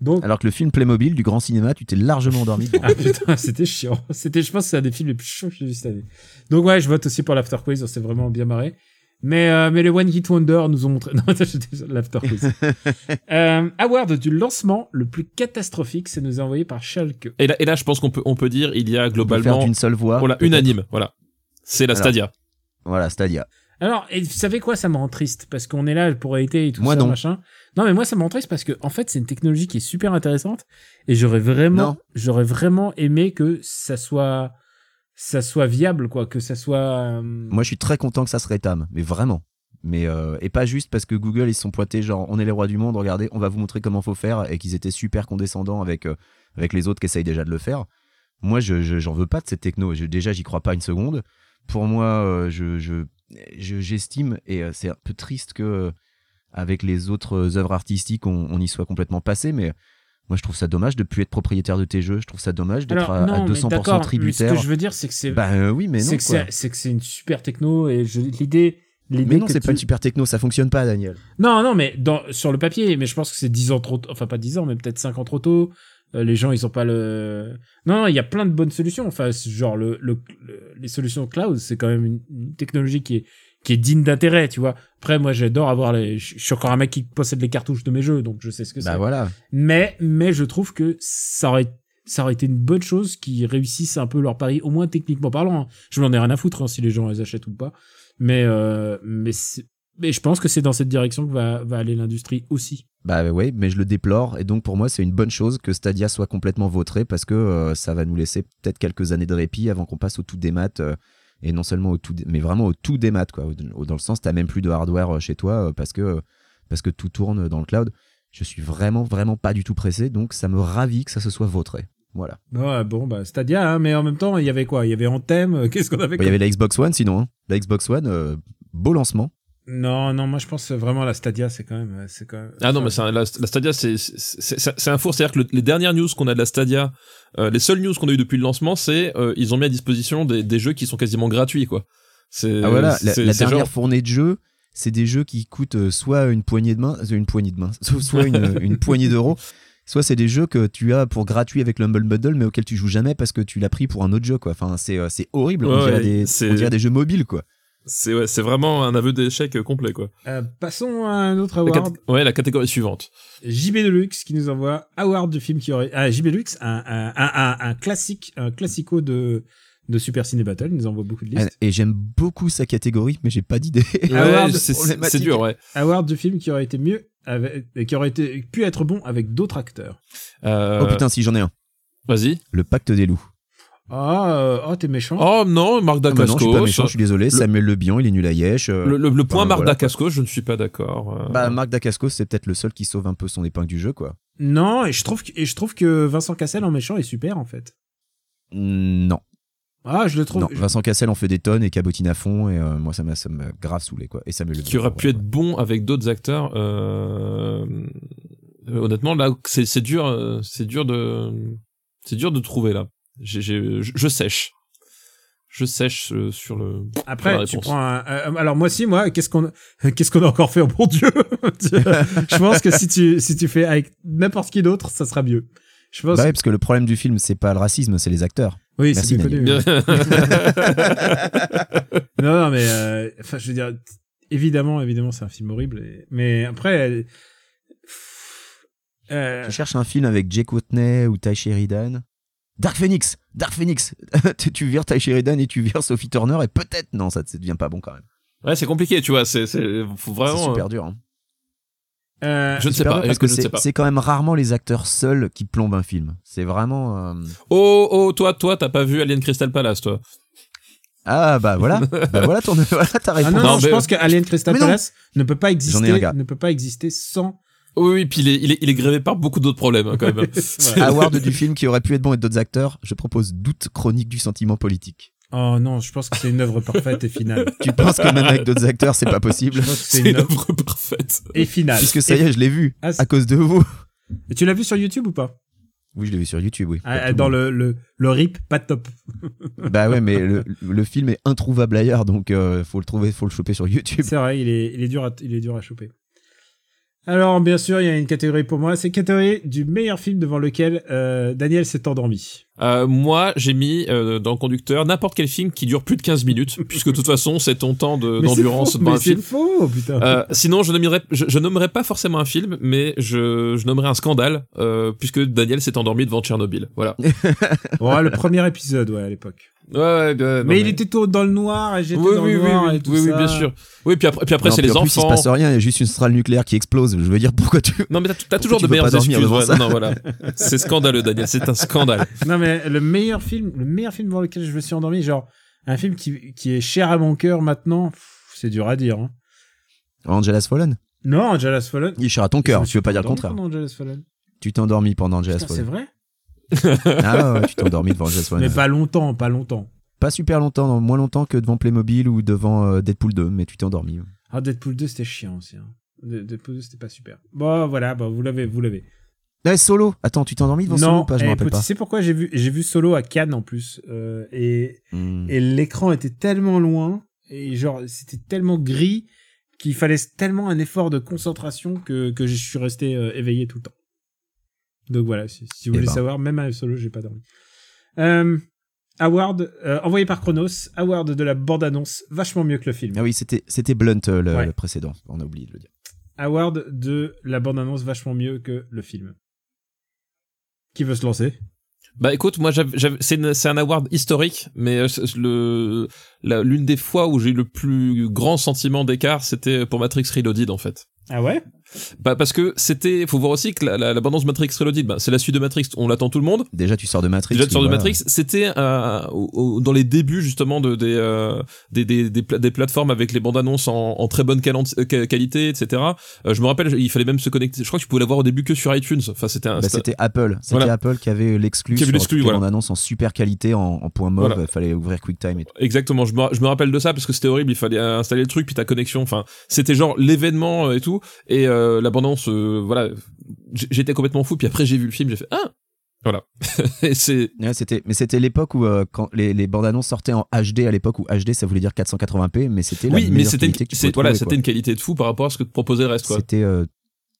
[SPEAKER 4] Donc,
[SPEAKER 5] Alors que le film Playmobil du grand cinéma, tu t'es largement endormi. devant.
[SPEAKER 4] Ah putain, c'était chiant. C'était, je pense, que c'est un des films les plus chauds que j'ai vu cette année. Donc ouais, je vote aussi pour l'After Quiz. On s'est vraiment bien marré. Mais, euh, mais les One Hit Wonder nous ont montré. Non, je suis désolé, l'After Quiz. euh, award du lancement le plus catastrophique, c'est nous envoyé par Schalke.
[SPEAKER 6] Et là, et là, je pense qu'on peut, on peut dire, il y a
[SPEAKER 5] On peut faire
[SPEAKER 6] globalement,
[SPEAKER 5] d'une seule voix.
[SPEAKER 6] voilà,
[SPEAKER 5] peut-être.
[SPEAKER 6] unanime, voilà. C'est la
[SPEAKER 5] Alors,
[SPEAKER 6] Stadia.
[SPEAKER 5] Voilà, Stadia.
[SPEAKER 4] Alors, et vous savez quoi, ça me rend triste parce qu'on est là pour été et tout
[SPEAKER 5] Moi
[SPEAKER 4] ça,
[SPEAKER 5] non.
[SPEAKER 4] machin. Non, mais moi ça me rend triste parce que en fait c'est une technologie qui est super intéressante et j'aurais vraiment,
[SPEAKER 5] Non.
[SPEAKER 4] j'aurais vraiment aimé que ça soit, ça soit viable quoi, que ça soit. euh,
[SPEAKER 5] Moi, je suis très content que ça se rétame, mais vraiment. Mais euh, et pas juste parce que Google ils se sont pointés genre on est les rois du monde, regardez, on va vous montrer comment faut faire et qu'ils étaient super condescendants avec euh, avec les autres qui essayent déjà de le faire. Moi, je je- j'en veux pas de cette techno. Je- déjà, j'y crois pas une seconde. Pour moi, euh, je je- je- j'estime et euh, c'est un euh, peu triste que euh, avec les autres œuvres artistiques on, on y soit complètement passé, mais Moi, je trouve ça dommage de plus être propriétaire de tes jeux. Je trouve ça dommage
[SPEAKER 4] Alors,
[SPEAKER 5] d'être à, à
[SPEAKER 4] non, mais
[SPEAKER 5] 200%
[SPEAKER 4] d'accord, mais ce
[SPEAKER 5] tributaire.
[SPEAKER 4] que je veux dire, c'est que c'est
[SPEAKER 5] Bah euh, oui, mais non.
[SPEAKER 4] c'est que
[SPEAKER 5] quoi.
[SPEAKER 4] c'est- c'est que c'est une super techno et je- l'idée. l'idée
[SPEAKER 5] Mais non,
[SPEAKER 4] que
[SPEAKER 5] c'est
[SPEAKER 4] tu-
[SPEAKER 5] pas une super techno, ça fonctionne pas, Daniel.
[SPEAKER 4] Non, non, mais dans, sur le papier, mais je pense que c'est 10 ans trop tôt, enfin pas 10 ans, mais peut-être 5 ans trop tôt. Euh, les gens, ils ont pas le. Non, non, il y a plein de bonnes solutions. Enfin, c'est genre, le, le- le- les solutions cloud, c'est quand même une, une technologie qui est, qui est digne d'intérêt, tu vois. Après, moi, j'adore avoir les. Je je suis encore un mec qui possède les cartouches de mes jeux, donc je sais ce que
[SPEAKER 5] Bah
[SPEAKER 4] c'est.
[SPEAKER 5] voilà.
[SPEAKER 4] Mais, mais je trouve que ça aurait, ça aurait été une bonne chose qu'ils réussissent un peu leur pari, au moins techniquement parlant. hein. Je m'en ai rien à foutre hein, si les gens les achètent ou pas. Mais, euh, mais, c'est- mais je pense que c'est dans cette direction que va, va aller l'industrie aussi.
[SPEAKER 5] Bah ouais, mais je le déplore. Et donc pour moi, c'est une bonne chose que Stadia soit complètement vautré parce que euh, ça va nous laisser peut-être quelques années de répit avant qu'on passe au tout des maths. euh, et non seulement au tout, des- mais vraiment au tout des maths, quoi. Au- au- Dans le sens, t'as même plus de hardware euh, chez toi euh, parce que, parce que tout tourne dans le cloud. Je suis vraiment, vraiment pas du tout pressé. Donc ça me ravit que ça se soit vautré. Voilà.
[SPEAKER 4] Ouais, bon, bah, Stadia, hein, mais en même temps, il y avait quoi Il y avait Anthem, euh, qu'est-ce qu'on avait
[SPEAKER 5] Bah, Il y avait la Xbox One sinon. hein. La Xbox One, euh, beau lancement.
[SPEAKER 4] comme- Non, non, moi je pense vraiment à la Stadia, c'est quand même. euh, c'est quand même-
[SPEAKER 6] Ah non, mais c'est un- la, la Stadia, c'est c'est- c'est- c'est un four. C'est-à-dire que le- les dernières news qu'on a de la Stadia, euh, les seules news qu'on a eues depuis le lancement, c'est euh, ils ont mis à disposition des, des jeux qui sont quasiment gratuits, quoi. C'est
[SPEAKER 5] Ah voilà, la,
[SPEAKER 6] Euh, c'est-
[SPEAKER 5] la
[SPEAKER 6] c'est
[SPEAKER 5] dernière
[SPEAKER 6] genre-
[SPEAKER 5] fournée de jeux, c'est des jeux qui coûtent euh, soit une poignée de main, euh, une poignée de main, so- soit une, une poignée d'euros, soit c'est des jeux que tu as pour gratuit avec l'Humble Bundle, mais auxquels tu joues jamais parce que tu l'as pris pour un autre jeu, quoi. Enfin, c'est euh, c'est horrible. on,
[SPEAKER 6] Ouais,
[SPEAKER 5] dirait
[SPEAKER 6] ouais,
[SPEAKER 5] des,
[SPEAKER 6] c'est-
[SPEAKER 5] on dirait des jeux mobiles, quoi.
[SPEAKER 6] C'est ouais, c'est vraiment un aveu d'échec euh, complet, quoi.
[SPEAKER 4] Euh, passons à un autre
[SPEAKER 6] La
[SPEAKER 4] award.
[SPEAKER 6] cat- ouais, la catégorie suivante.
[SPEAKER 4] JB Deluxe qui nous envoie Award du film qui aurait. Ah, JB Deluxe, un, un, un, un, un classique, un classico de, de Super Ciné Battle. Il nous envoie beaucoup de listes.
[SPEAKER 5] Et j'aime beaucoup sa catégorie, mais j'ai pas d'idée.
[SPEAKER 4] Award
[SPEAKER 6] Ouais, c'est- c'est c'est dur, ouais.
[SPEAKER 4] Award du film qui aurait été mieux avec, et qui aurait été, pu être bon avec d'autres acteurs.
[SPEAKER 6] Euh,
[SPEAKER 5] Oh putain, si j'en ai un.
[SPEAKER 6] Vas-y.
[SPEAKER 5] Le Pacte des loups.
[SPEAKER 4] Ah, euh, oh, t'es méchant.
[SPEAKER 6] Oh non, Marc
[SPEAKER 5] Ah, bah non, je suis pas
[SPEAKER 6] Dacascos.
[SPEAKER 5] méchant, je suis désolé. Samuel Le Bihan, il est nul à Yesh. euh,
[SPEAKER 6] le, le- le point
[SPEAKER 5] Bah,
[SPEAKER 6] Marc
[SPEAKER 5] voilà.
[SPEAKER 6] Dacascos, je ne suis pas d'accord. euh.
[SPEAKER 5] Bah, Marc Dacascos, c'est peut-être le seul qui sauve un peu son épingle du jeu, quoi.
[SPEAKER 4] Non, et je, trouve que, et je trouve que Vincent Cassel en méchant est super en fait.
[SPEAKER 5] Hmm, Non.
[SPEAKER 4] Ah, je le trouve.
[SPEAKER 5] Non, Vincent Cassel en fait des tonnes et cabotine à fond et euh, moi ça m'a ça m'a grave saoulé quoi. Et Samuel Le
[SPEAKER 6] qui
[SPEAKER 5] Bihan,
[SPEAKER 6] aurait pu
[SPEAKER 5] voilà,
[SPEAKER 6] être bon avec d'autres acteurs. euh, euh, Honnêtement, là, c'est c'est dur, euh, c'est dur de, c'est dur de trouver là. J'ai- j'ai- je, je sèche, je sèche euh, sur le. sur
[SPEAKER 4] Après,
[SPEAKER 6] la
[SPEAKER 4] tu
[SPEAKER 6] réponse.
[SPEAKER 4] prends un, euh, alors moi si moi qu'est-ce qu'on qu'est-ce qu'on a encore fait au bon Dieu Je pense que si tu si tu fais avec n'importe qui d'autre, ça sera mieux. Je
[SPEAKER 5] quoi.
[SPEAKER 4] pense.
[SPEAKER 5] Bah ouais, parce que le problème du film c'est pas le racisme, c'est les acteurs.
[SPEAKER 4] oui, c'est
[SPEAKER 5] merci,
[SPEAKER 4] bien connu.
[SPEAKER 5] Daniel.
[SPEAKER 4] Non, non, mais euh, enfin, je veux dire, évidemment, évidemment, c'est un film horrible. et- mais après, elle- euh,
[SPEAKER 5] Je cherche un film avec Jake Courtney ou Ty Sheridan. Dark Phoenix, Dark Phoenix. tu, tu vires Ty Sheridan et tu vires Sophie Turner et peut-être non ça, ça devient pas bon quand même.
[SPEAKER 6] ouais, c'est compliqué, tu vois. C'est, c'est faut
[SPEAKER 5] c'est
[SPEAKER 6] vraiment.
[SPEAKER 5] super
[SPEAKER 6] euh,
[SPEAKER 5] dur. hein.
[SPEAKER 4] euh,
[SPEAKER 6] Je ne sais
[SPEAKER 5] Super
[SPEAKER 6] pas.
[SPEAKER 5] dur parce
[SPEAKER 6] euh,
[SPEAKER 5] que
[SPEAKER 6] je ne sais
[SPEAKER 5] c'est
[SPEAKER 6] pas.
[SPEAKER 5] c'est quand même rarement les acteurs seuls qui plombent un film. C'est vraiment euh,
[SPEAKER 6] Oh, oh, toi, toi, t'as pas vu Alien Crystal Palace, toi
[SPEAKER 5] ah bah voilà, bah voilà ton voilà ta
[SPEAKER 4] ah
[SPEAKER 5] réponse.
[SPEAKER 4] non, non,
[SPEAKER 6] Non,
[SPEAKER 4] je
[SPEAKER 6] mais-
[SPEAKER 4] pense que Alien Crystal
[SPEAKER 5] Mais non.
[SPEAKER 4] Palace ne peut pas
[SPEAKER 5] J'en ai un
[SPEAKER 4] exister,
[SPEAKER 5] gars.
[SPEAKER 4] ne peut pas exister sans.
[SPEAKER 6] Oui, oui. Puis il est, il est, il est grévé par beaucoup d'autres problèmes hein, quand même.
[SPEAKER 4] C'est vrai.
[SPEAKER 5] Award du film qui aurait pu être bon et d'autres acteurs, je propose Doute chronique du sentiment politique.
[SPEAKER 4] Oh non, je pense que c'est une œuvre parfaite et finale.
[SPEAKER 5] Tu penses que même avec d'autres acteurs, c'est pas
[SPEAKER 4] Je
[SPEAKER 5] possible
[SPEAKER 4] pense que c'est
[SPEAKER 6] C'est
[SPEAKER 4] une
[SPEAKER 6] une
[SPEAKER 4] œuvre
[SPEAKER 6] œuvre parfaite.
[SPEAKER 4] et finale.
[SPEAKER 5] Puisque ça y est, je l'ai vu.
[SPEAKER 4] Ah,
[SPEAKER 5] À cause de vous.
[SPEAKER 4] Et tu l'as vu sur YouTube ou pas
[SPEAKER 5] Oui, je l'ai vu sur YouTube, oui.
[SPEAKER 4] Ah,
[SPEAKER 5] Comme tout
[SPEAKER 4] Dans
[SPEAKER 5] monde.
[SPEAKER 4] le, le le rip, pas top.
[SPEAKER 5] Bah ouais, mais le, le film est introuvable ailleurs, donc euh, faut le trouver, faut le choper sur YouTube.
[SPEAKER 4] C'est vrai, il est, il, est dur à, il est dur à choper. Alors, bien sûr, il y a une catégorie pour moi. C'est la catégorie du meilleur film devant lequel euh, Daniel s'est endormi.
[SPEAKER 6] Euh, moi, j'ai mis euh, dans le conducteur n'importe quel film qui dure plus de 15 minutes, puisque de toute façon, c'est ton temps de-
[SPEAKER 4] Mais c'est
[SPEAKER 6] d'endurance
[SPEAKER 4] faux,
[SPEAKER 6] Euh, dans
[SPEAKER 4] mais
[SPEAKER 6] un film.
[SPEAKER 4] C'est faux, putain.
[SPEAKER 6] Euh, sinon, je nommerais, je, je nommerais pas forcément un film, mais je, je nommerais un scandale, euh, puisque Daniel s'est endormi devant Tchernobyl. Voilà. Ouais,
[SPEAKER 4] Ouais, le premier épisode, ouais, à l'époque.
[SPEAKER 6] ouais, ouais, non,
[SPEAKER 4] mais, il était tout dans le noir et j'étais
[SPEAKER 6] Oui,
[SPEAKER 4] dans
[SPEAKER 6] oui,
[SPEAKER 4] le
[SPEAKER 6] oui,
[SPEAKER 4] noir
[SPEAKER 6] oui,
[SPEAKER 4] et tout
[SPEAKER 6] oui, oui,
[SPEAKER 4] ça.
[SPEAKER 6] bien sûr. Oui, puis après, puis après
[SPEAKER 5] Non,
[SPEAKER 6] c'est
[SPEAKER 5] puis
[SPEAKER 6] les
[SPEAKER 5] en plus,
[SPEAKER 6] enfants.
[SPEAKER 5] il se passe rien, il y a juste une centrale nucléaire qui explose. Je veux dire, pourquoi tu.
[SPEAKER 6] Non, mais t'as- t'as toujours
[SPEAKER 5] tu
[SPEAKER 6] de
[SPEAKER 5] peux pas
[SPEAKER 6] meilleures
[SPEAKER 5] dormir
[SPEAKER 6] excuses.
[SPEAKER 5] devant
[SPEAKER 6] ouais,
[SPEAKER 5] ça
[SPEAKER 6] non, voilà. C'est scandaleux, Daniel. C'est un scandale.
[SPEAKER 4] Non, mais le meilleur film, le meilleur film devant lequel je me suis endormi, genre un film qui, qui est cher à mon cœur maintenant, pff, c'est dur à dire. Hein.
[SPEAKER 5] Angela's Fallen
[SPEAKER 4] Non, Angelas Fallen.
[SPEAKER 5] Il est cher à ton
[SPEAKER 4] Je
[SPEAKER 5] cœur,
[SPEAKER 4] me
[SPEAKER 5] tu veux pas
[SPEAKER 4] suis
[SPEAKER 5] dire le
[SPEAKER 4] endormi
[SPEAKER 5] contraire.
[SPEAKER 4] pendant Angelas Fallen.
[SPEAKER 5] Tu t'es endormi pendant Angela's
[SPEAKER 4] Putain, C'est
[SPEAKER 5] Fallen.
[SPEAKER 4] vrai
[SPEAKER 5] Ah ouais, tu t'es endormi devant Angela's Fallen.
[SPEAKER 4] Mais pas longtemps, pas longtemps.
[SPEAKER 5] Pas super longtemps, non, moins longtemps que devant Playmobil ou devant euh, Deadpool 2, mais tu t'es endormi.
[SPEAKER 4] Ah, Deadpool 2, c'était chiant aussi. hein. De- Deadpool 2, c'était pas super. Bon, voilà, bon, vous l'avez, vous l'avez.
[SPEAKER 5] Ouais, Solo. Attends, tu t'es endormi devant Solo ou pas hein, Je
[SPEAKER 4] eh,
[SPEAKER 5] me rappelle
[SPEAKER 4] écoute,
[SPEAKER 5] pas.
[SPEAKER 4] tu sais pourquoi j'ai vu, j'ai vu Solo à Cannes en plus. euh, et
[SPEAKER 5] Hmm.
[SPEAKER 4] et l'écran était tellement loin et genre c'était tellement gris qu'il fallait tellement un effort de concentration que, que je suis resté euh, éveillé tout le temps. Donc voilà, si, si vous
[SPEAKER 5] Eh
[SPEAKER 4] voulez
[SPEAKER 5] ben.
[SPEAKER 4] savoir, même à Solo, j'ai pas dormi. Euh, Award, euh, envoyé par Chronos, Award de la bande-annonce, vachement mieux que le film.
[SPEAKER 5] Ah oui, c'était c'était Blunt euh, le,
[SPEAKER 4] Ouais.
[SPEAKER 5] le précédent. On a oublié de le dire.
[SPEAKER 4] Award de la bande-annonce, vachement mieux que le film. Qui veut se lancer
[SPEAKER 6] Bah écoute, moi j'av- j'av- c'est une- c'est un award historique, mais euh, c'est- le la- l'une des fois où j'ai eu le plus grand sentiment d'écart, c'était pour Matrix Reloaded en fait.
[SPEAKER 4] Ah ouais
[SPEAKER 6] Bah parce que c'était, faut voir aussi que la, la, l'abondance Matrix Reloaded, bah, c'est la suite de Matrix, on l'attend tout le monde.
[SPEAKER 5] Déjà, tu sors de Matrix.
[SPEAKER 6] Déjà de sort de
[SPEAKER 5] mais voilà. Bah,
[SPEAKER 6] Matrix, c'était euh, au- au- dans les débuts justement de, des, euh, des, des, des, pla- des plateformes avec les bandes annonces en, en très bonne calen- euh, ca- qualité, etc. Euh, je me rappelle, il fallait même se connecter. Je crois que tu pouvais l'avoir au début que sur iTunes. Enfin, c'était un.
[SPEAKER 5] Bah,
[SPEAKER 6] c'était-
[SPEAKER 5] c'était Apple. C'était
[SPEAKER 6] Voilà.
[SPEAKER 5] Apple qui avait l'exclu.
[SPEAKER 6] Qui avait
[SPEAKER 5] sur
[SPEAKER 6] l'exclu,
[SPEAKER 5] toutes les
[SPEAKER 6] voilà.
[SPEAKER 5] bandes annonces en super qualité, en, en point mauve.
[SPEAKER 6] Voilà.
[SPEAKER 5] Fallait ouvrir QuickTime et tout.
[SPEAKER 6] Exactement, je me, je me rappelle de ça parce que c'était horrible, il fallait euh, installer le truc puis ta connexion, enfin, c'était genre l'événement euh, et tout et euh, l'abondance euh, voilà, j- j'étais complètement fou puis après j'ai vu le film, j'ai fait ah voilà. et c'est
[SPEAKER 5] Ouais, c'était, mais c'était l'époque où euh, quand les, les bandes annonces sortaient en HD à l'époque où HD ça voulait dire 480p, mais c'était la
[SPEAKER 6] oui, mais
[SPEAKER 5] meilleure
[SPEAKER 6] c'était une-
[SPEAKER 5] qualité que tu
[SPEAKER 6] c'est-
[SPEAKER 5] pouvais
[SPEAKER 6] voilà,
[SPEAKER 5] trouver,
[SPEAKER 6] c'était une qualité de fou par rapport à ce que te proposait le reste
[SPEAKER 5] quoi.
[SPEAKER 6] quoi.
[SPEAKER 5] C'était euh,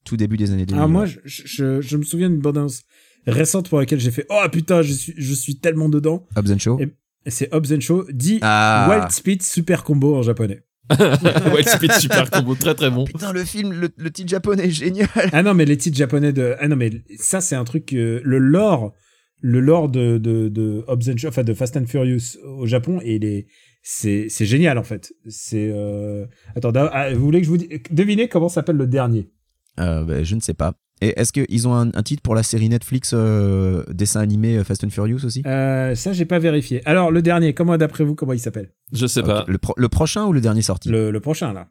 [SPEAKER 5] tout début des années 2000.
[SPEAKER 4] Alors Ah, moi,
[SPEAKER 5] ouais.
[SPEAKER 4] je, je, je me souviens d'une bande-annonce récente pour laquelle j'ai fait « Oh putain, je suis, je suis tellement dedans
[SPEAKER 5] Hobbs and Shaw.
[SPEAKER 4] Et- ». Et c'est Hobbs and Shaw, dit
[SPEAKER 5] Ah.
[SPEAKER 4] Wild Speed Super Combo en japonais.
[SPEAKER 6] ouais, Speed super combo très très bon.
[SPEAKER 5] Putain, le film, le, le titre japonais est génial.
[SPEAKER 4] ah non, mais les titres japonais de... Ah non, mais ça, c'est un truc... euh, le lore, le lore de, de, de Hobbs and Shaw, enfin de Fast and Furious au Japon, et il est... C'est c'est génial, en fait. C'est... Euh... Attends, ah, vous voulez que je vous dise... Devinez comment s'appelle le dernier
[SPEAKER 5] Euh, bah, je ne sais pas. Et est-ce qu'ils ont un, un titre pour la série Netflix euh, dessin animé euh, Fast and Furious aussi
[SPEAKER 4] euh, Ça, j'ai pas vérifié. Alors, le dernier, comment d'après vous, comment il s'appelle
[SPEAKER 6] Je sais
[SPEAKER 5] Ah, Ok.
[SPEAKER 6] pas.
[SPEAKER 5] le, pro- le prochain ou le dernier sorti
[SPEAKER 4] le, le prochain, là.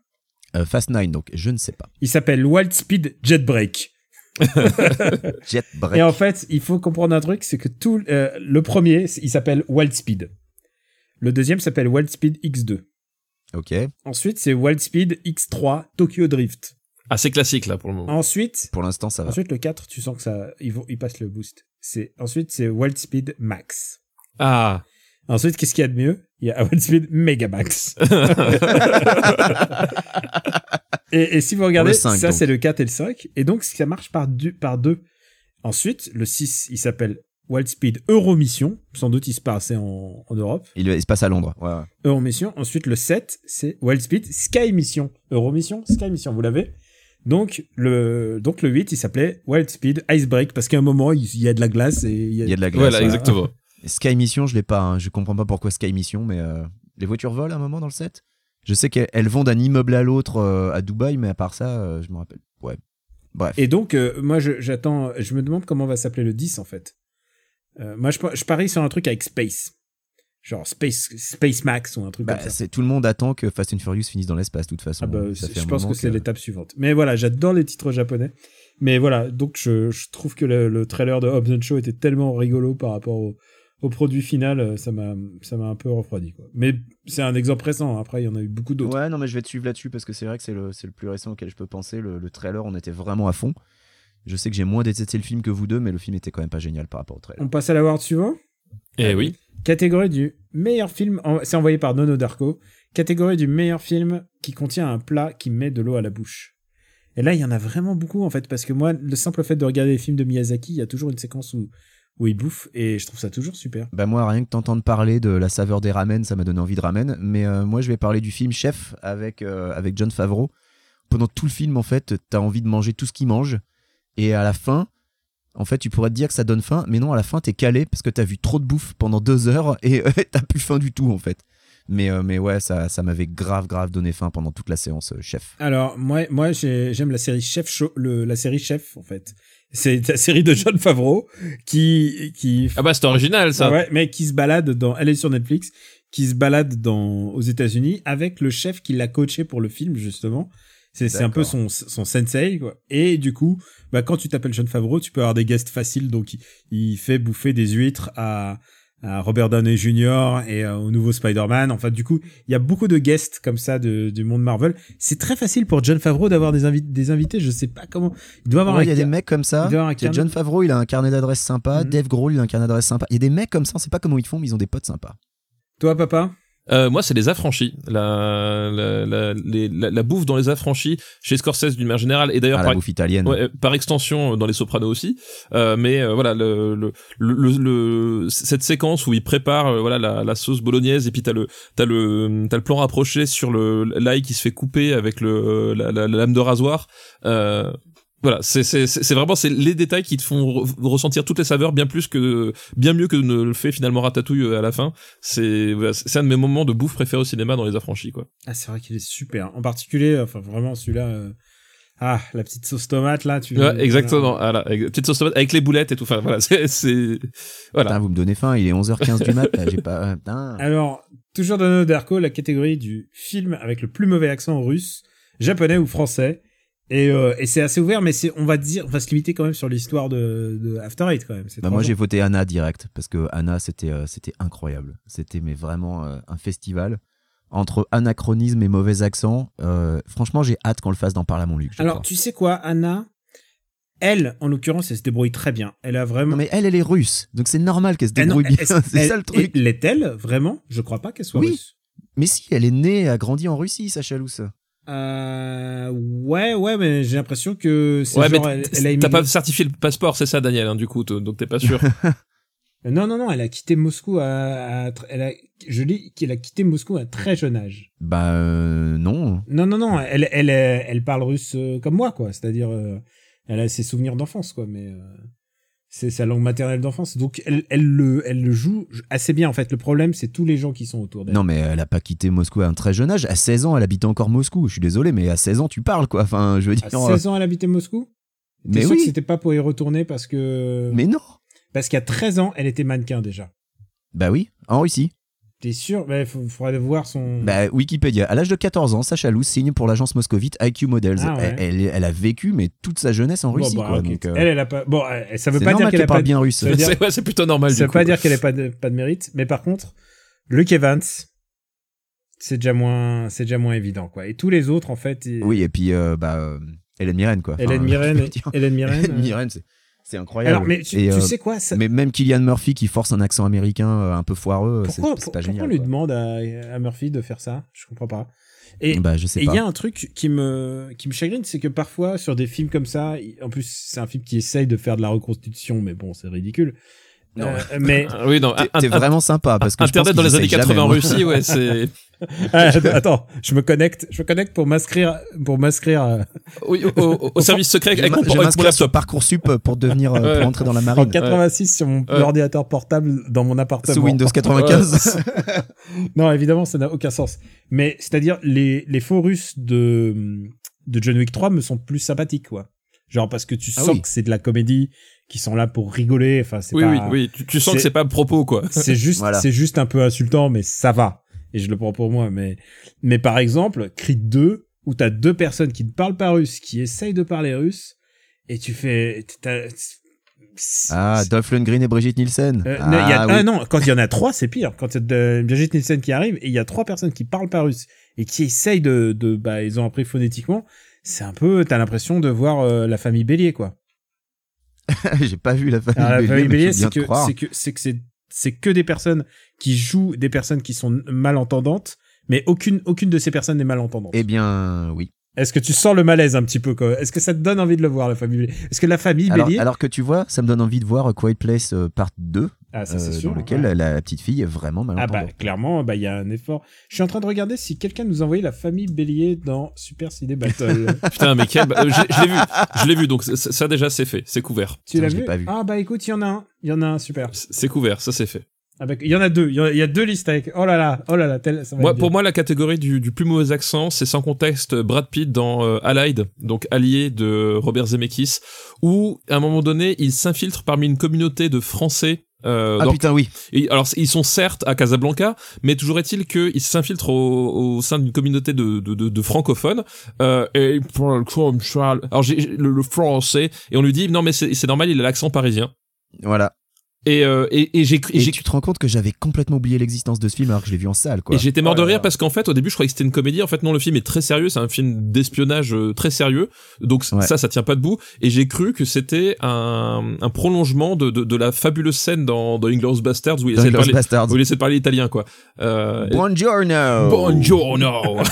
[SPEAKER 5] Euh, Fast 9, donc je ne sais pas.
[SPEAKER 4] Il s'appelle Wild Speed Jet Break.
[SPEAKER 5] Jet Break.
[SPEAKER 4] Et en fait, il faut comprendre un truc, c'est que tout euh, le premier, c- il s'appelle Wild Speed. Le deuxième s'appelle Wild Speed X2.
[SPEAKER 5] Ok,
[SPEAKER 4] Ensuite, c'est Wild Speed X3 Tokyo Drift.
[SPEAKER 6] Ah, c'est classique là pour le moment.
[SPEAKER 4] Ensuite,
[SPEAKER 5] pour l'instant ça va.
[SPEAKER 4] ensuite le 4, tu sens que ça ils vont ils passent le boost. C'est ensuite c'est Wild Speed Max.
[SPEAKER 6] Ah.
[SPEAKER 4] Ensuite, qu'est-ce qu'il y a de mieux Il y a Wild Speed Mega Max. et, et si vous regardez,
[SPEAKER 5] le cinq,
[SPEAKER 4] ça
[SPEAKER 5] donc.
[SPEAKER 4] c'est le 4 et le 5. Et donc, ça marche par, du, par deux. Ensuite, le 6, il s'appelle Wild Speed Euro Mission. Sans doute, il se passait en, en Europe.
[SPEAKER 5] Il, il se passe à Londres. Ouais, ouais.
[SPEAKER 4] Euro Mission. Ensuite, le 7, c'est Wild Speed Sky Mission. Euro Mission, Sky Mission, vous l'avez donc le, donc le 8, il s'appelait Wild Speed Icebreak parce qu'à un moment, il il y a de la glace et il y a,
[SPEAKER 5] Il y a de la glace.
[SPEAKER 6] Voilà,
[SPEAKER 5] ouais.
[SPEAKER 6] exactement.
[SPEAKER 5] Sky Mission, je l'ai pas. hein. Je comprends pas pourquoi Sky Mission, mais euh, les voitures volent à un moment dans le set. Je sais qu'elles elles vont d'un immeuble à l'autre euh, à Dubaï, mais à part ça, euh, je me rappelle. Ouais. Bref.
[SPEAKER 4] Et donc, euh, moi, je- j'attends, je me demande comment va s'appeler le 10, en fait. Euh, moi, je, pa- je parie sur un truc avec Space. Genre Space, Space Max ou un truc
[SPEAKER 5] Bah,
[SPEAKER 4] comme ça.
[SPEAKER 5] c'est tout le monde attend que Fast and Furious finisse dans l'espace, de toute façon.
[SPEAKER 4] Ah bah,
[SPEAKER 5] Ça fait
[SPEAKER 4] je
[SPEAKER 5] un
[SPEAKER 4] pense
[SPEAKER 5] moment
[SPEAKER 4] que c'est l'étape suivante. Mais voilà, j'adore les titres japonais. Mais voilà, donc je, je trouve que le, le trailer de Hobbs and Show était tellement rigolo par rapport au, au produit final, euh, ça m'a ça m'a un peu refroidi. Quoi. Mais c'est un exemple récent, après il y en a eu beaucoup d'autres.
[SPEAKER 5] Ouais, non, mais je vais te suivre là-dessus parce que c'est vrai que c'est le, c'est le plus récent auquel je peux penser. Le, le trailer, on était vraiment à fond. Je sais que j'ai moins détesté le film que vous deux, mais le film était quand même pas génial par rapport au trailer.
[SPEAKER 4] On passe à la word suivant
[SPEAKER 6] Eh oui.
[SPEAKER 4] Catégorie du meilleur film, en- c'est envoyé par Nono Darko. Catégorie du meilleur film qui contient un plat qui met de l'eau à la bouche. Et là, il y en a vraiment beaucoup en fait, parce que moi, le simple fait de regarder les films de Miyazaki, il y a toujours une séquence où, où il bouffe, et je trouve ça toujours super.
[SPEAKER 5] Bah moi, rien que t'entendre parler de la saveur des ramen, ça m'a donné envie de ramen. Mais euh, moi, je vais parler du film Chef avec, euh, avec John Favreau. Pendant tout le film, en fait, t'as envie de manger tout ce qu'il mange. Et à la fin, en fait, tu pourrais te dire que ça donne faim. Mais non, à la fin, t'es calé parce que t'as vu trop de bouffe pendant deux heures et euh, t'as plus faim du tout, en fait. Mais, euh, mais ouais, ça, ça m'avait grave, grave donné faim pendant toute la séance, euh, Chef.
[SPEAKER 4] Alors, moi, moi j'ai- j'aime la série Chef, Show- le, la série Chef en fait. C'est la série de John Favreau qui, qui
[SPEAKER 6] Ah bah c'est original ça.
[SPEAKER 4] Ah ouais, mais qui se balade dans. Elle est sur Netflix. Qui se balade dans aux États-Unis avec le chef qui l'a coaché pour le film justement. C'est c'est un peu son, son sensei quoi. Et du coup, bah quand tu t'appelles John Favreau, tu peux avoir des guests faciles. Donc il, il fait bouffer des huîtres à à Robert Downey Jr. et euh, au nouveau Spider-Man. Enfin, du coup, il y a beaucoup de guests comme ça de- du monde Marvel. C'est très facile pour John Favreau d'avoir des, invi- des invités. Je sais pas comment. Il doit avoir
[SPEAKER 5] Ouais,
[SPEAKER 4] un
[SPEAKER 5] il y a des
[SPEAKER 4] ca-
[SPEAKER 5] mecs comme ça.
[SPEAKER 4] il doit avoir un
[SPEAKER 5] Il y a
[SPEAKER 4] carnet.
[SPEAKER 5] John Favreau, il a un carnet d'adresses sympa.
[SPEAKER 4] Mhm.
[SPEAKER 5] Dave Grohl, il a un carnet d'adresses sympa. Il y a des mecs comme ça, on sait pas comment ils font, mais ils ont des potes sympas.
[SPEAKER 4] Toi, papa
[SPEAKER 6] Euh, moi, c'est les affranchis. La, la, la, les- la- la bouffe dans les affranchis, chez Scorsese d'une manière générale, et d'ailleurs
[SPEAKER 5] Ah,
[SPEAKER 6] par,
[SPEAKER 5] la bouffe italienne.
[SPEAKER 6] Ouais, euh, par extension euh, dans les Sopranos aussi. Euh, mais euh, voilà, le, le, le, le- le- cette séquence où il prépare euh, voilà la, la sauce bolognaise et puis t'as le t'as le euh, t'as le plan rapproché sur le l'ail qui se fait couper avec le euh, la, la- la lame de rasoir. Euh, voilà, c'est c'est c'est c'est vraiment c'est les détails qui te font re- ressentir toutes les saveurs bien plus que bien mieux que ne le fait finalement Ratatouille euh, à la fin. C'est voilà, c'est c'est un de mes moments de bouffe préférés au cinéma dans les affranchis quoi.
[SPEAKER 4] Ah, c'est vrai qu'il est super. En particulier, enfin, vraiment, celui-là. euh, Ah, la petite sauce tomate, là. Tu...
[SPEAKER 6] Ouais, exactement. Voilà, avec- petite sauce tomate avec les boulettes et tout. Enfin voilà, c'est c'est
[SPEAKER 5] Putain, vous me donnez faim, il est 11h15 du mat, là, j'ai pas. euh, Putain.
[SPEAKER 4] Alors, toujours dans nos Darko, la catégorie du film avec le plus mauvais accent russe, japonais ou français. Et, euh, et c'est assez ouvert, mais c'est, on va dire, on va se limiter quand même sur l'histoire de, de After Eight quand même. C'est
[SPEAKER 5] Bah
[SPEAKER 4] trois
[SPEAKER 5] moi
[SPEAKER 4] jours.
[SPEAKER 5] j'ai voté Anna direct parce que Anna c'était euh, c'était incroyable. C'était mais vraiment euh, un festival entre anachronisme et mauvais accent. euh, franchement j'ai hâte qu'on le fasse dans Parle à mon Luc. je
[SPEAKER 4] Alors,
[SPEAKER 5] crois.
[SPEAKER 4] tu sais quoi, Anna Elle, en l'occurrence, elle se débrouille très bien. Elle a vraiment.
[SPEAKER 5] Non mais elle elle est russe donc c'est normal qu'elle se
[SPEAKER 4] Eh non,
[SPEAKER 5] débrouille
[SPEAKER 4] elle-
[SPEAKER 5] bien.
[SPEAKER 4] elle-
[SPEAKER 5] C'est ça le
[SPEAKER 4] elle-
[SPEAKER 5] truc.
[SPEAKER 4] L'est-elle vraiment Je crois pas qu'elle soit
[SPEAKER 5] Oui.
[SPEAKER 4] russe.
[SPEAKER 5] Mais si elle est née et a grandi en Russie Sacha Lousse.
[SPEAKER 4] Euh, ouais, ouais, mais j'ai l'impression que c'est
[SPEAKER 6] Ouais,
[SPEAKER 4] genre,
[SPEAKER 6] mais
[SPEAKER 4] elle,
[SPEAKER 6] t-
[SPEAKER 4] elle a
[SPEAKER 6] t'as
[SPEAKER 4] immigré-
[SPEAKER 6] pas certifié le passeport, c'est ça, Daniel, hein, du coup, t- donc t'es pas sûr.
[SPEAKER 4] Euh, Non, non, non, elle a quitté Moscou à, à tr- elle a, je lis qu'elle a quitté Moscou à très jeune âge.
[SPEAKER 5] Bah euh, non.
[SPEAKER 4] Non, non, non, elle, elle, elle, elle parle russe euh, comme moi, quoi. C'est-à-dire, euh, elle a ses souvenirs d'enfance, quoi, mais euh, c'est sa langue maternelle d'enfance. Donc, elle, elle le, elle le joue assez bien, en fait. Le problème, c'est tous les gens qui sont autour d'elle.
[SPEAKER 5] Non mais elle a pas quitté Moscou à un très jeune âge. À 16 ans elle habitait encore Moscou. Je suis désolé mais à 16 ans tu parles quoi. Enfin je veux dire.
[SPEAKER 4] À
[SPEAKER 5] euh,
[SPEAKER 4] 16 ans, elle habitait Moscou. T'es
[SPEAKER 5] mais
[SPEAKER 4] sûr que
[SPEAKER 5] oui.
[SPEAKER 4] c'était euh, pas pour y retourner parce que,
[SPEAKER 5] Mais non.
[SPEAKER 4] parce qu'à 13 ans, elle était mannequin déjà.
[SPEAKER 5] Bah oui en Russie.
[SPEAKER 4] T'es sûr? Bah, faut, faudrait voir son.
[SPEAKER 5] Bah, Wikipédia. À l'âge de 14 ans, Sacha Lou signe pour l'agence moscovite IQ Models.
[SPEAKER 4] Ah ouais.
[SPEAKER 5] elle, elle- elle a vécu, mais toute sa jeunesse en
[SPEAKER 4] Bon,
[SPEAKER 5] Russie.
[SPEAKER 4] bah,
[SPEAKER 5] quoi.
[SPEAKER 4] ok.
[SPEAKER 5] Donc, euh,
[SPEAKER 4] Elle, elle a pas. Bon, euh, ça veut
[SPEAKER 5] c'est
[SPEAKER 4] pas dire
[SPEAKER 5] normal
[SPEAKER 4] qu'elle a
[SPEAKER 5] parle
[SPEAKER 4] pas.
[SPEAKER 5] bien russe.
[SPEAKER 4] Ça veut dire-
[SPEAKER 6] c'est ouais, c'est plutôt normal.
[SPEAKER 4] Ça
[SPEAKER 6] du
[SPEAKER 4] veut
[SPEAKER 6] coup,
[SPEAKER 4] pas
[SPEAKER 6] quoi.
[SPEAKER 4] dire qu'elle ait pas de, pas de mérite, mais par contre, Luke Evans, c'est déjà moins, c'est déjà moins évident, quoi. Et tous les autres, en fait, ils-
[SPEAKER 5] Oui, et puis, euh, bah, euh, Hélène Mirren, quoi.
[SPEAKER 4] Hélène
[SPEAKER 5] Enfin,
[SPEAKER 4] Mirren,
[SPEAKER 5] je veux dire,
[SPEAKER 4] Hélène Mirren.
[SPEAKER 5] Hélène
[SPEAKER 4] euh,
[SPEAKER 5] Mirren, c'est- c'est incroyable.
[SPEAKER 4] Alors, mais tu,
[SPEAKER 5] Et,
[SPEAKER 4] tu
[SPEAKER 5] euh,
[SPEAKER 4] sais quoi, ça-
[SPEAKER 5] mais même Killian Murphy qui force un accent américain euh, un peu foireux,
[SPEAKER 4] pourquoi,
[SPEAKER 5] c'est c'est
[SPEAKER 4] pour-
[SPEAKER 5] pas
[SPEAKER 4] pourquoi
[SPEAKER 5] génial.
[SPEAKER 4] on lui
[SPEAKER 5] quoi.
[SPEAKER 4] demande à, à Murphy de faire ça Je comprends pas. Et,
[SPEAKER 5] Bah, je sais
[SPEAKER 4] Et il
[SPEAKER 5] pas.
[SPEAKER 4] y a un truc qui me, qui me chagrine, c'est que parfois, sur des films comme ça, il- en plus, c'est un film qui essaye de faire de la reconstitution, mais bon, c'est ridicule.
[SPEAKER 5] Non.
[SPEAKER 4] Euh, mais
[SPEAKER 6] Ah, oui, non.
[SPEAKER 5] T'es-
[SPEAKER 6] un-
[SPEAKER 5] T'es
[SPEAKER 6] un-
[SPEAKER 5] vraiment sympa parce que je pense
[SPEAKER 6] Internet dans
[SPEAKER 5] qu'ils
[SPEAKER 6] les années
[SPEAKER 5] essayent jamais,
[SPEAKER 6] 80 en
[SPEAKER 5] hein.
[SPEAKER 6] Russie, ouais, c'est.
[SPEAKER 4] Ah, attends, je me connecte, je me connecte pour m'inscrire, pour m'inscrire euh,
[SPEAKER 6] Oui, au, au- au service secret
[SPEAKER 5] Je
[SPEAKER 6] avec,
[SPEAKER 5] vais
[SPEAKER 6] mon-
[SPEAKER 5] m'in- je vais
[SPEAKER 6] avec mon
[SPEAKER 5] m'inscrire sur
[SPEAKER 6] laptop.
[SPEAKER 5] Parcoursup pour devenir, euh,
[SPEAKER 6] Ouais.
[SPEAKER 5] pour entrer dans la
[SPEAKER 4] en
[SPEAKER 5] marine.
[SPEAKER 4] 86 sur mon
[SPEAKER 6] Ouais.
[SPEAKER 4] ordinateur portable dans mon appartement.
[SPEAKER 5] Sous Windows 95.
[SPEAKER 4] Non, évidemment, ça n'a aucun sens. Mais c'est-à-dire les les faux russes de de John Wick 3 me sont plus sympathiques quoi. Genre parce que tu
[SPEAKER 5] Ah
[SPEAKER 4] sens
[SPEAKER 5] oui.
[SPEAKER 4] que c'est de la comédie, qui sont là pour rigoler. Enfin, c'est
[SPEAKER 6] Oui,
[SPEAKER 4] pas.
[SPEAKER 6] oui, oui. Tu, tu sens que
[SPEAKER 4] c'est-
[SPEAKER 6] c'est pas à propos, quoi.
[SPEAKER 4] C'est juste,
[SPEAKER 5] Voilà.
[SPEAKER 4] c'est juste un peu insultant, mais ça va. Et je le prends pour moi. Mais, mais par exemple, Creed 2, où t'as deux personnes qui ne parlent pas russe, qui essayent de parler russe, et tu fais, t'as- c'est-
[SPEAKER 5] Ah,
[SPEAKER 4] c'est-
[SPEAKER 5] Dolph Lundgren et Brigitte Nielsen.
[SPEAKER 4] euh,
[SPEAKER 5] ah,
[SPEAKER 4] non, il y a-
[SPEAKER 5] oui.
[SPEAKER 4] ah non, quand il y en a trois, c'est pire. Quand il y a Brigitte Nielsen qui arrive et il y a trois personnes qui parlent pas russe et qui essayent de, de bah, ils ont appris phonétiquement, c'est un peu, t'as l'impression de voir euh, la famille Bélier, quoi.
[SPEAKER 5] J'ai pas vu la famille
[SPEAKER 4] Alors, la famille
[SPEAKER 5] Bélier, Ah, bah mais je
[SPEAKER 4] Bélier,
[SPEAKER 5] veux bien
[SPEAKER 4] c'est
[SPEAKER 5] te
[SPEAKER 4] que
[SPEAKER 5] croire.
[SPEAKER 4] c'est que c'est que c'est c'est que des personnes qui jouent des personnes qui sont malentendantes, mais aucune aucune de ces personnes n'est malentendante.
[SPEAKER 5] Eh bien, oui.
[SPEAKER 4] Est-ce que tu sens le malaise un petit peu quoi Est-ce que ça te donne envie de le voir la famille Bélier Est-ce que la famille
[SPEAKER 5] Alors,
[SPEAKER 4] Bélier
[SPEAKER 5] alors que tu vois, ça me donne envie de voir euh, Quiet Place euh, Part 2,
[SPEAKER 4] Ah ça
[SPEAKER 5] euh,
[SPEAKER 4] c'est sûr.
[SPEAKER 5] dans lequel
[SPEAKER 4] ouais.
[SPEAKER 5] la, la petite fille est vraiment
[SPEAKER 4] Ah bah
[SPEAKER 5] malentendante.
[SPEAKER 4] clairement bah il y a un effort. Je suis en train de regarder si quelqu'un nous envoyait la famille Bélier dans Super Ciné Battle.
[SPEAKER 6] Putain, mais quel. euh, je je l'ai vu. Je l'ai vu, donc c- ça, déjà, c'est fait. C'est couvert.
[SPEAKER 4] tu
[SPEAKER 5] Putain,
[SPEAKER 4] l'as
[SPEAKER 5] je l'ai
[SPEAKER 4] vu,
[SPEAKER 5] pas vu.
[SPEAKER 4] Ah bah écoute, il y en a un, il y en a un super.
[SPEAKER 6] C- C'est couvert, ça, c'est fait.
[SPEAKER 4] Avec il y en a deux, il y, en a- il y a deux listes avec. Oh là là, oh là là, tel ça va
[SPEAKER 6] Moi,
[SPEAKER 4] être
[SPEAKER 6] pour
[SPEAKER 4] bien.
[SPEAKER 6] moi, la catégorie du, du plus mauvais accent, c'est sans contexte Brad Pitt dans euh, Allied, donc allié de Robert Zemeckis, où à un moment donné, il s'infiltre parmi une communauté de Français. Euh,
[SPEAKER 5] Ah
[SPEAKER 6] dans-
[SPEAKER 5] putain, oui.
[SPEAKER 6] et alors ils sont certes à Casablanca, mais toujours est-il qu'ils s'infiltrent au, au sein d'une communauté de, de, de, de francophones. Euh, et pour le coup, je parle- alors j'ai j'ai le, le français et on lui dit non mais c'est c'est normal, il a l'accent parisien.
[SPEAKER 5] Voilà.
[SPEAKER 6] Et, euh, et, et j'ai cru- et
[SPEAKER 5] Et,
[SPEAKER 6] j'ai-
[SPEAKER 5] tu te rends compte que j'avais complètement oublié l'existence de ce film alors que je l'ai vu en salle, quoi.
[SPEAKER 6] Et j'étais mort
[SPEAKER 4] Oh
[SPEAKER 6] de
[SPEAKER 4] là
[SPEAKER 6] rire
[SPEAKER 4] là.
[SPEAKER 6] parce qu'en fait, au début, je croyais que c'était une comédie. En fait, non, le film est très sérieux. C'est un film d'espionnage euh, très sérieux. Donc c-
[SPEAKER 5] Ouais.
[SPEAKER 6] ça, ça tient pas debout. Et j'ai cru que c'était un, un prolongement de, de, de la fabuleuse scène dans, dans Inglourious Basterds où il
[SPEAKER 5] Dans
[SPEAKER 6] essaie de
[SPEAKER 5] Inglourious
[SPEAKER 6] parler,
[SPEAKER 5] Basterds.
[SPEAKER 6] où il essaie de parler italien, quoi. Euh, et-
[SPEAKER 5] Buongiorno.
[SPEAKER 6] Buongiorno.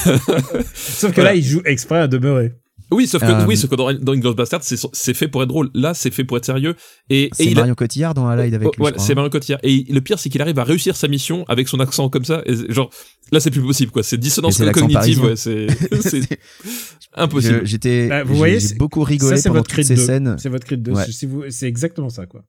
[SPEAKER 4] Sauf que
[SPEAKER 6] Voilà.
[SPEAKER 4] là, il joue exprès à demeurer.
[SPEAKER 6] oui, sauf que
[SPEAKER 5] Euh,
[SPEAKER 6] oui, sauf que dans, dans Inglourious Basterds, c'est c'est fait pour être drôle. Là, c'est fait pour être sérieux. Et, et
[SPEAKER 5] C'est
[SPEAKER 6] il a-
[SPEAKER 5] Marion Cotillard dans Allied avec lui.
[SPEAKER 6] Oh,
[SPEAKER 5] je
[SPEAKER 6] voilà,
[SPEAKER 5] crois,
[SPEAKER 6] c'est
[SPEAKER 5] hein.
[SPEAKER 6] Marion Cotillard. Et il- le pire, c'est qu'il arrive à réussir sa mission avec son accent comme ça. Et, genre, là, c'est plus possible, quoi. C'est dissonance
[SPEAKER 5] Et c'est l'accent
[SPEAKER 6] cognitive,
[SPEAKER 5] parisien.
[SPEAKER 6] ouais, c'est c'est
[SPEAKER 5] C'est-
[SPEAKER 6] impossible.
[SPEAKER 5] je- J'étais.
[SPEAKER 4] Bah, vous
[SPEAKER 5] j'ai-
[SPEAKER 4] voyez,
[SPEAKER 5] j'ai
[SPEAKER 4] c'est-
[SPEAKER 5] beaucoup rigolé
[SPEAKER 4] Ça, c'est
[SPEAKER 5] pendant
[SPEAKER 4] votre
[SPEAKER 5] toutes
[SPEAKER 4] cri de
[SPEAKER 5] ces
[SPEAKER 4] deux.
[SPEAKER 5] scènes.
[SPEAKER 4] C'est votre cri de deux.
[SPEAKER 5] Ouais.
[SPEAKER 4] C'est- si vous- C'est exactement ça, quoi.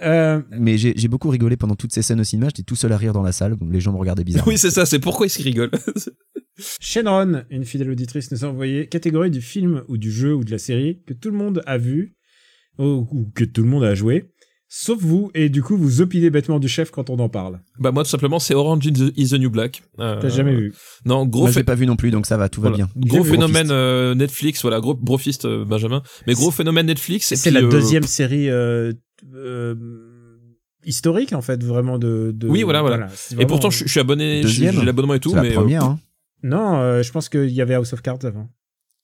[SPEAKER 4] Euh,
[SPEAKER 5] Mais j'ai j'ai beaucoup rigolé pendant toutes ces scènes au cinéma. J'étais tout seul à rire dans la salle. donc Les gens me regardaient bizarre.
[SPEAKER 6] Oui, c'est ça. C'est pourquoi il se rigole.
[SPEAKER 4] Shenron, une fidèle auditrice, nous a envoyé catégorie du film ou du jeu ou de la série que tout le monde a vu ou, ou que tout le monde a joué, sauf vous, et du coup vous opinez bêtement du chef quand on en parle.
[SPEAKER 6] bah moi, tout simplement, c'est Orange is the, is the New Black. Euh,
[SPEAKER 4] T'as jamais vu
[SPEAKER 6] Non, gros.
[SPEAKER 5] Moi, je
[SPEAKER 6] phé-
[SPEAKER 5] l'ai pas vu non plus, donc ça va, tout va
[SPEAKER 6] voilà.
[SPEAKER 5] bien.
[SPEAKER 6] Gros
[SPEAKER 5] Brofist.
[SPEAKER 6] phénomène euh, Netflix, voilà, gros brofist euh, Benjamin, mais gros phénomène Netflix. et
[SPEAKER 4] C'est
[SPEAKER 6] puis,
[SPEAKER 4] la
[SPEAKER 6] euh,
[SPEAKER 4] deuxième série euh, euh, historique en fait, vraiment de. de-
[SPEAKER 6] Oui, voilà, voilà.
[SPEAKER 4] c'est
[SPEAKER 6] Et
[SPEAKER 4] vraiment-
[SPEAKER 6] pourtant, je, je suis abonné, je-
[SPEAKER 5] Deuxième.
[SPEAKER 6] j'ai l'abonnement et tout,
[SPEAKER 5] C'est la
[SPEAKER 6] mais euh,
[SPEAKER 5] première. hein.
[SPEAKER 4] Non, euh, je pense qu'il y avait House of Cards avant.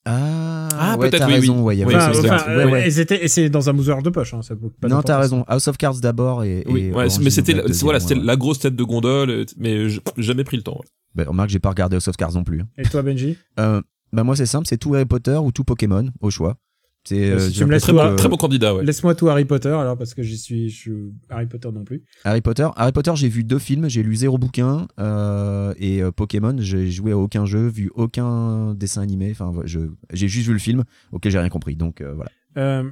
[SPEAKER 5] Ah,
[SPEAKER 6] Ah,
[SPEAKER 5] ouais,
[SPEAKER 6] peut-être,
[SPEAKER 5] t'as
[SPEAKER 6] oui,
[SPEAKER 5] raison.
[SPEAKER 6] oui.
[SPEAKER 5] Ouais, il y avait
[SPEAKER 6] Oui,
[SPEAKER 5] ça,
[SPEAKER 4] enfin,
[SPEAKER 6] c'est
[SPEAKER 5] c'est
[SPEAKER 6] vrai.
[SPEAKER 5] vrai.
[SPEAKER 4] enfin,
[SPEAKER 5] Ouais,
[SPEAKER 4] euh,
[SPEAKER 5] ouais.
[SPEAKER 4] elles étaient- et c'est dans un mousoir de poche, hein, ça peut pas
[SPEAKER 5] Non,
[SPEAKER 4] n'importe
[SPEAKER 5] t'as
[SPEAKER 4] quoi.
[SPEAKER 5] raison. House of Cards d'abord et. et
[SPEAKER 6] oui, ouais,
[SPEAKER 5] Orange
[SPEAKER 6] mais
[SPEAKER 5] is the
[SPEAKER 6] c'était,
[SPEAKER 5] Black
[SPEAKER 6] la-
[SPEAKER 5] deuxième,
[SPEAKER 6] voilà, c'était
[SPEAKER 5] ouais.
[SPEAKER 6] la grosse tête de gondole, euh, mais j'ai jamais pris le temps. ouais.
[SPEAKER 5] Bah, remarque, j'ai pas regardé House of Cards non plus. hein.
[SPEAKER 4] Et toi, Benji
[SPEAKER 5] Euh, bah moi c'est simple, c'est tout Harry Potter ou tout Pokémon au choix. C'est
[SPEAKER 4] Euh, si
[SPEAKER 5] j'ai
[SPEAKER 4] tu me laisses
[SPEAKER 6] Très,
[SPEAKER 5] l'impression
[SPEAKER 4] toi,
[SPEAKER 6] bon,
[SPEAKER 5] que
[SPEAKER 6] très bon candidat, ouais.
[SPEAKER 4] Laisse-moi tout Harry Potter alors parce que j'y suis, je suis Harry Potter non plus.
[SPEAKER 5] Harry Potter. Harry Potter, j'ai vu deux films, j'ai lu zéro bouquin euh, et euh, Pokémon, j'ai joué à aucun jeu, vu aucun dessin animé. Enfin, je j'ai juste vu le film, ok, j'ai rien compris. Donc euh, voilà.
[SPEAKER 4] Euh,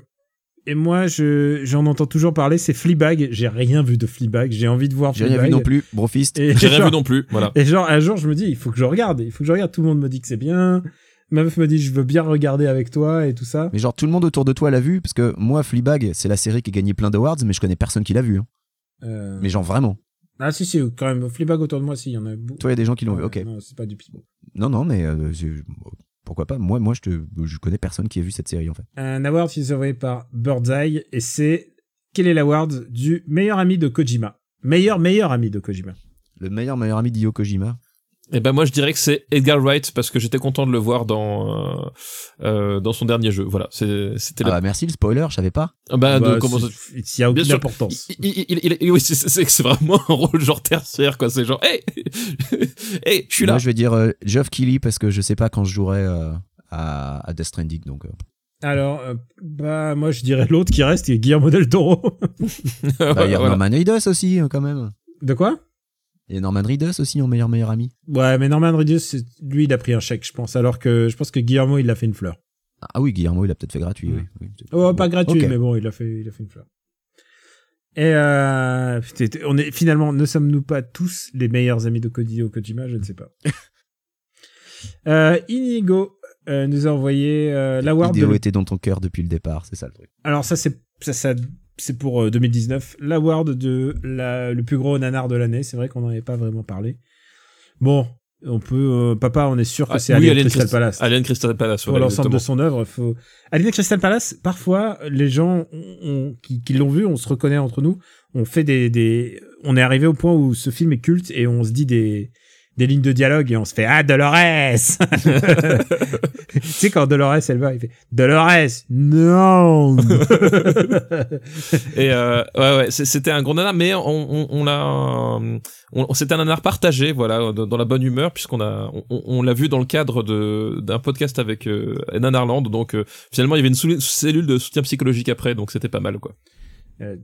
[SPEAKER 4] et moi, je, j'en entends toujours parler, c'est Fleabag. J'ai rien vu de Fleabag, j'ai envie de voir
[SPEAKER 5] J'ai
[SPEAKER 4] Fleabag.
[SPEAKER 5] rien vu non plus. Brofist.
[SPEAKER 4] Et
[SPEAKER 6] J'ai rien
[SPEAKER 4] genre,
[SPEAKER 6] vu non plus, voilà.
[SPEAKER 4] Et genre, un jour, je me dis, il faut que je regarde, il faut que je regarde. Tout le monde me dit que c'est bien. Ma meuf me dit, je veux bien regarder avec toi et tout ça.
[SPEAKER 5] Mais genre tout le monde autour de toi l'a vu parce que moi Fleabag, c'est la série qui a gagné plein d'awards, mais je connais personne qui l'a vu. hein.
[SPEAKER 4] Euh,
[SPEAKER 5] Mais genre vraiment.
[SPEAKER 4] Ah, si, si, quand même. Fleabag autour de moi, si, il y en a beaucoup.
[SPEAKER 5] Toi, il y a des gens qui l'ont vu. Ok.
[SPEAKER 4] Non, c'est pas du pipeau.
[SPEAKER 5] Non, non, mais euh, c'est- pourquoi pas. Moi, moi, je te, je connais personne qui a vu cette série en fait.
[SPEAKER 4] Un award qui est envoyé par Birdseye et c'est, quel est l'award du meilleur ami de Kojima? Meilleur, meilleur ami de Kojima.
[SPEAKER 5] Le meilleur meilleur ami d'Hio Kojima.
[SPEAKER 6] Et ben moi je dirais que c'est Edgar Wright parce que j'étais content de le voir dans euh, euh, dans son dernier jeu. Voilà, c'est- c'était
[SPEAKER 5] Ah
[SPEAKER 6] la...
[SPEAKER 5] bah merci le spoiler, je savais pas.
[SPEAKER 6] Ah bah,
[SPEAKER 4] Bah,
[SPEAKER 6] de- comment ça-
[SPEAKER 4] c'est- Il y a
[SPEAKER 6] Bien
[SPEAKER 4] aucune
[SPEAKER 6] sûr.
[SPEAKER 4] importance.
[SPEAKER 6] Il, il- il- il- oui, c'est- c'est c'est que c'est vraiment un rôle genre tertiaire quoi. C'est genre, hey, hey, je suis là.
[SPEAKER 5] Moi je vais dire euh, Geoff Keighley parce que je sais pas quand je jouerai euh, à, à Death Stranding donc. euh.
[SPEAKER 4] Alors, euh, bah, moi, je dirais l'autre qui reste, c'est Guillermo del Toro.
[SPEAKER 5] Bah, il y a
[SPEAKER 6] Voilà.
[SPEAKER 5] Norman Reedus aussi euh, quand même.
[SPEAKER 4] de quoi
[SPEAKER 5] Il y a Norman Reedus aussi en meilleur meilleur ami.
[SPEAKER 4] Ouais, mais Norman Reedus, c'est- lui, il a pris un chèque, je pense. Alors que je pense que Guillermo, il a fait une fleur.
[SPEAKER 5] Ah oui Guillermo il a peut-être fait gratuit.
[SPEAKER 4] Mm.
[SPEAKER 5] oui, oui.
[SPEAKER 4] Oh, pas gratuit,
[SPEAKER 5] Ok.
[SPEAKER 4] mais bon, il a fait, il a fait une fleur. Et euh, putain, t- on est finalement, ne sommes-nous pas tous les meilleurs amis de Kodi Kojima Je ne sais pas. euh, Inigo euh, nous a envoyé euh, l'award de
[SPEAKER 5] L'idéo était dans ton cœur depuis le départ, c'est ça le truc.
[SPEAKER 4] Alors ça c'est ça, ça- c'est pour euh, 2019 l'award de la, le plus gros nanar de l'année. C'est vrai qu'on n'en avait pas vraiment parlé. Bon, on peut euh, papa, on est sûr que
[SPEAKER 6] Ah,
[SPEAKER 4] c'est
[SPEAKER 6] oui,
[SPEAKER 4] Alien Crystal
[SPEAKER 6] Christ-
[SPEAKER 4] Palace.
[SPEAKER 6] Alien Crystal Palace.
[SPEAKER 4] pour
[SPEAKER 6] voilà,
[SPEAKER 4] l'ensemble de
[SPEAKER 6] exactement.
[SPEAKER 4] son œuvre, faut Alien Crystal Palace. Parfois, les gens on- on- qui, qui l'ont vu, on se reconnaît entre nous. On fait des, des on est arrivé au point où ce film est culte et on se dit des des lignes de dialogue et on se fait ah Dolores. tu sais quand Dolores elle va, il fait Dolores non.
[SPEAKER 6] Et euh, ouais, ouais, c'est- c'était un grand nanar, mais on, on, on l'a, euh, on- c'était un nanar partagé, voilà, dans dans la bonne humeur, puisqu'on a, on, on- on l'a vu dans le cadre de d'un podcast avec euh, Nanarland, donc euh, finalement il y avait une souli- cellule de soutien psychologique après, donc c'était pas mal, quoi.
[SPEAKER 4] Euh,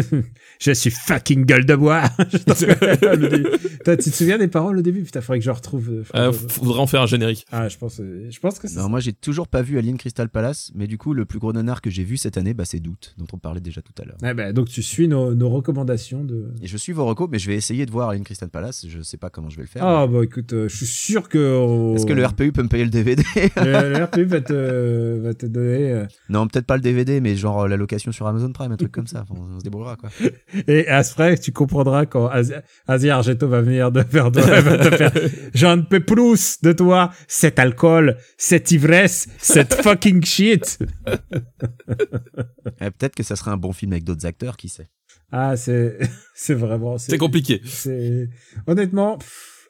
[SPEAKER 4] je suis fucking gueule de bois. Je t'en prie, le dé- Putain, tu te souviens des paroles au début Putain, faudrait que je retrouve. euh, faudrait
[SPEAKER 6] Euh,
[SPEAKER 4] que je-
[SPEAKER 6] faudra en faire un générique.
[SPEAKER 4] Ah, je pense, euh, je pense que c'est.
[SPEAKER 5] Non, moi j'ai toujours pas vu Alien Crystal Palace, mais du coup le plus gros nanar que j'ai vu cette année bah, c'est Doute dont on parlait déjà tout à l'heure.
[SPEAKER 4] Ah bah, donc tu suis nos, nos recommandations de.
[SPEAKER 5] Et je suis vos recos, mais je vais essayer de voir Alien Crystal Palace. Je sais pas comment je vais le faire.
[SPEAKER 4] Ah bah écoute, euh, je suis sûr que. on-
[SPEAKER 5] Est-ce que le RPU peut me payer le DVD
[SPEAKER 4] le, le RPU va te va te donner. euh,
[SPEAKER 5] Non, peut-être pas le DVD, mais genre euh, la location sur Amazon Prime, un truc comme ça. Enfin, on se débrouillera quoi.
[SPEAKER 4] Et à ce frais, tu comprendras quand Asi- Asia Argento va venir de faire de, va te faire, je ne peux plus de toi, cet alcool, cette ivresse, cette fucking shit.
[SPEAKER 5] Eh, peut-être que ça serait un bon film avec d'autres acteurs, qui sait.
[SPEAKER 4] Ah, c'est, c'est vraiment.
[SPEAKER 6] C'est compliqué.
[SPEAKER 4] c'est- Honnêtement, pff,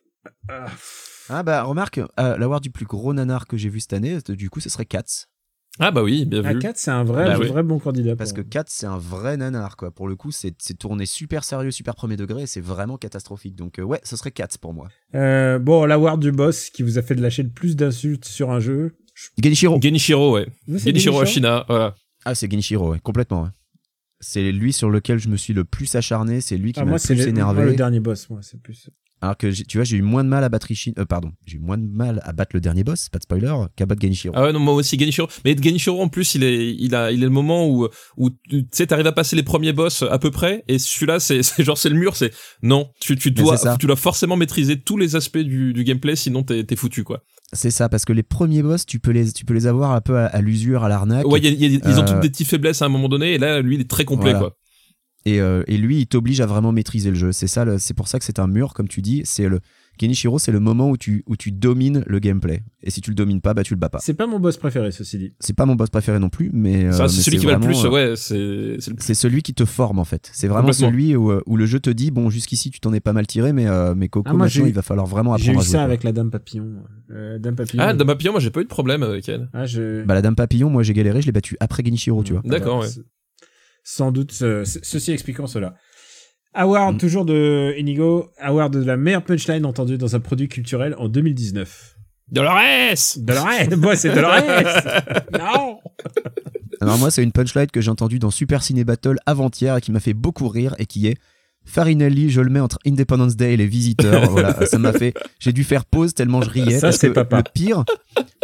[SPEAKER 4] ah, pff,
[SPEAKER 5] Ah bah remarque, euh, l'avoir du plus gros nanar que j'ai vu cette année, euh, du coup, ce serait Katz.
[SPEAKER 6] Ah bah oui, bien
[SPEAKER 4] ah,
[SPEAKER 6] vu.
[SPEAKER 4] 4, c'est un vrai,
[SPEAKER 6] Bah
[SPEAKER 4] un
[SPEAKER 6] oui.
[SPEAKER 4] vrai bon candidat.
[SPEAKER 5] Parce que
[SPEAKER 4] pour moi.
[SPEAKER 5] Katz, c'est un vrai nanar, quoi. Pour le coup, c'est c'est tourné super sérieux, super premier degré, et c'est vraiment catastrophique. Donc euh, ouais, ce serait Katz pour moi.
[SPEAKER 4] Euh, bon, l'award du boss qui vous a fait de lâcher le plus d'insultes sur un jeu.
[SPEAKER 5] Genichiro
[SPEAKER 6] Genichiro, ouais.
[SPEAKER 4] Non, c'est
[SPEAKER 6] Genichiro
[SPEAKER 4] Genichiro
[SPEAKER 6] Ashina, voilà.
[SPEAKER 5] Ah, c'est Genichiro, ouais, complètement, ouais. C'est lui sur lequel je me suis le plus acharné, c'est lui qui
[SPEAKER 4] Ah,
[SPEAKER 5] m'a
[SPEAKER 4] moi,
[SPEAKER 5] le
[SPEAKER 4] c'est
[SPEAKER 5] plus
[SPEAKER 4] le, moi,
[SPEAKER 5] énervé.
[SPEAKER 4] le dernier boss, moi, c'est plus.
[SPEAKER 5] Alors que j'ai- tu vois, j'ai eu moins de mal à battre Ishin, euh, pardon, j'ai eu moins de mal à battre le dernier boss, pas de spoiler, qu'à battre Genichiro.
[SPEAKER 6] Ah ouais, non, moi aussi, Genichiro. Mais Genichiro, en plus, il est, il a, il est le moment où, où, tu tu sais, t'arrives à passer les premiers boss à peu près, et celui-là, c'est, c'est genre, c'est le mur, c'est, non, tu, tu
[SPEAKER 5] Mais
[SPEAKER 6] dois,
[SPEAKER 5] c'est ça.
[SPEAKER 6] tu dois forcément maîtriser tous les aspects du, du gameplay, sinon t'es, t'es foutu, quoi.
[SPEAKER 5] C'est ça, parce que les premiers boss, tu peux les, tu peux les avoir un peu à, à l'usure, à l'arnaque.
[SPEAKER 6] Ouais, il y a- il y a- ils ont
[SPEAKER 5] Euh,
[SPEAKER 6] toutes des petites faiblesses à un moment donné, et là, lui, il est très complet,
[SPEAKER 5] Voilà. Et, euh, et lui, il t'oblige à vraiment maîtriser le jeu. C'est ça, le- c'est pour ça que c'est un mur, comme tu dis. C'est le Genichiro, c'est le moment où tu, où tu domines le gameplay. Et si tu le domines pas, bah tu le bats pas.
[SPEAKER 4] C'est pas mon boss préféré, ceci dit.
[SPEAKER 5] C'est pas mon boss préféré non plus, mais
[SPEAKER 6] quoi.
[SPEAKER 5] euh,
[SPEAKER 6] Ça, c'est
[SPEAKER 5] mais
[SPEAKER 6] celui
[SPEAKER 5] c'est
[SPEAKER 6] qui va le
[SPEAKER 5] vraiment,
[SPEAKER 6] plus,
[SPEAKER 5] euh,
[SPEAKER 6] ouais, c'est, c'est le plus.
[SPEAKER 5] C'est celui qui te forme en fait. C'est vraiment
[SPEAKER 6] Complètement.
[SPEAKER 5] celui où, euh, où le jeu te dit bon jusqu'ici tu t'en es pas mal tiré, mais euh, mais Coco
[SPEAKER 4] Ah, moi,
[SPEAKER 5] maintenant
[SPEAKER 4] j'ai eu-
[SPEAKER 5] il va falloir vraiment
[SPEAKER 4] J'ai
[SPEAKER 5] apprendre
[SPEAKER 4] eu
[SPEAKER 5] à jouer.
[SPEAKER 4] ça avec la Dame Papillon. Euh, Dame Papillon.
[SPEAKER 6] Ah, Dame Papillon, moi, j'ai pas eu de problème avec elle.
[SPEAKER 4] Ah, je.
[SPEAKER 5] Bah la dame papillon, moi j'ai galéré, je l'ai battu après Genichiro, tu vois. Bah,
[SPEAKER 6] D'accord,
[SPEAKER 4] Voilà,
[SPEAKER 6] ouais.
[SPEAKER 4] c'est- Sans doute, ce- ce- ceci expliquant cela. Award,
[SPEAKER 5] Mm.
[SPEAKER 4] toujours de Inigo, award de la meilleure punchline entendue dans un produit culturel en 2019.
[SPEAKER 6] Dolores!
[SPEAKER 4] Dolores Moi, c'est Dolores Non
[SPEAKER 5] Alors moi c'est une punchline que j'ai entendue dans Super Ciné Battle avant-hier et qui m'a fait beaucoup rire et qui est Farinelli, je le mets entre Independence Day et les visiteurs. voilà, ça m'a fait. J'ai dû faire pause tellement je riais.
[SPEAKER 4] Ça,
[SPEAKER 5] parce
[SPEAKER 4] c'est
[SPEAKER 5] que
[SPEAKER 4] papa.
[SPEAKER 5] Le pire.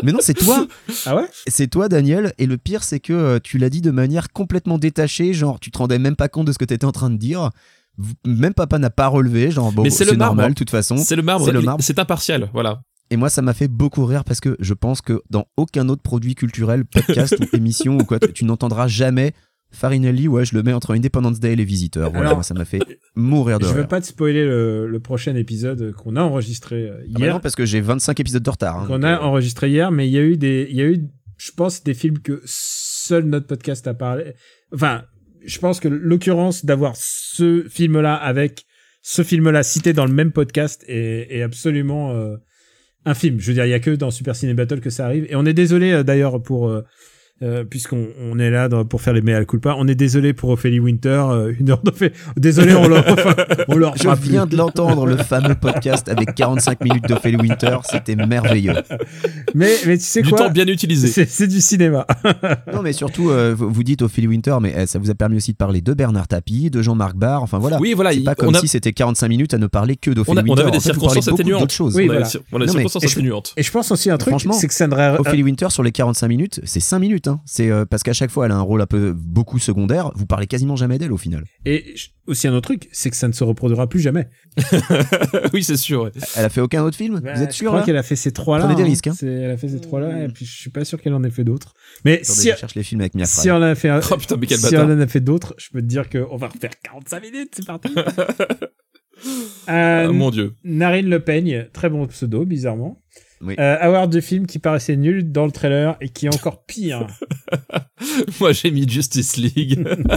[SPEAKER 5] Mais non, c'est toi.
[SPEAKER 4] Ah ouais
[SPEAKER 5] C'est toi, Daniel. Et le pire, c'est que euh, tu l'as dit de manière complètement détachée. Genre, tu te rendais même pas compte de ce que t'étais en train de dire. V- Même papa n'a pas relevé. Genre, bon,
[SPEAKER 6] Mais c'est
[SPEAKER 5] c'est
[SPEAKER 6] le marbre.
[SPEAKER 5] normal, de toute façon.
[SPEAKER 6] C'est le marbre,
[SPEAKER 5] C'est le
[SPEAKER 6] il-
[SPEAKER 5] marbre.
[SPEAKER 6] c'est impartial, voilà.
[SPEAKER 5] Et moi, ça m'a fait beaucoup rire parce que je pense que dans aucun autre produit culturel, podcast ou émission ou quoi, tu tu n'entendras jamais Farinelli. Ouais, je le mets entre Independence Day et les visiteurs. Voilà,
[SPEAKER 4] Alors,
[SPEAKER 5] moi, ça m'a fait mourir de
[SPEAKER 4] Je veux
[SPEAKER 5] rire.
[SPEAKER 4] pas te spoiler le, le prochain épisode qu'on a enregistré euh,
[SPEAKER 5] Ah bah non,
[SPEAKER 4] hier.
[SPEAKER 5] parce que j'ai 25 épisodes de retard. hein.
[SPEAKER 4] qu'on a enregistré hier, mais il y a eu des, il y a eu, je pense, des films que seul notre podcast a parlé. Enfin, je pense que l'occurrence d'avoir ce film-là avec ce film-là cité dans le même podcast est, est absolument euh, infime. Je veux dire, il y a que dans Super Ciné Battle que ça arrive. Et on est désolé euh, d'ailleurs pour. euh, euh, puisqu'on on est là dans- pour faire les mea culpa, on est désolé pour Ophélie Winter, euh, une heure d'Ophélie. Désolé, on leur, on leur
[SPEAKER 5] Je
[SPEAKER 4] fera plus.
[SPEAKER 5] viens de l'entendre, le fameux podcast avec 45 minutes d'Ophélie Winter. C'était merveilleux.
[SPEAKER 4] Mais, mais tu sais
[SPEAKER 6] Du
[SPEAKER 4] quoi
[SPEAKER 6] temps bien utilisé.
[SPEAKER 4] C'est c'est du cinéma.
[SPEAKER 5] Non, mais surtout, euh, vous vous dites Ophélie Winter, mais eh, ça vous a permis aussi de parler de Bernard Tapie, de Jean-Marc Barr. Enfin voilà.
[SPEAKER 6] Oui, voilà,
[SPEAKER 5] C'est
[SPEAKER 6] il-
[SPEAKER 5] pas
[SPEAKER 6] on
[SPEAKER 5] comme
[SPEAKER 6] a-
[SPEAKER 5] si c'était 45 minutes à ne parler que
[SPEAKER 6] On a-
[SPEAKER 5] d'Ophélie
[SPEAKER 6] on
[SPEAKER 5] Winter.
[SPEAKER 6] avait des
[SPEAKER 5] En fait, vous parlez
[SPEAKER 6] circonstances
[SPEAKER 5] beaucoup
[SPEAKER 6] atténuantes.
[SPEAKER 5] d'autres choses.
[SPEAKER 4] Oui,
[SPEAKER 6] on a,
[SPEAKER 4] voilà.
[SPEAKER 6] des cir- on a des
[SPEAKER 5] Non, mais-
[SPEAKER 6] circonstances
[SPEAKER 5] et je-
[SPEAKER 6] atténuantes.
[SPEAKER 4] Et je pense aussi à un truc,
[SPEAKER 5] Franchement,
[SPEAKER 4] c'est que ça ne ra- euh,
[SPEAKER 5] Ophélie Winter sur les 45 minutes, c'est 5 minutes. Hein. C'est euh, parce qu'à chaque fois, elle a un rôle un peu beaucoup secondaire. Vous parlez quasiment jamais d'elle au final.
[SPEAKER 4] Et je- aussi un autre truc, c'est que ça ne se reproduira plus jamais.
[SPEAKER 6] oui, c'est sûr. ouais.
[SPEAKER 4] Euh,
[SPEAKER 5] Elle a fait aucun autre film. vous êtes
[SPEAKER 4] je
[SPEAKER 5] sûr
[SPEAKER 4] crois
[SPEAKER 5] là
[SPEAKER 4] qu'elle a fait ces trois-là.
[SPEAKER 5] Prenez des risques, hein.
[SPEAKER 4] C'est- Elle a fait ces trois-là, et puis je suis pas sûr qu'elle en ait fait d'autres. Mais
[SPEAKER 5] Attendez,
[SPEAKER 4] si,
[SPEAKER 5] je cherche les films avec Mia Farrow.
[SPEAKER 4] si elle en a fait,
[SPEAKER 6] Oh putain, mais quel
[SPEAKER 4] si elle
[SPEAKER 6] bâtard.
[SPEAKER 4] en a fait d'autres, je peux te dire qu'on va refaire 45 minutes, c'est parti. Euh,
[SPEAKER 6] Ah, mon dieu.
[SPEAKER 4] Narine Le Peigne, très bon pseudo, bizarrement.
[SPEAKER 5] Oui.
[SPEAKER 4] Euh, award du film qui paraissait nul dans le trailer et qui est encore pire.
[SPEAKER 6] Moi, j'ai mis Justice League.
[SPEAKER 4] ah non,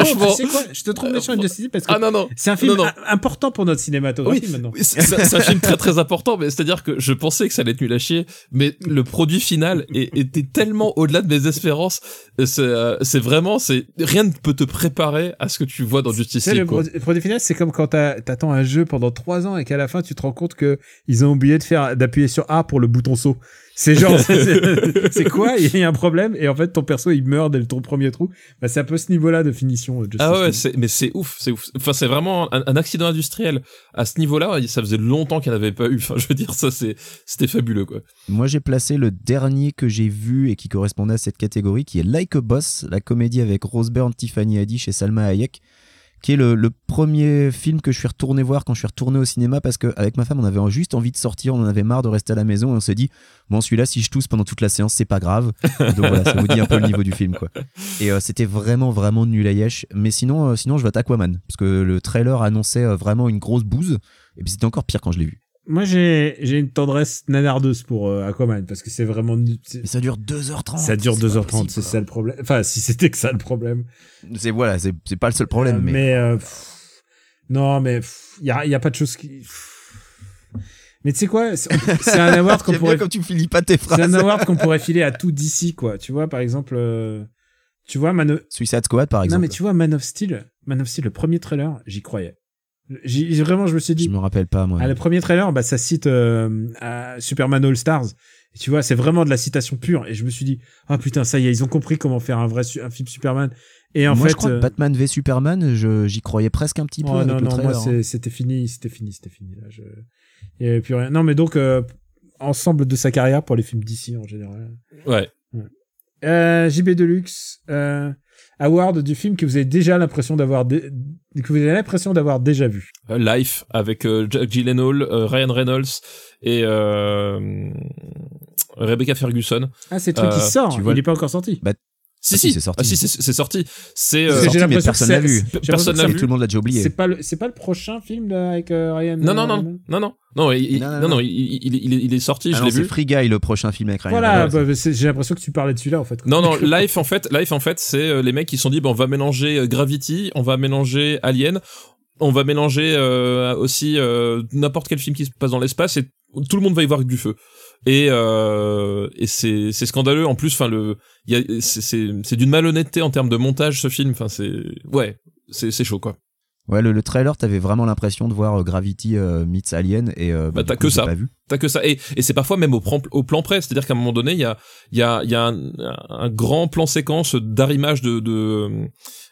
[SPEAKER 4] tu
[SPEAKER 6] Franchement.
[SPEAKER 4] sais quoi Je te trouve méchant de justice parce que
[SPEAKER 6] ah non, non.
[SPEAKER 4] c'est un film
[SPEAKER 6] non, non.
[SPEAKER 4] a- important pour notre cinématographie maintenant.
[SPEAKER 6] Oui, C'est c'est un film très très important, mais c'est-à-dire que je pensais que ça allait être nul à chier, mais le produit final est- était tellement au-delà de mes espérances. C'est euh, c'est vraiment, c'est rien ne peut te préparer à ce que tu vois dans Justice
[SPEAKER 4] Tu sais,
[SPEAKER 6] League.
[SPEAKER 4] le
[SPEAKER 6] quoi.
[SPEAKER 4] produit, le produit final, c'est comme quand t'as- t'attends un jeu pendant trois ans et qu'à la fin, tu te rends compte que ils ont oublié de faire, d'appuyer sur A pour le bouton saut. C'est genre, c'est c'est quoi? Il y a un problème et en fait, ton perso, il meurt dès le ton premier trou. Bah, c'est un peu ce niveau-là de finition. euh, Justice
[SPEAKER 6] Ah ouais,
[SPEAKER 4] League.
[SPEAKER 6] c'est, mais c'est ouf, c'est ouf. Enfin, c'est vraiment un, un accident industriel à ce niveau-là. Ça faisait longtemps qu'il n'y en avait pas eu. Enfin, je veux dire, ça, c'est, c'était fabuleux, quoi.
[SPEAKER 5] Moi, j'ai placé le dernier que j'ai vu et qui correspondait à cette catégorie, qui est Like a Boss, la comédie avec Rose Byrne, Tiffany Haddish et Salma Hayek, qui est le, le premier film que je suis retourné voir quand je suis retourné au cinéma parce qu'avec ma femme, on avait juste envie de sortir, on en avait marre de rester à la maison et on s'est dit, bon, celui-là, si je tousse pendant toute la séance, c'est pas grave. Donc voilà, ça vous dit un peu le niveau du film, quoi. Et euh, c'était vraiment, vraiment nul à yesh. Mais sinon, euh, sinon, je vais à Aquaman parce que le trailer annonçait euh, vraiment une grosse bouse et puis c'était encore pire quand je l'ai vu.
[SPEAKER 4] Moi, j'ai j'ai une tendresse nanardeuse pour euh, Aquaman parce que c'est vraiment. nu- c'est-
[SPEAKER 5] Mais ça dure 2h30.
[SPEAKER 4] Ça dure
[SPEAKER 5] c'est pas
[SPEAKER 4] 2h30,
[SPEAKER 5] possible,
[SPEAKER 4] c'est
[SPEAKER 5] quoi.
[SPEAKER 4] ça le problème. Enfin, si c'était que ça le problème.
[SPEAKER 5] C'est voilà, c'est c'est pas le seul problème,
[SPEAKER 4] Euh,
[SPEAKER 5] mais,
[SPEAKER 4] euh, pff, non, mais il n'y a, y a pas de chose qui. pff. Mais tu sais quoi C'est c'est un award qu'on
[SPEAKER 5] J'aime bien
[SPEAKER 4] pourrait.
[SPEAKER 5] comme tu filis pas tes
[SPEAKER 4] C'est un
[SPEAKER 5] phrases.
[SPEAKER 4] award qu'on pourrait filer à tout d'ici, quoi. Tu vois, par exemple, euh, tu vois Man of...
[SPEAKER 5] Suicide Squad par
[SPEAKER 4] non
[SPEAKER 5] exemple.
[SPEAKER 4] mais tu vois Man of Steel, Man of Steel, le premier trailer, j'y croyais. J'y- vraiment, je me suis dit,
[SPEAKER 5] Je me rappelle pas moi.
[SPEAKER 4] ah, le premier trailer, bah, ça cite euh, à Superman All Stars. Et tu vois, c'est vraiment de la citation pure. Et je me suis dit, ah putain, ça y est, ils ont compris comment faire un vrai su- un film Superman. Et en
[SPEAKER 5] moi,
[SPEAKER 4] fait,
[SPEAKER 5] je crois que
[SPEAKER 4] euh,
[SPEAKER 5] Batman v Superman, je- j'y croyais presque un petit peu
[SPEAKER 4] oh,
[SPEAKER 5] avec
[SPEAKER 4] non,
[SPEAKER 5] le
[SPEAKER 4] non,
[SPEAKER 5] trailer.
[SPEAKER 4] moi
[SPEAKER 5] hein.
[SPEAKER 4] c'est- c'était fini, c'était fini, c'était fini. Là, je... Il n'y avait plus rien. Non, mais donc, euh, ensemble de sa carrière pour les films d'ici en général.
[SPEAKER 6] Ouais.
[SPEAKER 4] Euh, JB Deluxe, euh, award du film que vous avez déjà l'impression d'avoir dé- que vous avez l'impression d'avoir déjà vu.
[SPEAKER 6] Euh, Life avec euh, Jack Gyllenhaal, euh, Ryan Reynolds et euh, Rebecca Ferguson.
[SPEAKER 4] Ah, c'est le truc
[SPEAKER 6] Euh,
[SPEAKER 4] qui sort.
[SPEAKER 5] tu vois-
[SPEAKER 4] il n'est pas encore sorti.
[SPEAKER 6] Si
[SPEAKER 5] Ah si,
[SPEAKER 6] si,
[SPEAKER 5] c'est sorti.
[SPEAKER 6] Ah si, c'est c'est sorti. C'est
[SPEAKER 5] C'est
[SPEAKER 6] euh,
[SPEAKER 4] Parce que
[SPEAKER 5] sorti,
[SPEAKER 4] j'ai
[SPEAKER 5] mais
[SPEAKER 4] l'impression
[SPEAKER 5] personne
[SPEAKER 4] que
[SPEAKER 5] l'a
[SPEAKER 4] c'est-
[SPEAKER 5] vu.
[SPEAKER 4] j'ai l'impression
[SPEAKER 6] Personne
[SPEAKER 4] que
[SPEAKER 6] l'a
[SPEAKER 4] c'est-
[SPEAKER 5] Et
[SPEAKER 6] vu.
[SPEAKER 5] tout le monde l'a déjà oublié.
[SPEAKER 4] C'est pas le c'est pas le prochain film là, avec euh, Ryan.
[SPEAKER 6] non non non
[SPEAKER 4] euh,
[SPEAKER 6] non non non il- il-
[SPEAKER 5] Non, non,
[SPEAKER 6] non
[SPEAKER 5] non.
[SPEAKER 6] non, il- il il- il est sorti.
[SPEAKER 5] Ah
[SPEAKER 6] Je
[SPEAKER 5] non,
[SPEAKER 6] l'ai
[SPEAKER 5] c'est
[SPEAKER 6] vu.
[SPEAKER 5] Free Guy, le prochain film avec Ryan.
[SPEAKER 4] Voilà,
[SPEAKER 5] Reynolds.
[SPEAKER 4] bah, c'est- j'ai l'impression que tu parlais de celui-là en fait.
[SPEAKER 6] Non non, Life en fait, Life en fait, c'est euh, les mecs qui se sont dit bon, on va mélanger euh, Gravity, on va mélanger Alien, on va mélanger euh, aussi euh, n'importe quel film qui se passe dans l'espace et tout le monde va y voir que du feu. Et euh, et c'est c'est scandaleux en plus enfin le il y a c'est c'est c'est d'une malhonnêteté en termes de montage ce film, enfin c'est ouais, c'est c'est chaud quoi.
[SPEAKER 5] Ouais, le, le trailer, t'avais vraiment l'impression de voir euh, Gravity euh, meets Alien et euh,
[SPEAKER 6] Bah,
[SPEAKER 5] du
[SPEAKER 6] t'as
[SPEAKER 5] coup,
[SPEAKER 6] que
[SPEAKER 5] j'ai
[SPEAKER 6] ça.
[SPEAKER 5] Pas vu.
[SPEAKER 6] T'as que ça. Et, et c'est parfois même au, plan- au plan près. C'est-à-dire qu'à un moment donné, il y a, il y a, il y a un, un grand plan séquence d'arrimage de, de,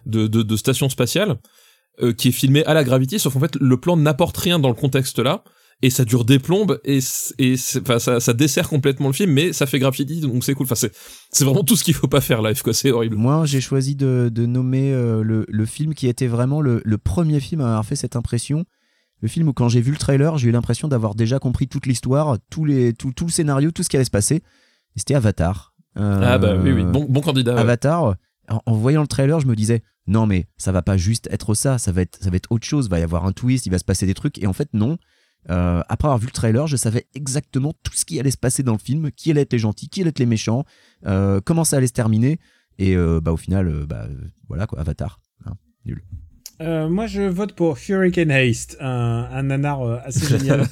[SPEAKER 6] de, de, de station spatiale euh, qui est filmé à la gravité, sauf en fait, le plan n'apporte rien dans le contexte-là. Et ça dure des plombes et, c- et c'est- enfin, ça, ça dessert complètement le film, mais ça fait graffiti, donc c'est cool. Enfin, c'est, c'est vraiment tout ce qu'il faut pas faire live, quoi. C'est horrible.
[SPEAKER 5] Moi, j'ai choisi de, de nommer euh, le, le film qui était vraiment le, le premier film à avoir fait cette impression. Le film où, quand j'ai vu le trailer, j'ai eu l'impression d'avoir déjà compris toute l'histoire, tous les- tout, tout le scénario, tout ce qui allait se passer. Et C'était Avatar. Euh,
[SPEAKER 6] Ah bah oui, oui, bon, bon candidat.
[SPEAKER 4] Ah bah
[SPEAKER 6] ouais.
[SPEAKER 5] Avatar, en, en voyant le trailer, je me disais non mais ça va pas juste être ça, ça va être ça va être autre chose, va y avoir un twist, il va se passer des trucs et en fait non. Euh, après avoir vu le trailer, je savais exactement tout ce qui allait se passer dans le film, qui allait être les gentils, qui allait être les méchants, euh, comment ça allait se terminer et euh, bah au final euh, bah euh, voilà quoi Avatar. hein.
[SPEAKER 4] Euh, moi, je vote pour Hurricane Haste, un, un nanar euh, assez génial.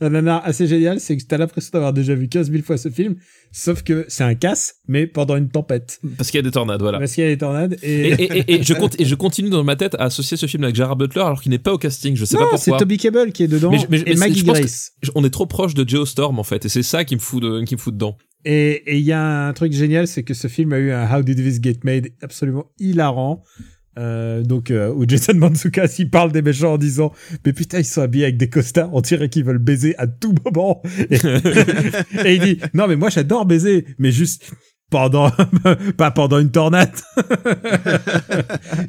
[SPEAKER 4] un nanar assez génial, c'est que t'as l'impression d'avoir déjà vu 15 000 fois ce film, sauf que c'est un casse, mais pendant une tempête.
[SPEAKER 6] euh, Parce qu'il y a des tornades, voilà.
[SPEAKER 4] Parce qu'il y a des tornades et...
[SPEAKER 6] Bah. Et, et, et- et je compte, et je continue dans ma tête à associer ce film avec Gerard Butler alors qu'il n'est pas au casting. Je sais pas
[SPEAKER 4] non, c'est
[SPEAKER 6] pourquoi.
[SPEAKER 4] Toby Cable qui est dedans
[SPEAKER 6] Mais je- mais je-
[SPEAKER 4] et
[SPEAKER 6] mais c'est-
[SPEAKER 4] Maggie
[SPEAKER 6] je pense que-
[SPEAKER 4] Grace.
[SPEAKER 6] Je- on est trop proche de Geostorm en fait et c'est ça qui me fout de, qui me fout dedans.
[SPEAKER 4] Et et il y a un truc génial, c'est que ce film a eu un How Did This Get Made absolument hilarant. Euh, donc, euh, où Jason Manzukas il parle des méchants en disant Mais putain, ils sont habillés avec des costards, on dirait qu'ils veulent baiser à tout moment. Et, et il dit Non, mais moi j'adore baiser, mais juste pendant, pas pendant une tornade.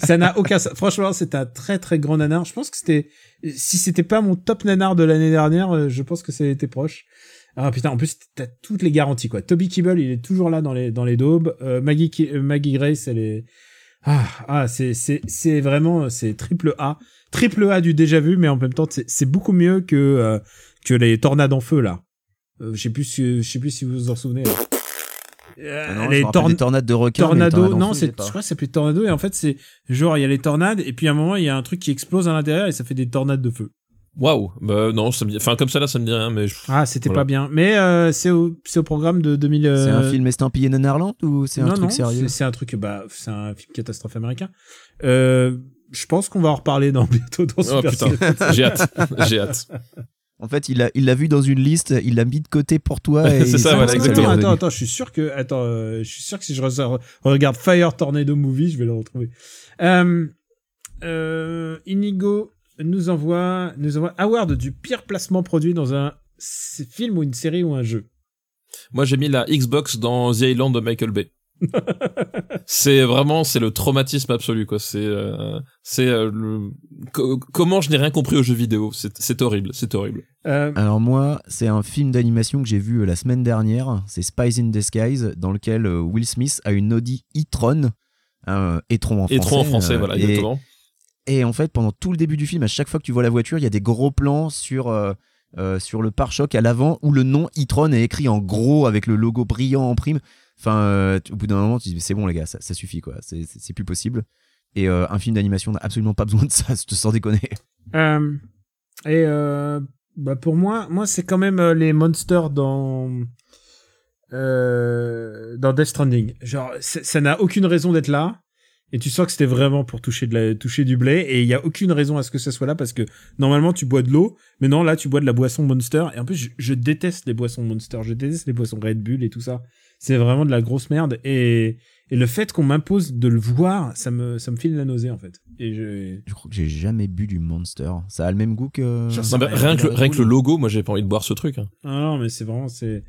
[SPEAKER 4] ça n'a aucun sens. Franchement, c'est un très très grand nanar. Je pense que c'était, si c'était pas mon top nanar de l'année dernière, euh, je pense que c'était proche. Ah putain, en plus t'as toutes les garanties quoi. Toby Keeble, il est toujours là dans les dans les daubes. Euh, Maggie Ki- euh, Maggie Grace, elle est ah ah c'est c'est c'est vraiment euh, c'est triple A, triple A du déjà vu, mais en même temps c'est c'est beaucoup mieux que euh, que les tornades en feu là. Euh, je sais plus si, je sais plus si vous vous en souvenez. Euh,
[SPEAKER 5] Ah non, je me
[SPEAKER 4] les
[SPEAKER 5] rappelle
[SPEAKER 4] torn-
[SPEAKER 5] des tornades de requins. mais les
[SPEAKER 4] Tornado,
[SPEAKER 5] tornades en
[SPEAKER 4] non,
[SPEAKER 5] feu,
[SPEAKER 4] c'est,
[SPEAKER 5] j'ai pas.
[SPEAKER 4] je crois que ça s'appelle tornado, et en fait, c'est genre, il y a les tornades, et puis à un moment, il y a un truc qui explose à l'intérieur, et ça fait des tornades de feu.
[SPEAKER 6] Waouh, bah non, ça me dit, enfin comme ça là, ça me dit rien, mais je-
[SPEAKER 4] Ah, c'était
[SPEAKER 6] Voilà.
[SPEAKER 4] pas bien. Mais euh, c'est, au, c'est au programme de 2000. euh,
[SPEAKER 5] C'est un film estampillé nanarland ou c'est un
[SPEAKER 4] non,
[SPEAKER 5] truc
[SPEAKER 4] non,
[SPEAKER 5] sérieux
[SPEAKER 4] C'est, c'est un truc, bah, c'est un film catastrophe américain. Euh, je pense qu'on va en reparler dans, bientôt dans
[SPEAKER 6] oh
[SPEAKER 4] Super
[SPEAKER 6] putain,
[SPEAKER 4] Ciné.
[SPEAKER 6] j'ai hâte, j'ai hâte.
[SPEAKER 5] En fait, il l'a il l'a vu dans une liste, il l'a mis de côté pour toi. et
[SPEAKER 6] C'est
[SPEAKER 5] il
[SPEAKER 6] ça,
[SPEAKER 5] s'est
[SPEAKER 6] voilà,
[SPEAKER 5] dit,
[SPEAKER 4] Attends,
[SPEAKER 5] ça lui est
[SPEAKER 4] attends,
[SPEAKER 5] revenu.
[SPEAKER 4] attends, attends, je suis sûr que, attends, euh, je suis sûr que si je re- regarde Fire Tornado Movie, je vais le retrouver. Euh, euh, Inigo nous envoie, nous envoie Award du pire placement produit dans un s- film ou une série ou un jeu.
[SPEAKER 6] Moi j'ai mis la Xbox dans The Island de Michael Bay. c'est vraiment, c'est le traumatisme absolu quoi. C'est, euh, c'est euh, le- co- comment je n'ai rien compris aux jeux vidéo. C'est c'est horrible, c'est horrible.
[SPEAKER 4] Euh,
[SPEAKER 5] Alors moi, c'est un film d'animation que j'ai vu euh, la semaine dernière, c'est Spies in Disguise, dans lequel euh, Will Smith a une Audi e-tron, un euh, e-tron en français.
[SPEAKER 6] Et trop en français,
[SPEAKER 5] euh,
[SPEAKER 6] voilà,
[SPEAKER 5] et,
[SPEAKER 6] exactement.
[SPEAKER 5] Et en fait, pendant tout le début du film, à chaque fois que tu vois la voiture, il y a des gros plans sur, euh, euh, sur le pare-choc à l'avant où le nom e-tron est écrit en gros avec le logo brillant en prime. Enfin, euh, tu- au bout d'un moment, tu te dis c'est bon les gars, ça, ça suffit quoi, c'est- c'est c'est plus possible. Et euh, un film d'animation n'a absolument pas besoin de ça, je te sens déconner.
[SPEAKER 4] Euh, et euh, bah pour moi, moi c'est quand même euh, les monsters dans euh, dans Death Stranding. Genre c'est- ça n'a aucune raison d'être là. Et tu sens que c'était vraiment pour toucher de la, toucher du blé et il y a aucune raison à ce que ça soit là parce que normalement tu bois de l'eau, mais non là tu bois de la boisson Monster et en plus je, je déteste les boissons Monster, je déteste les boissons Red Bull et tout ça. C'est vraiment de la grosse merde et, et le fait qu'on m'impose de le voir, ça me ça me file la nausée en fait. Et je
[SPEAKER 5] Je crois que j'ai jamais bu du Monster. Ça a le même goût que.
[SPEAKER 4] Je sais
[SPEAKER 6] Non, mais rien, que, rien que le logo, moi j'ai pas envie de boire ce truc. hein.
[SPEAKER 4] Ah non, mais c'est vraiment. c'est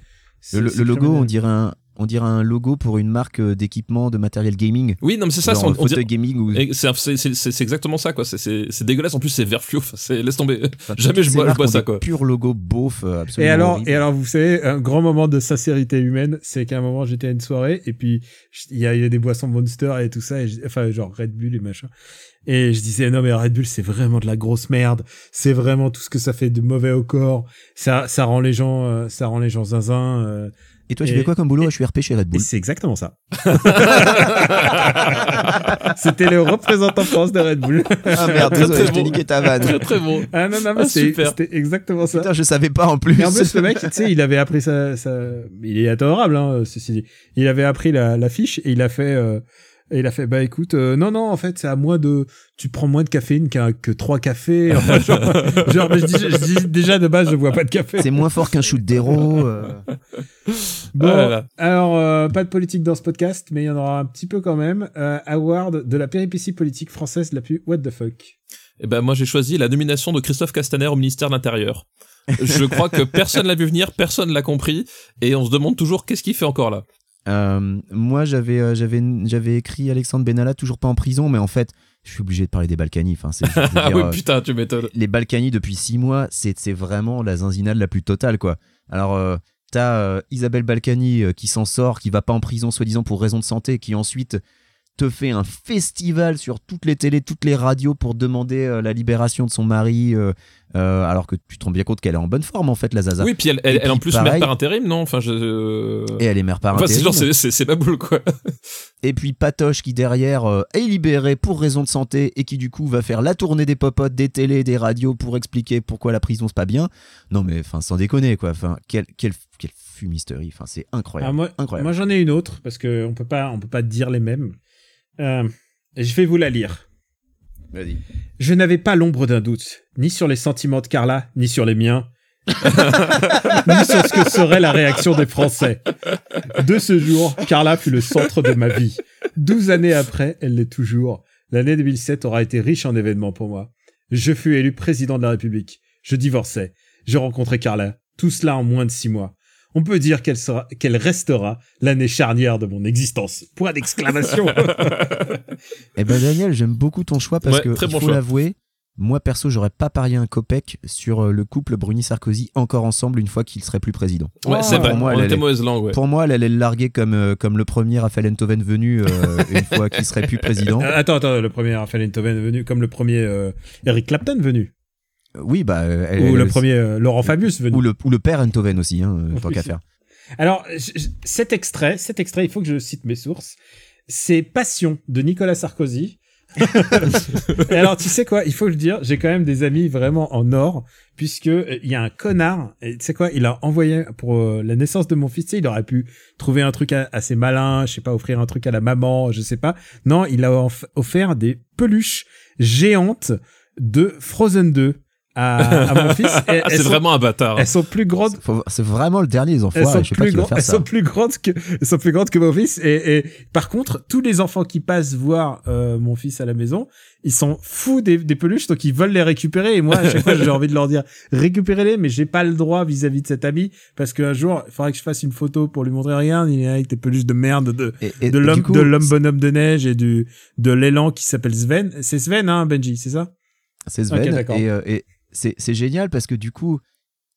[SPEAKER 5] Le, le- le logo, on dirait un. On dirait un logo pour une marque euh, d'équipement de matériel gaming.
[SPEAKER 6] Oui, non, mais c'est ça,
[SPEAKER 5] Genre,
[SPEAKER 6] c'est- on, on
[SPEAKER 5] fauteuil
[SPEAKER 6] dirait-
[SPEAKER 5] gaming ou
[SPEAKER 6] et c'est- c'est- c'est c'est exactement ça, quoi. C'est- C'est c'est dégueulasse. En plus, c'est vert fluo. Enfin, c'est- Laisse tomber.
[SPEAKER 5] Enfin,
[SPEAKER 6] Jamais
[SPEAKER 5] toutes
[SPEAKER 6] je
[SPEAKER 5] ces
[SPEAKER 6] bois- je
[SPEAKER 5] marques
[SPEAKER 6] bois
[SPEAKER 5] ont
[SPEAKER 6] ça,
[SPEAKER 5] des
[SPEAKER 6] quoi.
[SPEAKER 5] Pur logo beauf, euh, absolument.
[SPEAKER 4] Et alors,
[SPEAKER 5] horrible.
[SPEAKER 4] et alors, vous savez, un grand moment de sincérité humaine, c'est qu'à un moment, j'étais à une soirée, et puis, je- il y a, il y a des boissons Monster et tout ça, et je- enfin, genre Red Bull et machin. Et je disais, non, mais Red Bull, c'est vraiment de la grosse merde. C'est vraiment tout ce que ça fait de mauvais au corps. Ça, ça rend les gens, euh, ça rend les gens zinzin. euh,
[SPEAKER 5] Et toi, tu
[SPEAKER 4] et-
[SPEAKER 5] fais quoi comme boulot Je suis RP chez Red
[SPEAKER 4] et
[SPEAKER 5] Bull.
[SPEAKER 4] c'est exactement ça. C'était le représentant France de Red Bull.
[SPEAKER 5] Ah merde,
[SPEAKER 6] Très,
[SPEAKER 5] désolé,
[SPEAKER 6] très
[SPEAKER 5] je t'ai
[SPEAKER 6] bon.
[SPEAKER 5] niqué ta vanne.
[SPEAKER 6] Très très bon.
[SPEAKER 4] Ah non, non, mais
[SPEAKER 6] Ah,
[SPEAKER 4] c'est-
[SPEAKER 6] super.
[SPEAKER 4] c'était exactement ça.
[SPEAKER 5] Putain, je savais pas en plus.
[SPEAKER 4] Et en plus, le mec, tu sais, il avait appris ça, Il est adorable, hein, ceci dit. Il avait appris la, la fiche et il a fait. euh, et il a fait, bah écoute, euh, non, non, en fait, c'est à moi de. Tu prends moins de caféine qu'un- que trois cafés. Enfin, genre, genre, mais je, dis, je dis déjà de base, je bois pas de café.
[SPEAKER 5] C'est moins fort qu'un shoot d'héros. euh.
[SPEAKER 4] Bon,
[SPEAKER 6] Ah là là.
[SPEAKER 4] alors, euh, pas de politique dans ce podcast, mais il y en aura un petit peu quand même. Euh, award de la péripétie politique française la plus what the fuck.
[SPEAKER 6] Eh ben moi j'ai choisi la nomination de Christophe Castaner au ministère de l'Intérieur. Je crois que personne l'a vu venir, personne l'a compris, et on se demande toujours qu'est-ce qu'il fait encore là.
[SPEAKER 5] Euh, moi, j'avais, euh, j'avais, j'avais écrit Alexandre Benalla, toujours pas en prison, mais en fait, je suis obligé de parler des Balkany. Enfin, c'est, je veux
[SPEAKER 6] Ah
[SPEAKER 5] dire,
[SPEAKER 6] oui
[SPEAKER 5] euh,
[SPEAKER 6] putain tu m'étonnes.
[SPEAKER 5] les Balkany depuis six mois, c'est, c'est vraiment la zinzinade la plus totale, quoi. Alors, euh, t'as euh, Isabelle Balkany euh, qui s'en sort, qui va pas en prison soi-disant pour raison de santé, qui ensuite te fait un festival sur toutes les télés, toutes les radios pour demander euh, la libération de son mari, euh, euh, alors que tu te rends bien compte qu'elle est en bonne forme en fait, la Zaza.
[SPEAKER 6] Oui puis elle, elle,
[SPEAKER 5] Et
[SPEAKER 6] elle, en
[SPEAKER 5] puis,
[SPEAKER 6] plus
[SPEAKER 5] pareil-
[SPEAKER 6] mère par intérim non enfin je.
[SPEAKER 5] Et elle est mère par
[SPEAKER 6] Enfin, c'est
[SPEAKER 5] intérim.
[SPEAKER 6] genre c'est c'est c'est ma boule quoi.
[SPEAKER 5] Et puis Patoche qui derrière euh, est libéré pour raison de santé et qui du coup va faire la tournée des popotes, des télés, des radios pour expliquer pourquoi la prison c'est pas bien. Non mais enfin sans déconner quoi. Enfin quelle quelle quelle fumisterie. Enfin c'est
[SPEAKER 4] Alors,
[SPEAKER 5] incroyable.
[SPEAKER 4] moi,
[SPEAKER 5] incroyable.
[SPEAKER 4] moi, j'en ai une autre, parce qu'on peut pas, on peut pas dire les mêmes. Euh, je vais vous la lire.
[SPEAKER 6] Ah,
[SPEAKER 5] Vas-y.
[SPEAKER 4] Je n'avais pas l'ombre d'un doute, ni sur les sentiments de Carla, ni sur les miens, ni sur ce que serait la réaction des Français. De ce jour, Carla fut le centre de ma vie. Douze années après, elle l'est toujours. L'année 2007 aura été riche en événements pour moi. Je fus élu président de la République. Je divorçai. Je rencontrai Carla. Tout cela en moins de six mois. On peut dire qu'elle sera, qu'elle restera l'année charnière de mon existence. Point d'exclamation.
[SPEAKER 5] Eh ben Daniel j'aime beaucoup ton choix parce
[SPEAKER 6] Ouais,
[SPEAKER 5] que
[SPEAKER 6] très
[SPEAKER 5] il
[SPEAKER 6] bon
[SPEAKER 5] faut
[SPEAKER 6] choix.
[SPEAKER 5] l'avouer. Moi perso j'aurais pas parié un copec sur euh, le couple Bruni Sarkozy encore ensemble une fois qu'il serait plus président.
[SPEAKER 6] Ouais c'est vrai.
[SPEAKER 5] Pour moi,
[SPEAKER 6] on
[SPEAKER 5] elle, elle
[SPEAKER 6] était
[SPEAKER 5] est-
[SPEAKER 6] mauvaise langue ouais.
[SPEAKER 5] Pour moi, elle allait le larguer comme, euh, comme le premier Raphaël Entoven venu euh, une fois qu'il serait plus président.
[SPEAKER 4] Euh, attends, attends, le premier Raphaël Enthoven venu, comme le premier euh, Eric Clapton venu,
[SPEAKER 5] Oui, bah. euh, elle-
[SPEAKER 4] ou
[SPEAKER 5] elle-
[SPEAKER 4] le premier euh, Laurent Fabius venu.
[SPEAKER 5] Ou le, ou le père Entoven aussi, hein, euh,
[SPEAKER 4] Oui,
[SPEAKER 5] tant qu'à
[SPEAKER 4] c'est-
[SPEAKER 5] faire.
[SPEAKER 4] Alors, j- j- cet extrait, cet extrait, il faut que je cite mes sources. C'est Passion de Nicolas Sarkozy. Et alors, tu sais quoi, il faut le dire, j'ai quand même des amis vraiment en or, puisque euh, il y a un connard, et tu sais quoi, il a envoyé pour euh, la naissance de mon fils, tu sais, il aurait pu trouver un truc a- assez malin, je sais pas, offrir un truc à la maman, je sais pas. Non, il a enf- offert des peluches géantes de Frozen 2 à, à mon fils. Et elles
[SPEAKER 6] Ah, c'est
[SPEAKER 4] sont-
[SPEAKER 6] vraiment un bâtard. hein.
[SPEAKER 4] Elles sont plus grandes
[SPEAKER 5] Faut- C'est vraiment le dernier, les
[SPEAKER 4] elles
[SPEAKER 5] enfoirés.
[SPEAKER 4] sont,
[SPEAKER 5] Je sais pas
[SPEAKER 4] plus
[SPEAKER 5] qui va
[SPEAKER 4] grandes,
[SPEAKER 5] faire
[SPEAKER 4] elles
[SPEAKER 5] ça.
[SPEAKER 4] sont plus grandes que elles sont plus grandes que mon fils et, et par contre tous les enfants qui passent voir euh, mon fils à la maison ils sont fous des, des peluches donc ils veulent les récupérer et moi à chaque fois j'ai envie de leur dire récupérez-les mais j'ai pas le droit vis-à-vis de cet ami parce qu'un jour il faudrait que je fasse une photo pour lui montrer regarde il est avec des peluches de merde de
[SPEAKER 5] Et- et-
[SPEAKER 4] de
[SPEAKER 5] et
[SPEAKER 4] l'homme
[SPEAKER 5] du coup,
[SPEAKER 4] de l'homme bonhomme de neige et du de l'élan qui s'appelle Sven c'est Sven hein Benji c'est ça
[SPEAKER 5] C'est Sven.
[SPEAKER 4] Ok, d'accord.
[SPEAKER 5] et, euh, et c'est c'est génial parce que du coup,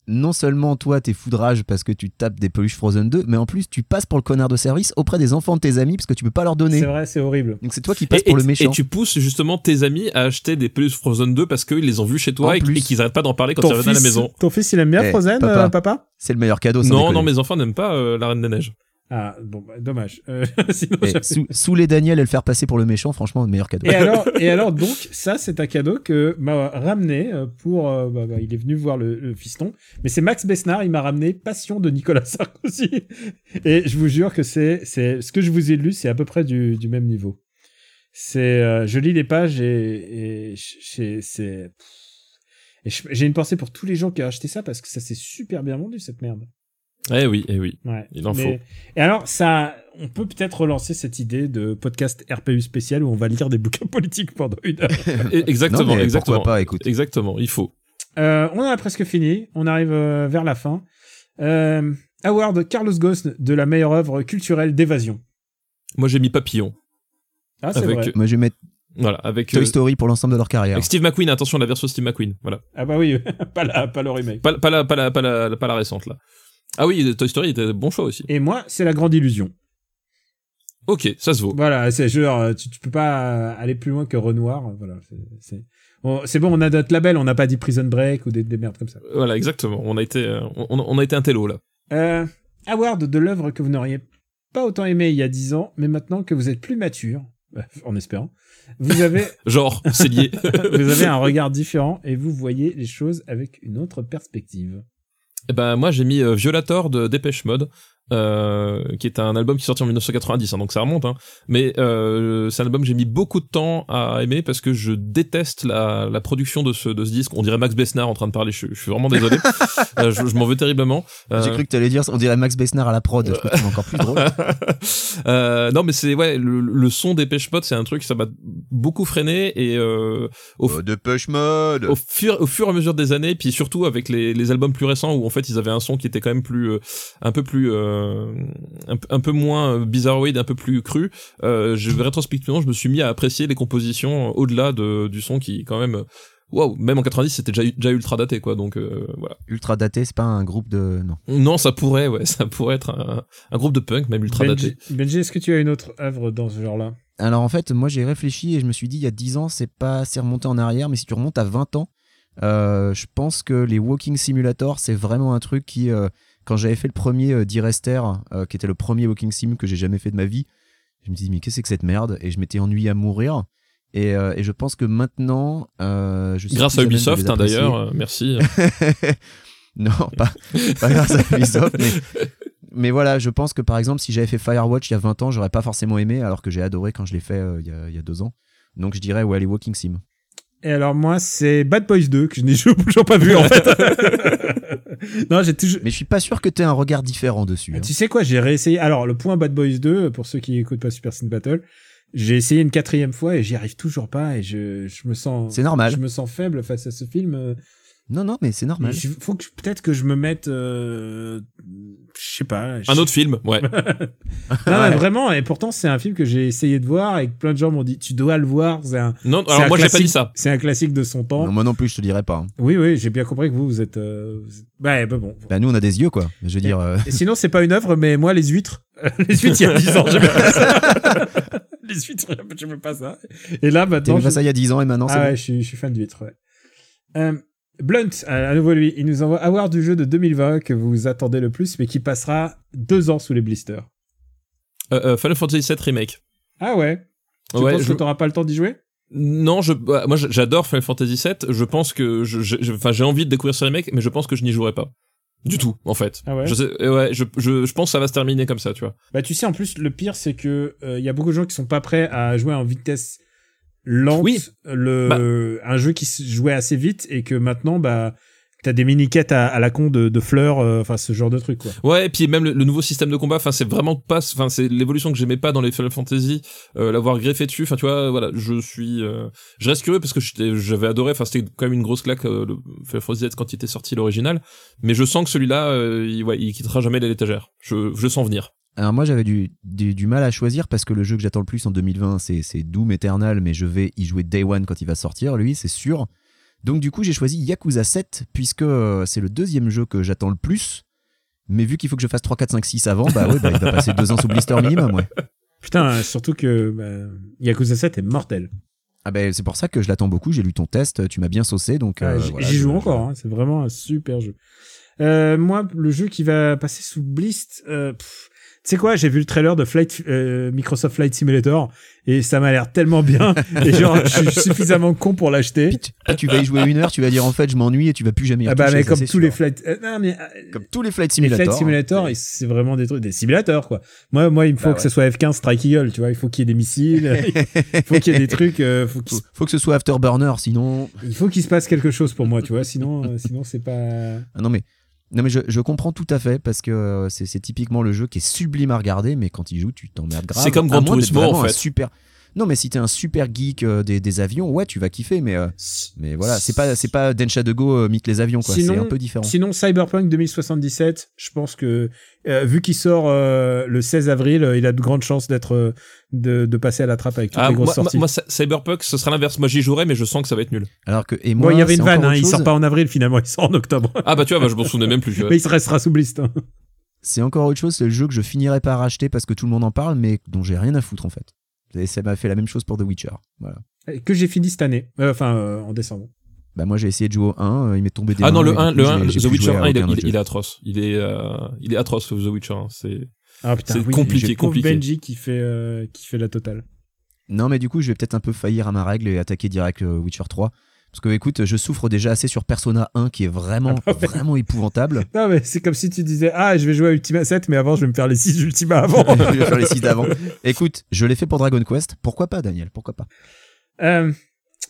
[SPEAKER 5] non seulement toi t'es foudrage parce que tu tapes des peluches Frozen 2, mais en plus tu passes pour le connard de service auprès des enfants de tes amis parce que tu peux pas leur
[SPEAKER 4] C'est
[SPEAKER 5] donner.
[SPEAKER 4] vrai, c'est horrible.
[SPEAKER 5] Donc c'est toi qui
[SPEAKER 6] Et,
[SPEAKER 5] passes pour
[SPEAKER 6] et-
[SPEAKER 5] le méchant.
[SPEAKER 6] et tu pousses justement tes amis à acheter des peluches Frozen 2 parce qu'ils les ont vus chez
[SPEAKER 5] En
[SPEAKER 6] toi et,
[SPEAKER 5] plus.
[SPEAKER 6] et qu'ils n'arrêtent pas d'en parler quand ils
[SPEAKER 4] Ton
[SPEAKER 6] reviennent
[SPEAKER 4] fils,
[SPEAKER 6] à la maison.
[SPEAKER 4] ton fils, il aime bien
[SPEAKER 5] Eh,
[SPEAKER 4] Frozen,
[SPEAKER 5] papa.
[SPEAKER 4] euh, papa
[SPEAKER 5] C'est le meilleur cadeau. sans
[SPEAKER 6] Non,
[SPEAKER 5] déconner.
[SPEAKER 6] non, mes enfants n'aiment pas euh, la Reine des Neiges.
[SPEAKER 4] Ah, bon, bah, dommage. Euh, sinon,
[SPEAKER 5] Eh,
[SPEAKER 4] j'avais-
[SPEAKER 5] sous, sous les Daniel et le faire passer pour le méchant, franchement, le meilleur cadeau.
[SPEAKER 4] Et alors, et alors donc, ça, c'est un cadeau que m'a ramené euh, pour. euh, bah, bah, il est venu voir le, le fiston, mais c'est Max Besnard, il m'a ramené Passion de Nicolas Sarkozy. Et je vous jure que c'est, c'est ce que je vous ai lu, c'est à peu près du, du même niveau. C'est, euh, je lis les pages et, et ch- c'est, c'est- pff. et je- j'ai une pensée pour tous les gens qui ont acheté ça parce que ça s'est super bien vendu cette merde.
[SPEAKER 6] Eh oui, eh oui.
[SPEAKER 4] Ouais.
[SPEAKER 6] Il en faut.
[SPEAKER 4] Et alors, ça, on peut peut-être relancer cette idée de podcast RPU spécial où on va lire des bouquins politiques pendant une heure.
[SPEAKER 6] Et-
[SPEAKER 5] Non,
[SPEAKER 6] Exactement,
[SPEAKER 5] mais
[SPEAKER 6] exactement.
[SPEAKER 5] Pourquoi pas, écoute.
[SPEAKER 6] Exactement, il faut.
[SPEAKER 4] Euh, on en a presque fini. On arrive euh, vers la fin. Euh, Award Carlos Ghosn de la meilleure œuvre culturelle d'évasion.
[SPEAKER 6] Moi j'ai mis Papillon.
[SPEAKER 4] Ah, c'est
[SPEAKER 6] Avec- euh,
[SPEAKER 4] vrai.
[SPEAKER 5] Moi, je vais mettre
[SPEAKER 6] Voilà, avec, euh,
[SPEAKER 5] Toy Story pour l'ensemble de leur carrière.
[SPEAKER 6] avec Steve McQueen. Attention, la version Steve McQueen. Voilà.
[SPEAKER 4] Ah bah oui, pas, la, pas le remake.
[SPEAKER 6] Pas, pas, la, pas, la, pas, la, pas la récente là. Ah oui, Toy Story était bon choix aussi.
[SPEAKER 4] Et moi, c'est la grande illusion.
[SPEAKER 6] Ok, ça se vaut.
[SPEAKER 4] Voilà, c'est genre, euh, tu, tu peux pas aller plus loin que Renoir. euh, Voilà, c'est- c'est on- c'est bon, on a notre label, on n'a pas dit Prison Break ou des, des merdes comme ça.
[SPEAKER 6] Voilà, exactement. On a été, euh, on, on a été un télo là.
[SPEAKER 4] Euh, award de l'œuvre que vous n'auriez pas autant aimé il y a 10 ans, mais maintenant que vous êtes plus mature, euh, en espérant, vous avez
[SPEAKER 6] Genre, c'est lié.
[SPEAKER 4] vous avez un regard différent et vous voyez les choses avec une autre perspective.
[SPEAKER 6] Eh ben moi j'ai mis euh, Violator de Dépêche Mode, euh, qui est un album qui est sorti en 1990, hein, donc ça remonte. Hein. Mais euh, c'est un album que j'ai mis beaucoup de temps à aimer parce que je déteste la, la production de ce, de ce disque. On dirait Max Besnard en train de parler. Je, je suis vraiment désolé. Euh, je je m'en veux terriblement. Euh,
[SPEAKER 5] J'ai cru que t'allais dire, on dirait Max Besnard à la prod. Je trouve que c'est encore plus drôle.
[SPEAKER 6] Euh, non mais c'est ouais le, le son des Pêche Mode c'est un truc ça m'a beaucoup freiné et euh, Au-
[SPEAKER 5] de push mode.
[SPEAKER 6] au fur, au fur et à mesure des années, puis surtout avec les, les albums plus récents où en fait ils avaient un son qui était quand même plus, euh, un peu plus, euh, un, p- un peu moins euh, bizarroïde, un peu plus cru. Euh, je rétrospectivement, je me suis mis à apprécier les compositions euh, au-delà de, du son qui quand même, euh, waouh, même en 90 c'était déjà, déjà ultra daté quoi. Donc euh, voilà.
[SPEAKER 5] Ultra daté, c'est pas un groupe de. Non.
[SPEAKER 6] Non, ça pourrait, ouais, ça pourrait être un, un groupe de punk même ultra
[SPEAKER 4] Benji,
[SPEAKER 6] daté.
[SPEAKER 4] Benji, est-ce que tu as une autre œuvre dans ce genre-là
[SPEAKER 5] Alors en fait, moi j'ai réfléchi et je me suis dit, il y a 10 ans, c'est pas assez remonté en arrière, mais si tu remontes à 20 ans, euh, je pense que les Walking Simulator, c'est vraiment un truc qui, euh, quand j'avais fait le premier euh, Direster, euh, qui était le premier Walking Sim que j'ai jamais fait de ma vie, je me suis dit, mais qu'est-ce que c'est que cette merde Et je m'étais ennuyé à mourir. Et, euh, et je pense que maintenant, euh, je suis
[SPEAKER 6] Grâce
[SPEAKER 5] plus
[SPEAKER 6] à
[SPEAKER 5] même de les
[SPEAKER 6] Ubisoft hein,
[SPEAKER 5] apprécier.
[SPEAKER 6] d'ailleurs, euh, merci.
[SPEAKER 5] non, pas, pas grâce à Ubisoft, mais, mais voilà, je pense que par exemple, si j'avais fait Firewatch il y a 20 ans, j'aurais pas forcément aimé, alors que j'ai adoré quand je l'ai fait euh, il, y a, il y a deux ans. Donc je dirais, ouais, les Walking Sim.
[SPEAKER 4] Et alors moi, c'est Bad Boys 2 que je n'ai toujours pas vu en fait. non, j'ai toujours.
[SPEAKER 5] Mais je suis pas sûr que t'aies un regard différent dessus. hein.
[SPEAKER 4] Tu sais quoi J'ai réessayé. Alors le point Bad Boys 2, pour ceux qui écoutent pas Super Sin Battle, j'ai essayé une quatrième fois et j'y arrive toujours pas et je, je me sens.
[SPEAKER 5] C'est normal.
[SPEAKER 4] Je me sens faible face à ce film. euh,
[SPEAKER 5] Non, non, mais c'est normal.
[SPEAKER 4] je- faut que je- peut-être que je me mette, euh, je sais pas. je-
[SPEAKER 6] un autre film, ouais.
[SPEAKER 4] Non, mais
[SPEAKER 5] Ouais.
[SPEAKER 4] vraiment, et pourtant, c'est un film que j'ai essayé de voir et que plein de gens m'ont dit Tu dois le voir, c'est un,
[SPEAKER 6] Non,
[SPEAKER 4] C'est un
[SPEAKER 6] alors moi j'ai pas
[SPEAKER 4] classique.
[SPEAKER 6] dit ça.
[SPEAKER 4] c'est un classique de son temps.
[SPEAKER 5] Non, moi non plus, je te dirais pas. hein.
[SPEAKER 4] Oui, oui, j'ai bien compris que vous, vous êtes. euh, vous êtes- Ouais, bah bon.
[SPEAKER 5] Bah, nous, on a des yeux, quoi. Je veux dire, euh,
[SPEAKER 4] Et sinon, c'est pas une œuvre, mais moi, les huîtres, les huîtres, il y a 10 ans, j'aimais pas ça. les huîtres, j'aimais pas ça. Et là, maintenant.
[SPEAKER 5] t'aimais
[SPEAKER 4] je-
[SPEAKER 5] pas ça il y a 10 ans et maintenant, c'est.
[SPEAKER 4] Ah
[SPEAKER 5] bon.
[SPEAKER 4] ouais, je suis, je suis fan d'huîtres, ouais. Euh, Blunt, euh, à à nouveau lui, il nous envoie avoir du jeu de 2020 que vous attendez le plus, mais qui passera deux ans sous les blisters.
[SPEAKER 6] Euh, euh, Final Fantasy VII remake.
[SPEAKER 4] Ah ouais Tu
[SPEAKER 6] ouais,
[SPEAKER 4] penses
[SPEAKER 6] je-
[SPEAKER 4] que t'auras pas le temps d'y jouer
[SPEAKER 6] Non, je, bah, moi j- j'adore Final Fantasy VII. Je pense que, je- je- je- enfin, j'ai envie de découvrir ce remake, mais je pense que je n'y jouerai pas. Du tout, en fait.
[SPEAKER 4] Ah ouais
[SPEAKER 6] Je sais, euh, ouais, je, je, je pense que ça va se terminer comme ça, tu vois.
[SPEAKER 4] Bah tu sais en plus le pire c'est que il y a beaucoup de gens qui sont pas prêts à jouer en vitesse lente
[SPEAKER 6] Oui.
[SPEAKER 4] le
[SPEAKER 5] Bah.
[SPEAKER 4] un jeu qui se jouait assez vite et que maintenant bah t'as des mini quêtes à, à la con de, de fleurs euh, enfin ce genre de truc quoi.
[SPEAKER 6] Ouais, et puis même le, le nouveau système de combat, enfin, c'est vraiment pas, enfin, c'est l'évolution que j'aimais pas dans les Final Fantasy, euh, l'avoir greffé dessus, enfin, tu vois, voilà, je suis, euh, je reste curieux parce que j'étais- j'avais adoré, enfin, c'était quand même une grosse claque, euh, le Final Fantasy VII quand il était sorti l'original, mais je sens que celui-là, euh, il, ouais, il quittera jamais l'étagère. Je, je le sens venir.
[SPEAKER 5] Alors moi j'avais du, du, du mal à choisir parce que le jeu que j'attends le plus en 2020 c'est c'est Doom Eternal mais je vais y jouer Day One quand il va sortir lui c'est sûr Donc du coup, j'ai choisi Yakuza 7 puisque euh, c'est le deuxième jeu que j'attends le plus. Mais vu qu'il faut que je fasse 3, 4, 5, 6 avant, bah ouais, bah, il va passer deux ans sous blister minimum, ouais.
[SPEAKER 4] Putain, surtout que bah, Yakuza 7 est mortel.
[SPEAKER 5] Ah ben c'est pour ça que je l'attends beaucoup. J'ai lu ton test, tu m'as bien saucé, donc.
[SPEAKER 4] Ah,
[SPEAKER 5] euh,
[SPEAKER 4] J'y
[SPEAKER 5] voilà,
[SPEAKER 4] j'y
[SPEAKER 5] je-
[SPEAKER 4] joue
[SPEAKER 5] je-
[SPEAKER 4] encore, hein, c'est vraiment un super jeu. Euh, moi, le jeu qui va passer sous Blist, euh, pff, tu sais quoi, j'ai vu le trailer de Flight, euh, Microsoft Flight Simulator et ça m'a l'air tellement bien. et genre, je suis suffisamment con pour l'acheter.
[SPEAKER 5] Puis tu- puis tu vas y jouer une heure, tu vas dire en fait je m'ennuie et tu vas plus jamais y
[SPEAKER 4] Ah bah,
[SPEAKER 5] retoucher,
[SPEAKER 4] mais
[SPEAKER 5] ça,
[SPEAKER 4] comme
[SPEAKER 5] c'est
[SPEAKER 4] tous
[SPEAKER 5] sûr.
[SPEAKER 4] les flight, euh, non, mais, euh,
[SPEAKER 5] comme tous les flight
[SPEAKER 4] les
[SPEAKER 5] simulators.
[SPEAKER 4] flight simulators, et c'est vraiment des trucs, des simulateurs, quoi. Moi, moi, il me faut
[SPEAKER 5] Bah
[SPEAKER 4] que ce soit F-15 Strike Eagle, tu vois, il faut qu'il y ait des missiles, il faut qu'il y ait des trucs, euh, faut qu'il
[SPEAKER 5] faut, faut que ce soit afterburner, sinon.
[SPEAKER 4] Il faut qu'il se passe quelque chose pour moi, tu vois. Sinon, euh, sinon c'est pas.
[SPEAKER 5] Ah non mais non mais je, je comprends tout à fait parce que euh, c'est c'est typiquement le jeu qui est sublime à regarder, mais quand il joue, tu t'emmerdes grave.
[SPEAKER 6] C'est comme
[SPEAKER 5] À
[SPEAKER 6] Gran
[SPEAKER 5] moins d'être
[SPEAKER 6] Turismo, en
[SPEAKER 5] vraiment un
[SPEAKER 6] fait.
[SPEAKER 5] Super. Non mais si t'es un super geek euh, des, des avions, ouais, tu vas kiffer, mais euh, mais voilà, c'est pas c'est pas Densha de Go euh, mythe les avions quoi.
[SPEAKER 4] Sinon-
[SPEAKER 5] C'est un peu différent.
[SPEAKER 4] Sinon, Cyberpunk 2077, je pense que euh, vu qu'il sort euh, le 16 avril, euh, il a de grandes chances d'être euh, de, de passer à la trappe avec toutes
[SPEAKER 6] Ah,
[SPEAKER 4] les grosses
[SPEAKER 6] moi, moi-
[SPEAKER 4] sorties.
[SPEAKER 6] moi, Cy- Cyberpunk, ce sera l'inverse. Moi, j'y jouerai, mais je sens que ça va être nul.
[SPEAKER 5] Alors que et
[SPEAKER 4] Bon,
[SPEAKER 5] moi,
[SPEAKER 4] il y avait
[SPEAKER 5] c'est
[SPEAKER 4] une vanne,
[SPEAKER 5] encore
[SPEAKER 4] hein,
[SPEAKER 5] autre
[SPEAKER 4] il
[SPEAKER 5] chose.
[SPEAKER 4] sort pas en avril finalement, il sort en octobre.
[SPEAKER 6] Ah bah tu vois, bah, je m'en souvenais même plus. tu vois.
[SPEAKER 4] Mais il se restera sous blist. hein.
[SPEAKER 5] C'est encore autre chose, c'est le jeu que je finirai par acheter parce que tout le monde en parle, mais dont j'ai rien à foutre en fait. Et ça m'a fait la même chose pour The Witcher. Voilà.
[SPEAKER 4] Que j'ai fini cette année, Euh, enfin euh, en décembre.
[SPEAKER 5] Bah moi j'ai essayé de jouer au 1, euh, il m'est tombé des
[SPEAKER 6] Ah
[SPEAKER 5] mains, et
[SPEAKER 6] non, le
[SPEAKER 5] du
[SPEAKER 6] 1,
[SPEAKER 5] coup,
[SPEAKER 6] le
[SPEAKER 5] j'ai-
[SPEAKER 6] 1,
[SPEAKER 5] j'ai
[SPEAKER 6] The
[SPEAKER 5] plus
[SPEAKER 6] Witcher
[SPEAKER 5] joué à
[SPEAKER 6] 1, il, est-
[SPEAKER 5] aucun
[SPEAKER 6] il-
[SPEAKER 5] autre
[SPEAKER 6] il est
[SPEAKER 5] jeu.
[SPEAKER 6] atroce. Il est, euh, il est atroce, The Witcher 1. C'est...
[SPEAKER 4] Ah putain,
[SPEAKER 6] C'est
[SPEAKER 4] oui,
[SPEAKER 6] compliqué,
[SPEAKER 4] j'ai le pauvre
[SPEAKER 6] compliqué.
[SPEAKER 4] Benji qui fait euh, qui fait la totale.
[SPEAKER 5] Non mais du coup je vais peut-être un peu faillir à ma règle et attaquer direct euh, Witcher 3. Parce que écoute, je souffre déjà assez sur Persona 1 qui est vraiment,
[SPEAKER 4] Ah bah
[SPEAKER 5] vraiment épouvantable.
[SPEAKER 4] Non mais c'est comme si tu disais ah je vais jouer à Ultima 7 mais avant je vais me faire les 6 Ultima avant.
[SPEAKER 5] Je vais faire les sites d'avant. Écoute, je l'ai fait pour Dragon Quest. Pourquoi pas, Daniel Pourquoi pas
[SPEAKER 4] Euh,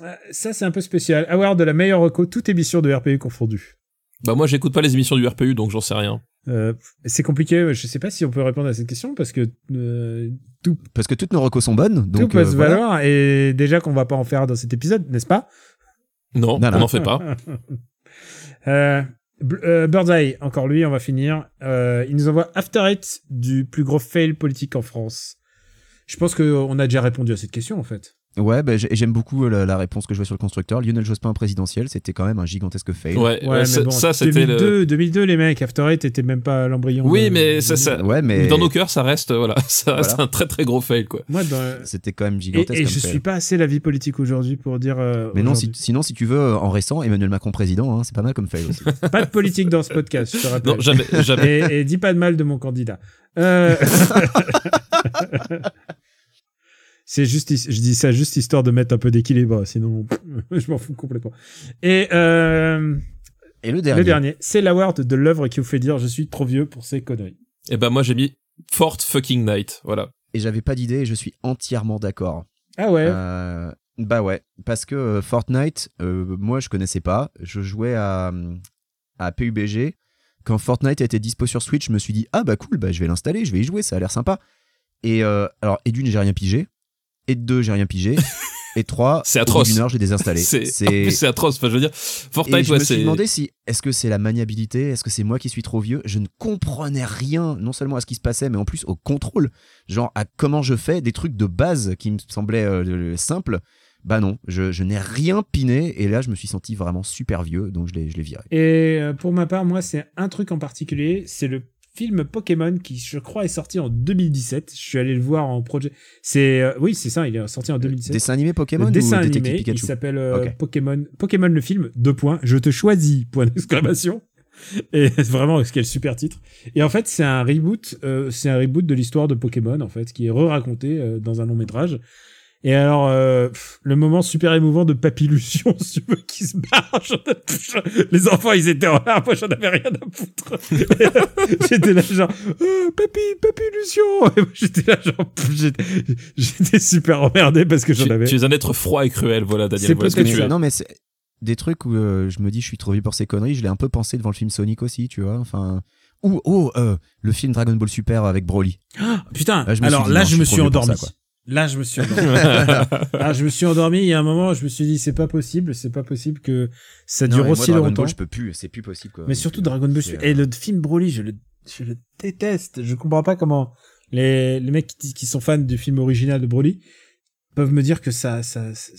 [SPEAKER 4] euh, ça, c'est un peu spécial. Award de la meilleure reco, toute émission de RPU confondue.
[SPEAKER 6] Bah moi, j'écoute pas les émissions du RPU, donc j'en sais rien.
[SPEAKER 4] Euh, c'est compliqué, je sais pas si on peut répondre à cette question parce que euh, tout,
[SPEAKER 5] Parce que toutes nos recos sont bonnes.
[SPEAKER 4] tout
[SPEAKER 5] Donc,
[SPEAKER 4] peut
[SPEAKER 5] euh,
[SPEAKER 4] se
[SPEAKER 5] voilà.
[SPEAKER 4] valoir et déjà qu'on va pas en faire dans cet épisode, n'est-ce pas
[SPEAKER 6] Non,
[SPEAKER 5] Non,
[SPEAKER 6] on
[SPEAKER 5] non.
[SPEAKER 6] n'en fait pas.
[SPEAKER 4] euh, Bl- euh, Birdseye, encore lui, on va finir. Euh, il nous envoie After Eight du plus gros fail politique en France. Je pense qu'on a déjà répondu à cette question en fait.
[SPEAKER 5] Ouais, bah, j'ai- j'aime beaucoup la, la réponse que je vois sur le constructeur. Lionel Jospin en présidentiel, c'était quand même un gigantesque fail.
[SPEAKER 6] Ouais, ouais, Eh ben, ça, ça, c'était
[SPEAKER 4] 2002,
[SPEAKER 6] le...
[SPEAKER 4] 2002, les mecs, After Eight était même pas l'embryon.
[SPEAKER 6] Oui,
[SPEAKER 4] de-
[SPEAKER 6] mais ça, ça...
[SPEAKER 5] Ouais, mais
[SPEAKER 6] Dans nos cœurs, ça reste, voilà, ça reste
[SPEAKER 5] Voilà.
[SPEAKER 6] un très très gros fail, quoi.
[SPEAKER 4] Moi, dans-
[SPEAKER 5] c'était quand même
[SPEAKER 4] Et,
[SPEAKER 5] gigantesque.
[SPEAKER 4] et
[SPEAKER 5] comme
[SPEAKER 4] je
[SPEAKER 5] fail.
[SPEAKER 4] suis pas assez la vie politique aujourd'hui pour dire. euh,
[SPEAKER 5] Mais non, si-
[SPEAKER 4] aujourd'hui.
[SPEAKER 5] sinon, si tu veux, euh, en restant, Emmanuel Macron président, hein, c'est pas mal comme fail aussi.
[SPEAKER 4] pas de politique dans ce podcast, je te rappelle.
[SPEAKER 6] Non, jamais, jamais.
[SPEAKER 4] et, et dis pas de mal de mon candidat. Euh, C'est juste, his- je dis ça juste histoire de mettre un peu d'équilibre, sinon je m'en fous complètement. Et euh,
[SPEAKER 5] Et le
[SPEAKER 4] le
[SPEAKER 5] dernier.
[SPEAKER 4] dernier, c'est l'award de l'œuvre qui vous fait dire je suis trop vieux pour ces conneries.
[SPEAKER 6] Et ben moi, j'ai mis Fort Fucking Night, voilà.
[SPEAKER 5] Et j'avais pas d'idée et je suis entièrement d'accord.
[SPEAKER 4] Ah ouais.
[SPEAKER 5] Euh, bah ouais, parce que euh, Fortnite, euh, moi je connaissais pas. Je jouais à, à PUBG. Quand Fortnite était dispo sur Switch, je me suis dit ah bah cool, bah, je vais l'installer, je vais y jouer, ça a l'air sympa. Et euh, alors, et d'une, j'ai rien pigé. Et de deux, j'ai rien pigé. et trois,
[SPEAKER 6] C'est
[SPEAKER 5] au bout
[SPEAKER 6] atroce.
[SPEAKER 5] d'une heure, j'ai désinstallé.
[SPEAKER 6] C'est en plus, c'est atroce. Enfin, je veux dire,
[SPEAKER 5] Et
[SPEAKER 6] Fortnite,
[SPEAKER 5] je
[SPEAKER 6] ouais,
[SPEAKER 5] me suis
[SPEAKER 6] c'est.
[SPEAKER 5] demandé si est-ce que c'est la maniabilité, est-ce que c'est moi qui suis trop vieux. Je ne comprenais rien, non seulement à ce qui se passait, mais en plus au contrôle, genre à comment je fais des trucs de base qui me semblaient euh, le- le- simples. Bah non, je, je n'ai rien piné et là je me suis senti vraiment super vieux, donc je l'ai je l'ai viré.
[SPEAKER 4] Et euh, pour ma part, moi, c'est un truc en particulier, c'est le film Pokémon qui, je crois, est sorti en 2017. Je suis allé le voir en projet. C'est euh, oui, c'est ça, il est sorti en 2017.
[SPEAKER 5] Dessin animé Pokémon
[SPEAKER 4] Le dessin
[SPEAKER 5] ou Détective
[SPEAKER 4] animé, il
[SPEAKER 5] Pikachu
[SPEAKER 4] s'appelle euh,
[SPEAKER 5] Ok.
[SPEAKER 4] Pokémon. Pokémon le film. Deux points. Je te choisis. Point d'exclamation. Et vraiment, ce quel super titre. Et en fait, c'est un reboot. euh, c'est un reboot de l'histoire de Pokémon en fait, qui est re-raconté euh, dans un long métrage. Et alors, euh, pff, le moment super émouvant de Papillution, si tu veux, qui se barre. j'en ai- pff, les enfants, ils étaient en larmes, moi, j'en avais rien à foutre. Et, euh, j'étais là, genre, oh, Papi, Papillution. Et moi, J'étais là, genre, pff, j'étais- j'étais super emmerdé parce que j'en
[SPEAKER 6] Tu,
[SPEAKER 4] avais.
[SPEAKER 6] tu es un être froid et cruel, voilà,
[SPEAKER 4] C'est
[SPEAKER 6] Daniel. Voilà ce que
[SPEAKER 4] peut-être
[SPEAKER 5] Mais-
[SPEAKER 6] tu
[SPEAKER 4] ça.
[SPEAKER 6] es.
[SPEAKER 5] Non mais c'est des trucs où euh, je me dis je suis trop vieux pour ces conneries. Je l'ai un peu pensé devant le film Sonic aussi, tu vois. Enfin ou oh euh, le film Dragon Ball Super avec Broly.
[SPEAKER 4] Putain,
[SPEAKER 5] Ah, je me suis
[SPEAKER 4] alors
[SPEAKER 5] dit,
[SPEAKER 4] là,
[SPEAKER 5] non,
[SPEAKER 4] je
[SPEAKER 5] je
[SPEAKER 4] me
[SPEAKER 5] suis
[SPEAKER 4] suis
[SPEAKER 5] trop vieux pour
[SPEAKER 4] endormi.
[SPEAKER 5] ça, quoi.
[SPEAKER 4] Là, je me suis endormi. Ah, je me suis endormi. Il y a un moment, je me suis dit, c'est pas possible, c'est pas possible que ça
[SPEAKER 5] Non,
[SPEAKER 4] dure
[SPEAKER 5] mais moi,
[SPEAKER 4] aussi
[SPEAKER 5] Dragon
[SPEAKER 4] longtemps.
[SPEAKER 5] Ball, je peux plus, c'est plus possible. Quoi.
[SPEAKER 4] mais surtout
[SPEAKER 5] C'est-
[SPEAKER 4] Dragon Ball.
[SPEAKER 5] c'est, euh,
[SPEAKER 4] Super. Et le film Broly, je le, je le déteste. Je comprends pas comment les, les mecs qui, qui sont fans du film original de Broly peuvent me dire que ça, ça, c'est-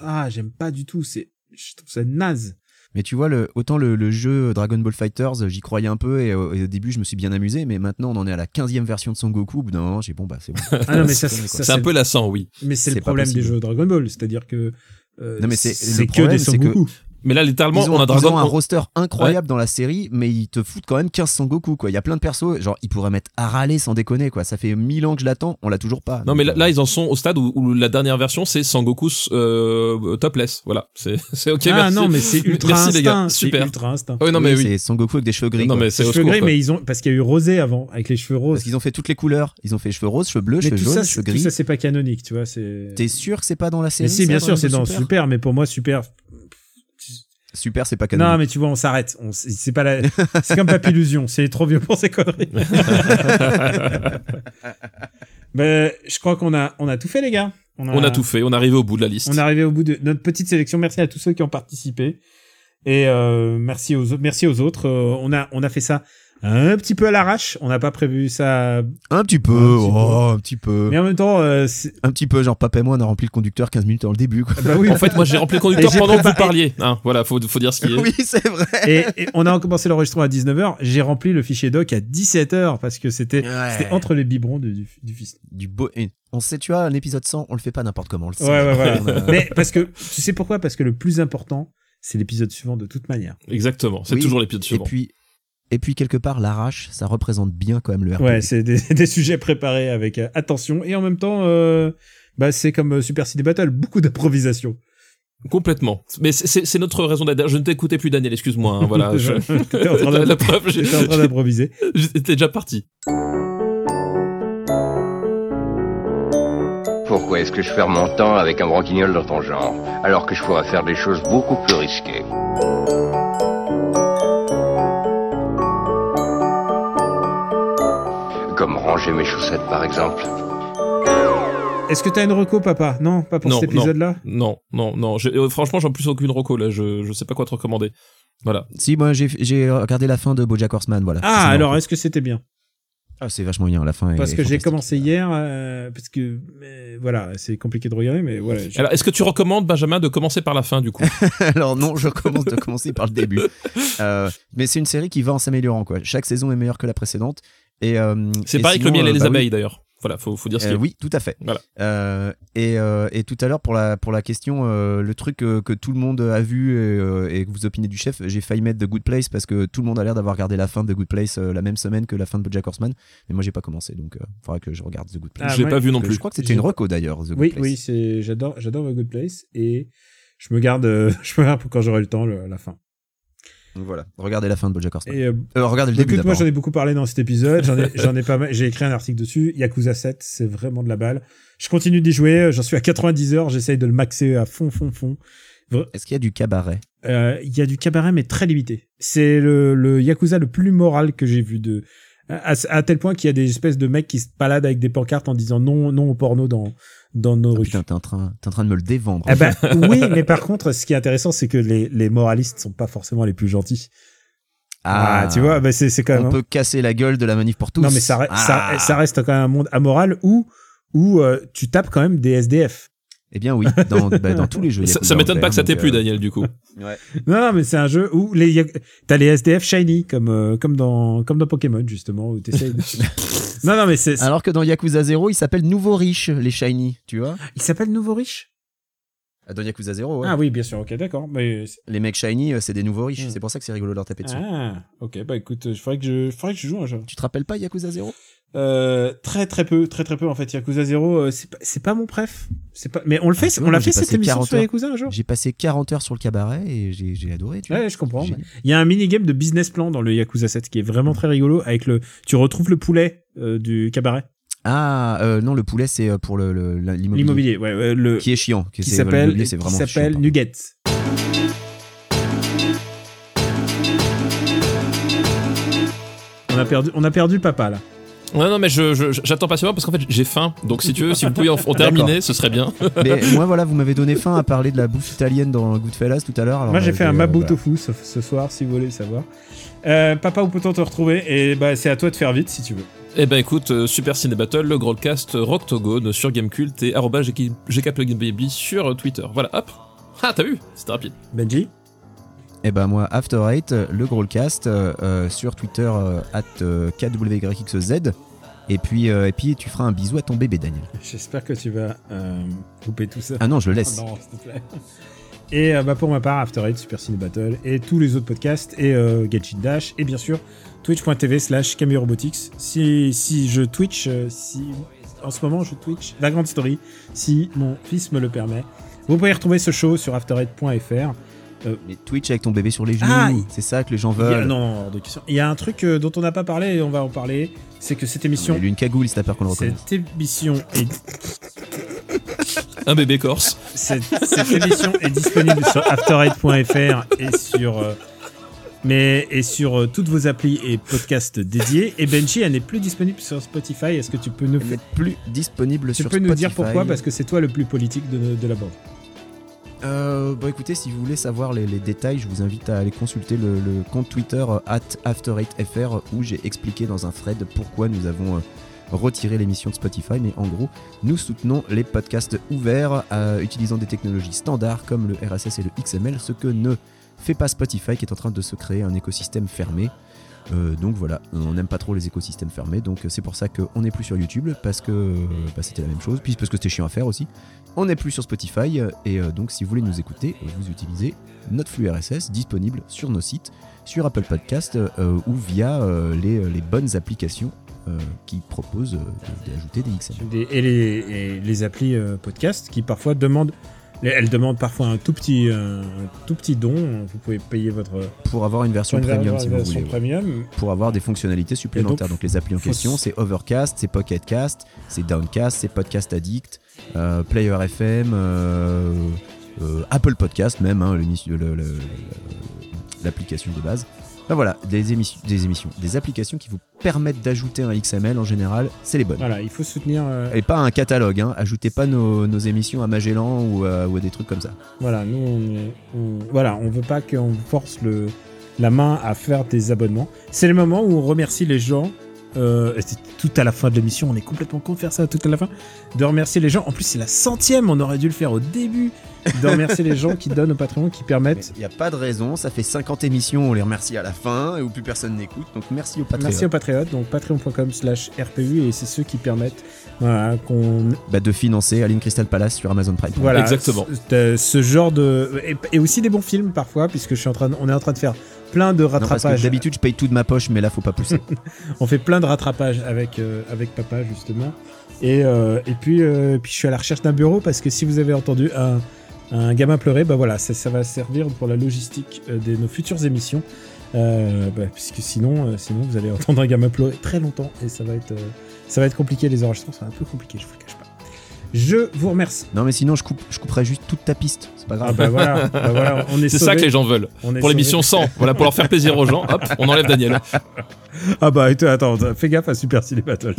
[SPEAKER 4] ah, j'aime pas du tout. C'est je trouve ça naze.
[SPEAKER 5] Mais tu vois, le, autant le, le jeu Dragon Ball Fighters, j'y croyais un peu et, au- et au début je me suis bien amusé, mais maintenant on en est à la 15e version de Son Goku. Au bout d'un moment, j'ai dit, bon, bah c'est bon.
[SPEAKER 4] Ah non, mais ça,
[SPEAKER 5] C'est
[SPEAKER 4] ça,
[SPEAKER 6] C'est un peu lassant, oui.
[SPEAKER 4] Mais c'est le
[SPEAKER 5] C'est pas
[SPEAKER 4] problème des
[SPEAKER 5] possible.
[SPEAKER 4] jeux Dragon Ball, c'est-à-dire que euh,
[SPEAKER 5] Non, mais c'est-
[SPEAKER 4] c'est
[SPEAKER 5] le
[SPEAKER 4] que
[SPEAKER 5] problème,
[SPEAKER 4] des
[SPEAKER 5] c'est
[SPEAKER 4] Son
[SPEAKER 5] que-
[SPEAKER 4] Goku.
[SPEAKER 6] Mais là, littéralement,
[SPEAKER 5] ils ont,
[SPEAKER 6] on a
[SPEAKER 5] ils
[SPEAKER 6] Dragon
[SPEAKER 5] ont un roster incroyable dans la série, mais ils te foutent quand même 15 Son Goku, quoi. Il y a plein de persos, genre ils pourraient mettre Arale sans déconner, quoi. Ça fait 1000 ans que je l'attends, on l'a toujours pas.
[SPEAKER 6] Non
[SPEAKER 5] Donc,
[SPEAKER 6] mais là,
[SPEAKER 5] euh,
[SPEAKER 6] là, ils en sont au stade où, où la dernière version c'est Sangoku euh, topless. Voilà, c'est c'est ok.
[SPEAKER 4] ah
[SPEAKER 6] merci.
[SPEAKER 4] non, mais c'est ultra
[SPEAKER 6] Merci, les gars.
[SPEAKER 4] instinct, c'est
[SPEAKER 6] Super.
[SPEAKER 4] ultra instinct.
[SPEAKER 6] Ah oui, non mais
[SPEAKER 5] oui,
[SPEAKER 6] oui.
[SPEAKER 5] c'est Son Goku avec des cheveux gris.
[SPEAKER 6] Non
[SPEAKER 5] quoi.
[SPEAKER 6] mais c'est
[SPEAKER 4] Les
[SPEAKER 6] au
[SPEAKER 4] cheveux
[SPEAKER 6] secours.
[SPEAKER 4] gris,
[SPEAKER 6] quoi.
[SPEAKER 4] mais ils ont parce qu'il y a eu rosé avant avec les cheveux roses.
[SPEAKER 5] Parce qu'ils ont fait toutes les couleurs. Ils ont fait cheveux roses, cheveux bleus,
[SPEAKER 4] mais
[SPEAKER 5] cheveux
[SPEAKER 4] tout
[SPEAKER 5] jaunes,
[SPEAKER 4] ça, c'est-
[SPEAKER 5] cheveux
[SPEAKER 4] tout
[SPEAKER 5] gris.
[SPEAKER 4] ça, c'est pas canonique, tu vois. C'est.
[SPEAKER 5] T'es sûr que c'est pas dans la
[SPEAKER 4] Mais
[SPEAKER 5] série
[SPEAKER 4] si,
[SPEAKER 5] ça,
[SPEAKER 4] bien sûr, c'est dans
[SPEAKER 5] Super.
[SPEAKER 4] super, mais pour moi, super.
[SPEAKER 5] Super, c'est pas
[SPEAKER 4] Non,
[SPEAKER 5] canon.
[SPEAKER 4] mais tu vois, on s'arrête. On... C'est c'est pas la... c'est comme Papillusion. C'est trop vieux pour ces conneries. mais je crois qu'on a, on a tout fait, les gars.
[SPEAKER 6] On a tout fait. On est arrivé au bout de la liste.
[SPEAKER 4] On est arrivé au bout de notre petite sélection. Merci à tous ceux qui ont participé. Et euh, merci, aux, au- merci aux autres. Euh, on, a, on a fait ça un petit peu à l'arrache. On n'a pas prévu ça.
[SPEAKER 5] Un petit peu,
[SPEAKER 4] Un petit peu.
[SPEAKER 5] oh, un petit peu.
[SPEAKER 4] Mais en même temps, euh, c'est-
[SPEAKER 5] Un petit peu, genre papa et moi on a rempli le conducteur 15 minutes dans le début. Quoi.
[SPEAKER 4] bah oui.
[SPEAKER 6] En fait, moi j'ai rempli le conducteur
[SPEAKER 4] Et j'ai
[SPEAKER 6] pendant que vous
[SPEAKER 4] préparé-
[SPEAKER 6] parliez. Hein, voilà, faut faut dire ce qui est.
[SPEAKER 5] oui, c'est vrai.
[SPEAKER 4] et, et on a commencé l'enregistrement à 19h. J'ai rempli le fichier doc à 17h parce que c'était
[SPEAKER 5] Ouais.
[SPEAKER 4] c'était entre les biberons du, du, du fils.
[SPEAKER 5] Du beau. et On sait, tu vois, l'épisode 100, on le fait pas n'importe comment, on le sait.
[SPEAKER 4] Ouais, ouais, voilà.
[SPEAKER 5] On a-
[SPEAKER 4] Mais parce que tu sais pourquoi Parce que le plus important, c'est l'épisode suivant de toute manière.
[SPEAKER 6] Exactement. C'est
[SPEAKER 5] Oui.
[SPEAKER 6] toujours l'épisode
[SPEAKER 5] Et
[SPEAKER 6] suivant.
[SPEAKER 5] puis, et puis quelque part, l'arrache, ça représente bien quand même
[SPEAKER 6] Ah,
[SPEAKER 5] le RPG.
[SPEAKER 4] Ouais, c'est des, des sujets préparés avec euh, attention et en même temps, euh, bah, c'est comme euh, Super City Battle, beaucoup d'improvisation.
[SPEAKER 6] Complètement. Mais c'est- c'est c'est notre raison d'être. Je ne t'écoutais plus, Daniel. Excuse-moi. hein, voilà.
[SPEAKER 4] Je-
[SPEAKER 6] je-
[SPEAKER 4] T'étais en train
[SPEAKER 6] la, la
[SPEAKER 4] d'im-
[SPEAKER 6] preuve, j'ai-
[SPEAKER 4] t'étais en train
[SPEAKER 6] j'ai-
[SPEAKER 4] d'improviser.
[SPEAKER 6] j'étais déjà parti.
[SPEAKER 8] Pourquoi est-ce que je perds mon temps avec un branquignol dans ton genre, alors que je pourrais faire des choses beaucoup plus risquées Comme ranger mes chaussettes, par exemple.
[SPEAKER 4] Est-ce que t'as une reco, papa Non, pas pour
[SPEAKER 6] Non,
[SPEAKER 4] cet
[SPEAKER 6] non.
[SPEAKER 4] épisode-là.
[SPEAKER 6] Non, non, non. J'ai- euh, Franchement, j'en plus aucune reco là. Je je sais pas quoi te recommander. Voilà.
[SPEAKER 5] Si, moi j'ai- j'ai regardé la fin de Bojack Horseman, voilà. C'est
[SPEAKER 4] Ah,
[SPEAKER 5] ça,
[SPEAKER 4] alors
[SPEAKER 5] en fait.
[SPEAKER 4] est-ce que c'était bien
[SPEAKER 5] Ah, c'est vachement bien, la fin. est
[SPEAKER 4] Parce que j'ai
[SPEAKER 5] fantastique.
[SPEAKER 4] commencé hier, euh, parce que euh, voilà, c'est compliqué de regarder, mais voilà. j'ai-
[SPEAKER 6] Alors, est-ce que tu recommandes Benjamin de commencer par la fin du coup
[SPEAKER 5] Alors non, je commence de commencer par le début. Euh, mais c'est une série qui va en s'améliorant quoi. Chaque saison est meilleure que la précédente. Et euh,
[SPEAKER 6] C'est
[SPEAKER 5] et
[SPEAKER 6] pareil que le
[SPEAKER 5] sinon,
[SPEAKER 6] miel et
[SPEAKER 5] euh,
[SPEAKER 6] les
[SPEAKER 5] bah oui.
[SPEAKER 6] abeilles d'ailleurs. Voilà, faut faut dire ce
[SPEAKER 5] Euh,
[SPEAKER 6] qui est.
[SPEAKER 5] oui, tout à fait.
[SPEAKER 6] Voilà.
[SPEAKER 5] Euh, et, euh, et tout à l'heure, pour la, pour la question, euh, le truc euh, que tout le monde a vu et, euh, et que vous opinez du chef, j'ai failli mettre The Good Place parce que tout le monde a l'air d'avoir regardé la fin de The Good Place euh, la même semaine que la fin de BoJack Horseman. Mais moi, j'ai pas commencé, donc il faudra que je regarde The Good Place.
[SPEAKER 4] Ah,
[SPEAKER 6] je l'ai
[SPEAKER 4] moi,
[SPEAKER 6] pas vu non
[SPEAKER 5] Euh,
[SPEAKER 6] plus.
[SPEAKER 5] Je crois que c'était
[SPEAKER 4] J'ai-
[SPEAKER 5] une reco d'ailleurs, The Good
[SPEAKER 4] oui,
[SPEAKER 5] Place.
[SPEAKER 4] oui, c'est j'adore, j'adore The Good Place et je me garde, euh, je me garde pour quand j'aurai le temps, le- la fin.
[SPEAKER 5] Donc voilà, regardez la fin de BoJack Horseman.
[SPEAKER 4] Et euh,
[SPEAKER 5] Euh, regardez le début
[SPEAKER 4] écoute, moi
[SPEAKER 5] d'abord.
[SPEAKER 4] j'en ai beaucoup parlé dans cet épisode, j'en ai, j'en ai pas mal, j'ai écrit un article dessus. Yakuza 7, c'est vraiment de la balle. Je continue d'y jouer, euh, j'en suis à 90 heures, j'essaye de le maxer à fond, fond, fond.
[SPEAKER 5] Est-ce qu'il y a du cabaret
[SPEAKER 4] Euh, il y a du cabaret mais très limité. C'est le, le yakuza le plus moral que j'ai vu de à, à tel point qu'il y a des espèces de mecs qui se baladent avec des pancartes en disant non non au porno dans dans nos
[SPEAKER 5] Ah,
[SPEAKER 4] rues.
[SPEAKER 5] Putain, t'es en, train, t'es en train de me le dévendre.
[SPEAKER 4] Ah bah, oui, mais par contre, ce qui est intéressant, c'est que les, les moralistes sont pas forcément les plus gentils.
[SPEAKER 5] Ah,
[SPEAKER 4] tu vois, bah c'est c'est quand même.
[SPEAKER 5] On peut casser la gueule de la manif pour tous.
[SPEAKER 4] Non, mais ça, re-
[SPEAKER 5] Ah.
[SPEAKER 4] ça, ça reste quand même un monde amoral où où euh, tu tapes quand même des SDF.
[SPEAKER 5] Eh bien oui, dans, bah, dans tous les jeux.
[SPEAKER 6] Ça,
[SPEAKER 5] Yakuza,
[SPEAKER 6] ça m'étonne
[SPEAKER 5] en
[SPEAKER 6] pas que ça
[SPEAKER 5] fait,
[SPEAKER 6] t'ait
[SPEAKER 5] donc,
[SPEAKER 6] plu,
[SPEAKER 5] euh,
[SPEAKER 6] Daniel, du coup.
[SPEAKER 4] Non, non, mais c'est un jeu où les yak- t'as les SDF shiny comme euh, comme dans comme dans Pokémon justement où t'essayes. de- non, non, mais c'est c'est-
[SPEAKER 5] Alors que dans Yakuza 0, ils s'appellent Nouveau Riche, les Shiny, tu vois
[SPEAKER 4] Il s'appelle Nouveau Riche
[SPEAKER 5] Ah, Dans Yakuza 0, ouais.
[SPEAKER 4] Ah oui, bien sûr, ok, d'accord. Mais... c'est-
[SPEAKER 5] Les mecs Shiny, euh, c'est des nouveaux riches.
[SPEAKER 4] Mm.
[SPEAKER 5] C'est pour ça que c'est rigolo de leur taper dessus.
[SPEAKER 4] Ah, ok, bah écoute, il faudrait que je, faudrait que je joue un jeu.
[SPEAKER 5] Tu te rappelles pas Yakuza 0
[SPEAKER 4] Euh, très très peu, très très peu en fait. Yakuza 0, euh, c'est pas, c'est pas mon préf. C'est pas... Mais on le fait,
[SPEAKER 5] tu
[SPEAKER 4] on
[SPEAKER 5] vois,
[SPEAKER 4] l'a
[SPEAKER 5] moi,
[SPEAKER 4] fait
[SPEAKER 5] Ah, j'ai
[SPEAKER 4] cette
[SPEAKER 5] passé
[SPEAKER 4] émission
[SPEAKER 5] 40
[SPEAKER 4] sur
[SPEAKER 5] heures.
[SPEAKER 4] Yakuza un jour
[SPEAKER 5] J'ai passé 40 heures sur le cabaret et j'ai j'ai adoré, tu vois.
[SPEAKER 4] Ouais, je comprends.
[SPEAKER 5] J'ai-
[SPEAKER 4] mais- Il y a un minigame de business plan dans le Yakuza 7 qui est vraiment très rigolo avec le. Tu retrouves le poulet euh, du cabaret.
[SPEAKER 5] Ah, euh, non, le poulet, c'est euh, pour le- le- la- l'immobilier.
[SPEAKER 4] L'immobilier, ouais, ouais, le.
[SPEAKER 5] Qui est chiant. Qui,
[SPEAKER 4] qui
[SPEAKER 5] c'est-
[SPEAKER 4] s'appelle
[SPEAKER 5] l'immobilier,
[SPEAKER 4] qui
[SPEAKER 5] c'est vraiment
[SPEAKER 4] s'appelle
[SPEAKER 5] chiant,
[SPEAKER 4] Nuggets. On a perdu, on a perdu papa
[SPEAKER 5] Ah
[SPEAKER 4] là.
[SPEAKER 6] Non, non, mais je, je- j'attends patiemment parce qu'en fait, j'ai faim. Donc, si tu veux, si vous pouviez en, en terminer, ce serait bien.
[SPEAKER 5] par contre. Mais moi, voilà, vous m'avez donné faim à parler de la bouffe italienne dans Goodfellas tout à l'heure. alors,
[SPEAKER 4] Moi j'ai
[SPEAKER 5] euh,
[SPEAKER 4] fait un
[SPEAKER 5] euh,
[SPEAKER 4] mabou
[SPEAKER 5] voilà.
[SPEAKER 4] tofu ce, ce soir si vous voulez le savoir. Euh, papa, où peut-on te retrouver Et bah c'est à toi de faire vite si tu veux.
[SPEAKER 6] Eh ben, écoute, euh, Super Ciné Battle, le Growlcast, euh, Rocktogone sur Gamecult et arobase GK- GKPlugBaby sur euh, Twitter. Voilà, hop. Ah, t'as vu C'était rapide.
[SPEAKER 4] Benji
[SPEAKER 5] Et ben moi, After Eight, euh, le Growlcast, euh, euh, sur Twitter, at euh, KWYXZ. Et puis, euh, et puis, tu feras un bisou à ton bébé, Daniel.
[SPEAKER 4] J'espère que tu vas euh, couper tout ça.
[SPEAKER 5] Ah non, je le laisse.
[SPEAKER 4] Non, s'il te plaît. Et euh, bah, pour ma part, After Eight, Super Cine Battle et tous les autres podcasts et euh, Get Shit Dash et bien sûr twitch.tv slash Camille Robotics. Si, si je Twitch, euh, si en ce moment je Twitch la grande story, si mon fils me le permet. Vous pouvez retrouver ce show sur aftereight.fr.
[SPEAKER 5] Mais Twitch avec ton bébé sur les genoux,
[SPEAKER 4] Ah, il-
[SPEAKER 5] c'est ça que les gens
[SPEAKER 4] Il y a-
[SPEAKER 5] veulent.
[SPEAKER 4] non, hors de question. Il y a un truc euh, dont on n'a pas parlé et on va en parler, c'est que cette
[SPEAKER 5] Il a
[SPEAKER 4] émission,
[SPEAKER 5] eu une cagoule, c'est à peur qu'on le reconnaisse.
[SPEAKER 4] cette émission est
[SPEAKER 6] Un bébé corse.
[SPEAKER 4] cette, cette émission est disponible sur afterite.fr et sur euh, mais et sur euh, toutes vos applis et podcasts dédiés. Et Benji, elle n'est plus disponible sur Spotify. Est-ce que tu peux nous
[SPEAKER 5] Elle n'est plus disponible
[SPEAKER 4] tu
[SPEAKER 5] sur
[SPEAKER 4] peux nous dire
[SPEAKER 5] Spotify.
[SPEAKER 4] pourquoi Parce que c'est toi le plus politique de, de la bande.
[SPEAKER 5] Euh, bah écoutez, si vous voulez savoir les, les détails, je vous invite à aller consulter le, le compte Twitter euh, at after8fr où j'ai expliqué dans un thread pourquoi nous avons euh, retiré l'émission de Spotify. Mais en gros, nous soutenons les podcasts ouverts euh, utilisant des technologies standards comme le RSS et le XML, ce que ne fait pas Spotify qui est en train de se créer un écosystème fermé. Euh, donc voilà, on n'aime pas trop les écosystèmes fermés, donc euh, c'est pour ça qu'on n'est plus sur YouTube, parce que euh, bah, c'était la même chose, puis parce que c'était chiant à faire aussi. On n'est plus sur Spotify euh, et euh, donc si vous voulez nous écouter, euh, vous utilisez notre flux RSS disponible sur nos sites, sur Apple Podcast euh, euh, ou via euh, les, les bonnes applications euh, qui proposent euh, de- d'ajouter des XML.
[SPEAKER 4] Des- et, les, et les applis euh, podcasts qui parfois demandent. les- Elles demandent parfois un tout petit, euh, un tout petit don. Vous pouvez payer votre
[SPEAKER 5] Pour avoir une version premium si vous
[SPEAKER 4] version
[SPEAKER 5] voulez. ouais.
[SPEAKER 4] premium.
[SPEAKER 5] Pour avoir des fonctionnalités supplémentaires. Donc, les applis en
[SPEAKER 4] faut-
[SPEAKER 5] question, c'est Overcast, c'est Pocket Cast, c'est Downcast, c'est Podcast Addict, euh, Player FM, euh, euh, Apple Podcast même, hein, l'émission- le- le- le- l'application de base. Ben voilà, des émissions, des émissions, des applications qui vous permettent d'ajouter un XML en général, c'est les bonnes.
[SPEAKER 4] Voilà, il faut soutenir. euh,
[SPEAKER 5] Et pas un catalogue, hein. ajoutez pas nos, nos émissions à Magellan ou à, ou à des trucs comme ça.
[SPEAKER 4] Voilà, nous, on, est- on- voilà, on veut pas qu'on force le, la main à faire des abonnements. C'est le moment où on remercie les gens. euh, et c'est tout à la fin de l'émission, on est complètement con de faire ça tout à la fin. De remercier les gens. En plus, c'est la centième, on aurait dû le faire au début. De remercier les gens qui donnent au Patreon, qui permettent.
[SPEAKER 5] Il n'y a pas de raison, ça fait 50 émissions, on les remercie à la fin, et où plus personne n'écoute, donc merci au Patreon.
[SPEAKER 4] Merci aux patriotes, donc patreon.com slash RPU, et c'est ceux qui permettent voilà, qu'on
[SPEAKER 5] bah, de financer Aline Crystal Palace sur Amazon Prime.
[SPEAKER 4] Voilà,
[SPEAKER 6] Exactement.
[SPEAKER 4] Ce, de- ce genre de et, et aussi des bons films parfois, puisque je suis en train, de- on est en train de faire plein de
[SPEAKER 5] Non, parce
[SPEAKER 4] rattrapages.
[SPEAKER 5] que d'habitude, je paye tout de ma poche, mais là, faut pas pousser.
[SPEAKER 4] On fait plein de rattrapages avec, euh, avec papa, justement. Et, euh, et puis, euh, et puis, je suis à la recherche d'un bureau parce que si vous avez entendu un, un gamin pleurer, bah voilà, ça, ça va servir pour la logistique euh, de nos futures émissions. Euh, bah, puisque sinon, euh, sinon, vous allez entendre un gamin pleurer très longtemps et ça va être, euh, ça va être compliqué. Les enregistrements, ça va être un peu compliqué, je vous le cache pas. Je vous remercie.
[SPEAKER 5] non, mais sinon, je, coupe, je couperai juste toute ta piste. C'est pas
[SPEAKER 4] Ah
[SPEAKER 5] grave.
[SPEAKER 4] bah voilà, bah voilà, on est
[SPEAKER 6] C'est ça que
[SPEAKER 4] sauvés.
[SPEAKER 6] les gens veulent.
[SPEAKER 4] On est
[SPEAKER 6] Pour
[SPEAKER 4] sauvés.
[SPEAKER 6] l'émission 100. Voilà, pour leur faire plaisir aux gens. Hop, on enlève Daniel.
[SPEAKER 4] Ah bah attends, attends, fais gaffe à Super Ciné Battle.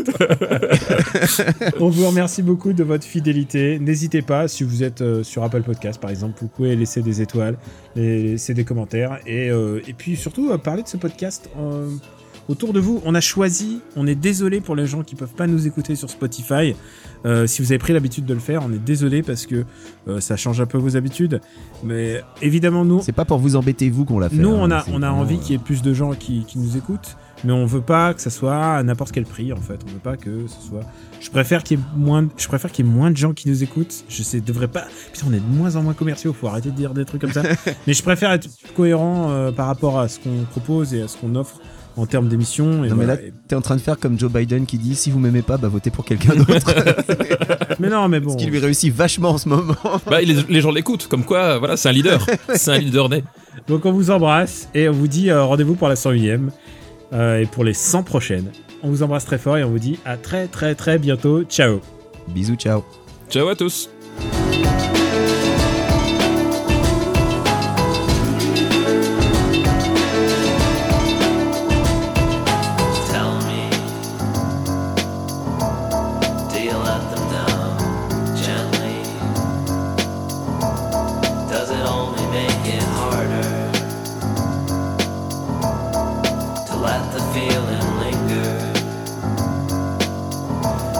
[SPEAKER 4] On vous remercie beaucoup de votre fidélité. N'hésitez pas, si vous êtes euh, sur Apple Podcast par exemple, vous pouvez laisser des étoiles, et laisser des commentaires et, euh, et puis surtout euh, parler de ce podcast euh, autour de vous. On a choisi, on est désolé pour les gens qui peuvent pas nous écouter sur Spotify. Euh, si vous avez pris l'habitude de le faire, on est désolé parce que euh, ça change un peu vos habitudes. Mais évidemment, nous,
[SPEAKER 5] C'est pas pour vous embêter, vous, qu'on l'a fait.
[SPEAKER 4] nous,
[SPEAKER 5] hein.
[SPEAKER 4] on a,
[SPEAKER 5] C'est
[SPEAKER 4] on a
[SPEAKER 5] vraiment,
[SPEAKER 4] envie
[SPEAKER 5] euh,
[SPEAKER 4] qu'il y ait plus de gens qui, qui nous écoutent, mais on veut pas que ça soit à n'importe quel prix, en fait. On veut pas que ce soit. Je préfère qu'il y ait moins, de- je préfère qu'il y ait moins de gens qui nous écoutent. Je sais, devrais pas. Putain, on est de moins en moins commerciaux. Faut arrêter de dire des trucs comme ça. mais je préfère être cohérent euh, par rapport à ce qu'on propose et à ce qu'on offre en termes d'émissions. et
[SPEAKER 5] Non, mais
[SPEAKER 4] voilà.
[SPEAKER 5] là, t'es en train de faire comme Joe Biden qui dit si vous m'aimez pas, bah votez pour quelqu'un d'autre.
[SPEAKER 4] Et- mais non, mais bon.
[SPEAKER 5] Ce qui lui réussit vachement en ce moment.
[SPEAKER 6] Bah, les, les gens l'écoutent. Comme quoi, voilà, c'est un leader. C'est un leader né.
[SPEAKER 4] Donc on vous embrasse et on vous dit euh, rendez-vous pour la 101e euh, et pour les 100 prochaines. On vous embrasse très fort et on vous dit à très très très bientôt. Ciao.
[SPEAKER 5] Bisous, ciao.
[SPEAKER 6] Ciao à tous.
[SPEAKER 9] Tell me, do you let them down gently? Does it only make it harder to let the feeling linger?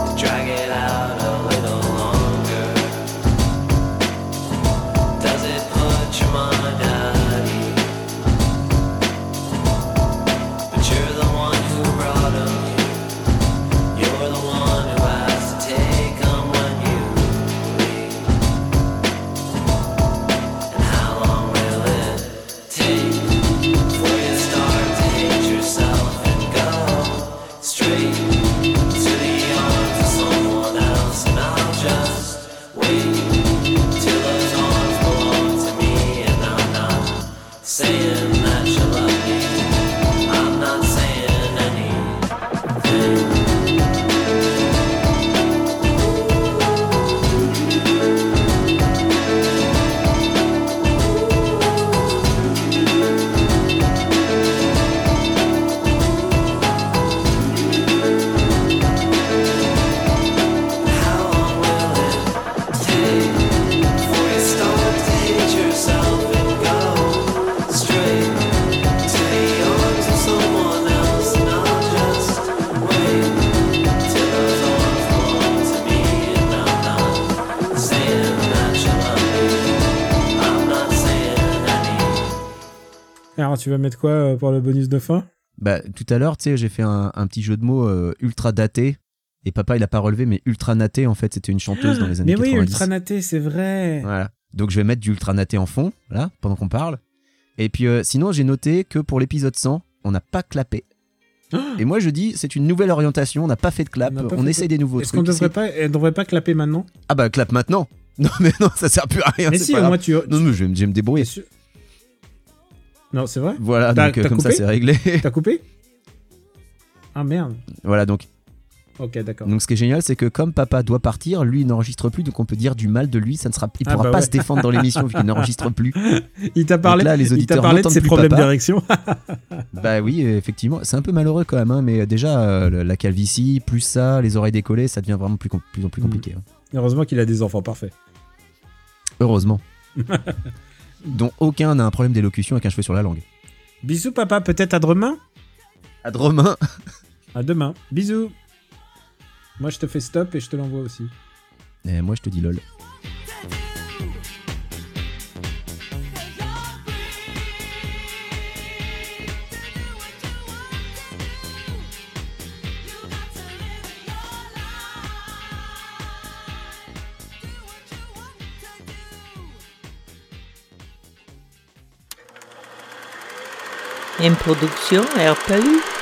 [SPEAKER 9] To drag it out a little longer? Does it
[SPEAKER 4] Alors, tu vas mettre quoi euh, pour le bonus de fin
[SPEAKER 5] Bah, tout à l'heure, tu sais, j'ai fait un, un petit jeu de mots euh, ultra daté. Et papa, il a pas relevé, mais ultra naté, en fait, c'était une chanteuse dans les années
[SPEAKER 4] Mais oui,
[SPEAKER 5] 90.
[SPEAKER 4] ultra naté, c'est vrai.
[SPEAKER 5] Voilà. Donc je vais mettre du ultra naté en fond, là, pendant qu'on parle. Et puis euh, sinon, j'ai noté que pour l'épisode 100, on n'a pas clapé. Et moi je dis, c'est une nouvelle orientation, on n'a pas fait de clap,
[SPEAKER 4] On n'a
[SPEAKER 5] on,
[SPEAKER 4] pas fait de-
[SPEAKER 5] essaye des nouveaux
[SPEAKER 4] Est-ce
[SPEAKER 5] trucs.
[SPEAKER 4] qu'on devrait
[SPEAKER 5] ici.
[SPEAKER 4] pas, elle devrait pas clapper maintenant
[SPEAKER 5] Ah bah clap maintenant Non mais non, ça sert plus à rien.
[SPEAKER 4] Mais
[SPEAKER 5] Ah, c'est
[SPEAKER 4] si,
[SPEAKER 5] pas
[SPEAKER 4] au
[SPEAKER 5] grave.
[SPEAKER 4] moins tu.
[SPEAKER 5] Non, mais je vais, me- je vais me débrouiller.
[SPEAKER 4] Non, c'est vrai
[SPEAKER 5] Voilà,
[SPEAKER 4] T'as-
[SPEAKER 5] donc euh,
[SPEAKER 4] t'as
[SPEAKER 5] comme ça
[SPEAKER 4] coupé
[SPEAKER 5] c'est réglé.
[SPEAKER 4] T'as coupé Ah merde.
[SPEAKER 5] voilà, donc,
[SPEAKER 4] Ok, d'accord.
[SPEAKER 5] donc ce qui est génial, c'est que comme papa doit partir, lui il n'enregistre plus, donc on peut dire du mal de lui, ça ne sera, il
[SPEAKER 4] Ah
[SPEAKER 5] pourra
[SPEAKER 4] bah
[SPEAKER 5] pas
[SPEAKER 4] ouais.
[SPEAKER 5] se défendre dans l'émission vu qu'il n'enregistre plus.
[SPEAKER 4] Il t'a parlé,
[SPEAKER 5] Donc là, les
[SPEAKER 4] il t'a
[SPEAKER 5] auditeurs
[SPEAKER 4] parlé de
[SPEAKER 5] n'entendent
[SPEAKER 4] ses
[SPEAKER 5] plus
[SPEAKER 4] problèmes
[SPEAKER 5] papa.
[SPEAKER 4] d'érection.
[SPEAKER 5] Bah oui, effectivement, c'est un peu malheureux quand même, hein, mais déjà euh, le- la calvitie, plus ça, les oreilles décollées, ça devient vraiment plus, com- plus en plus
[SPEAKER 4] Mm.
[SPEAKER 5] compliqué. hein.
[SPEAKER 4] Heureusement qu'il a des enfants parfaits.
[SPEAKER 5] Heureusement. Dont aucun n'a un problème d'élocution avec un cheveu sur la langue.
[SPEAKER 4] Bisous, papa. Peut-être à demain
[SPEAKER 5] À Romain
[SPEAKER 4] À demain. Bisous. Moi, je te fais stop et je te l'envoie aussi.
[SPEAKER 5] Eh, Moi je te dis lol.
[SPEAKER 10] Une production RPU.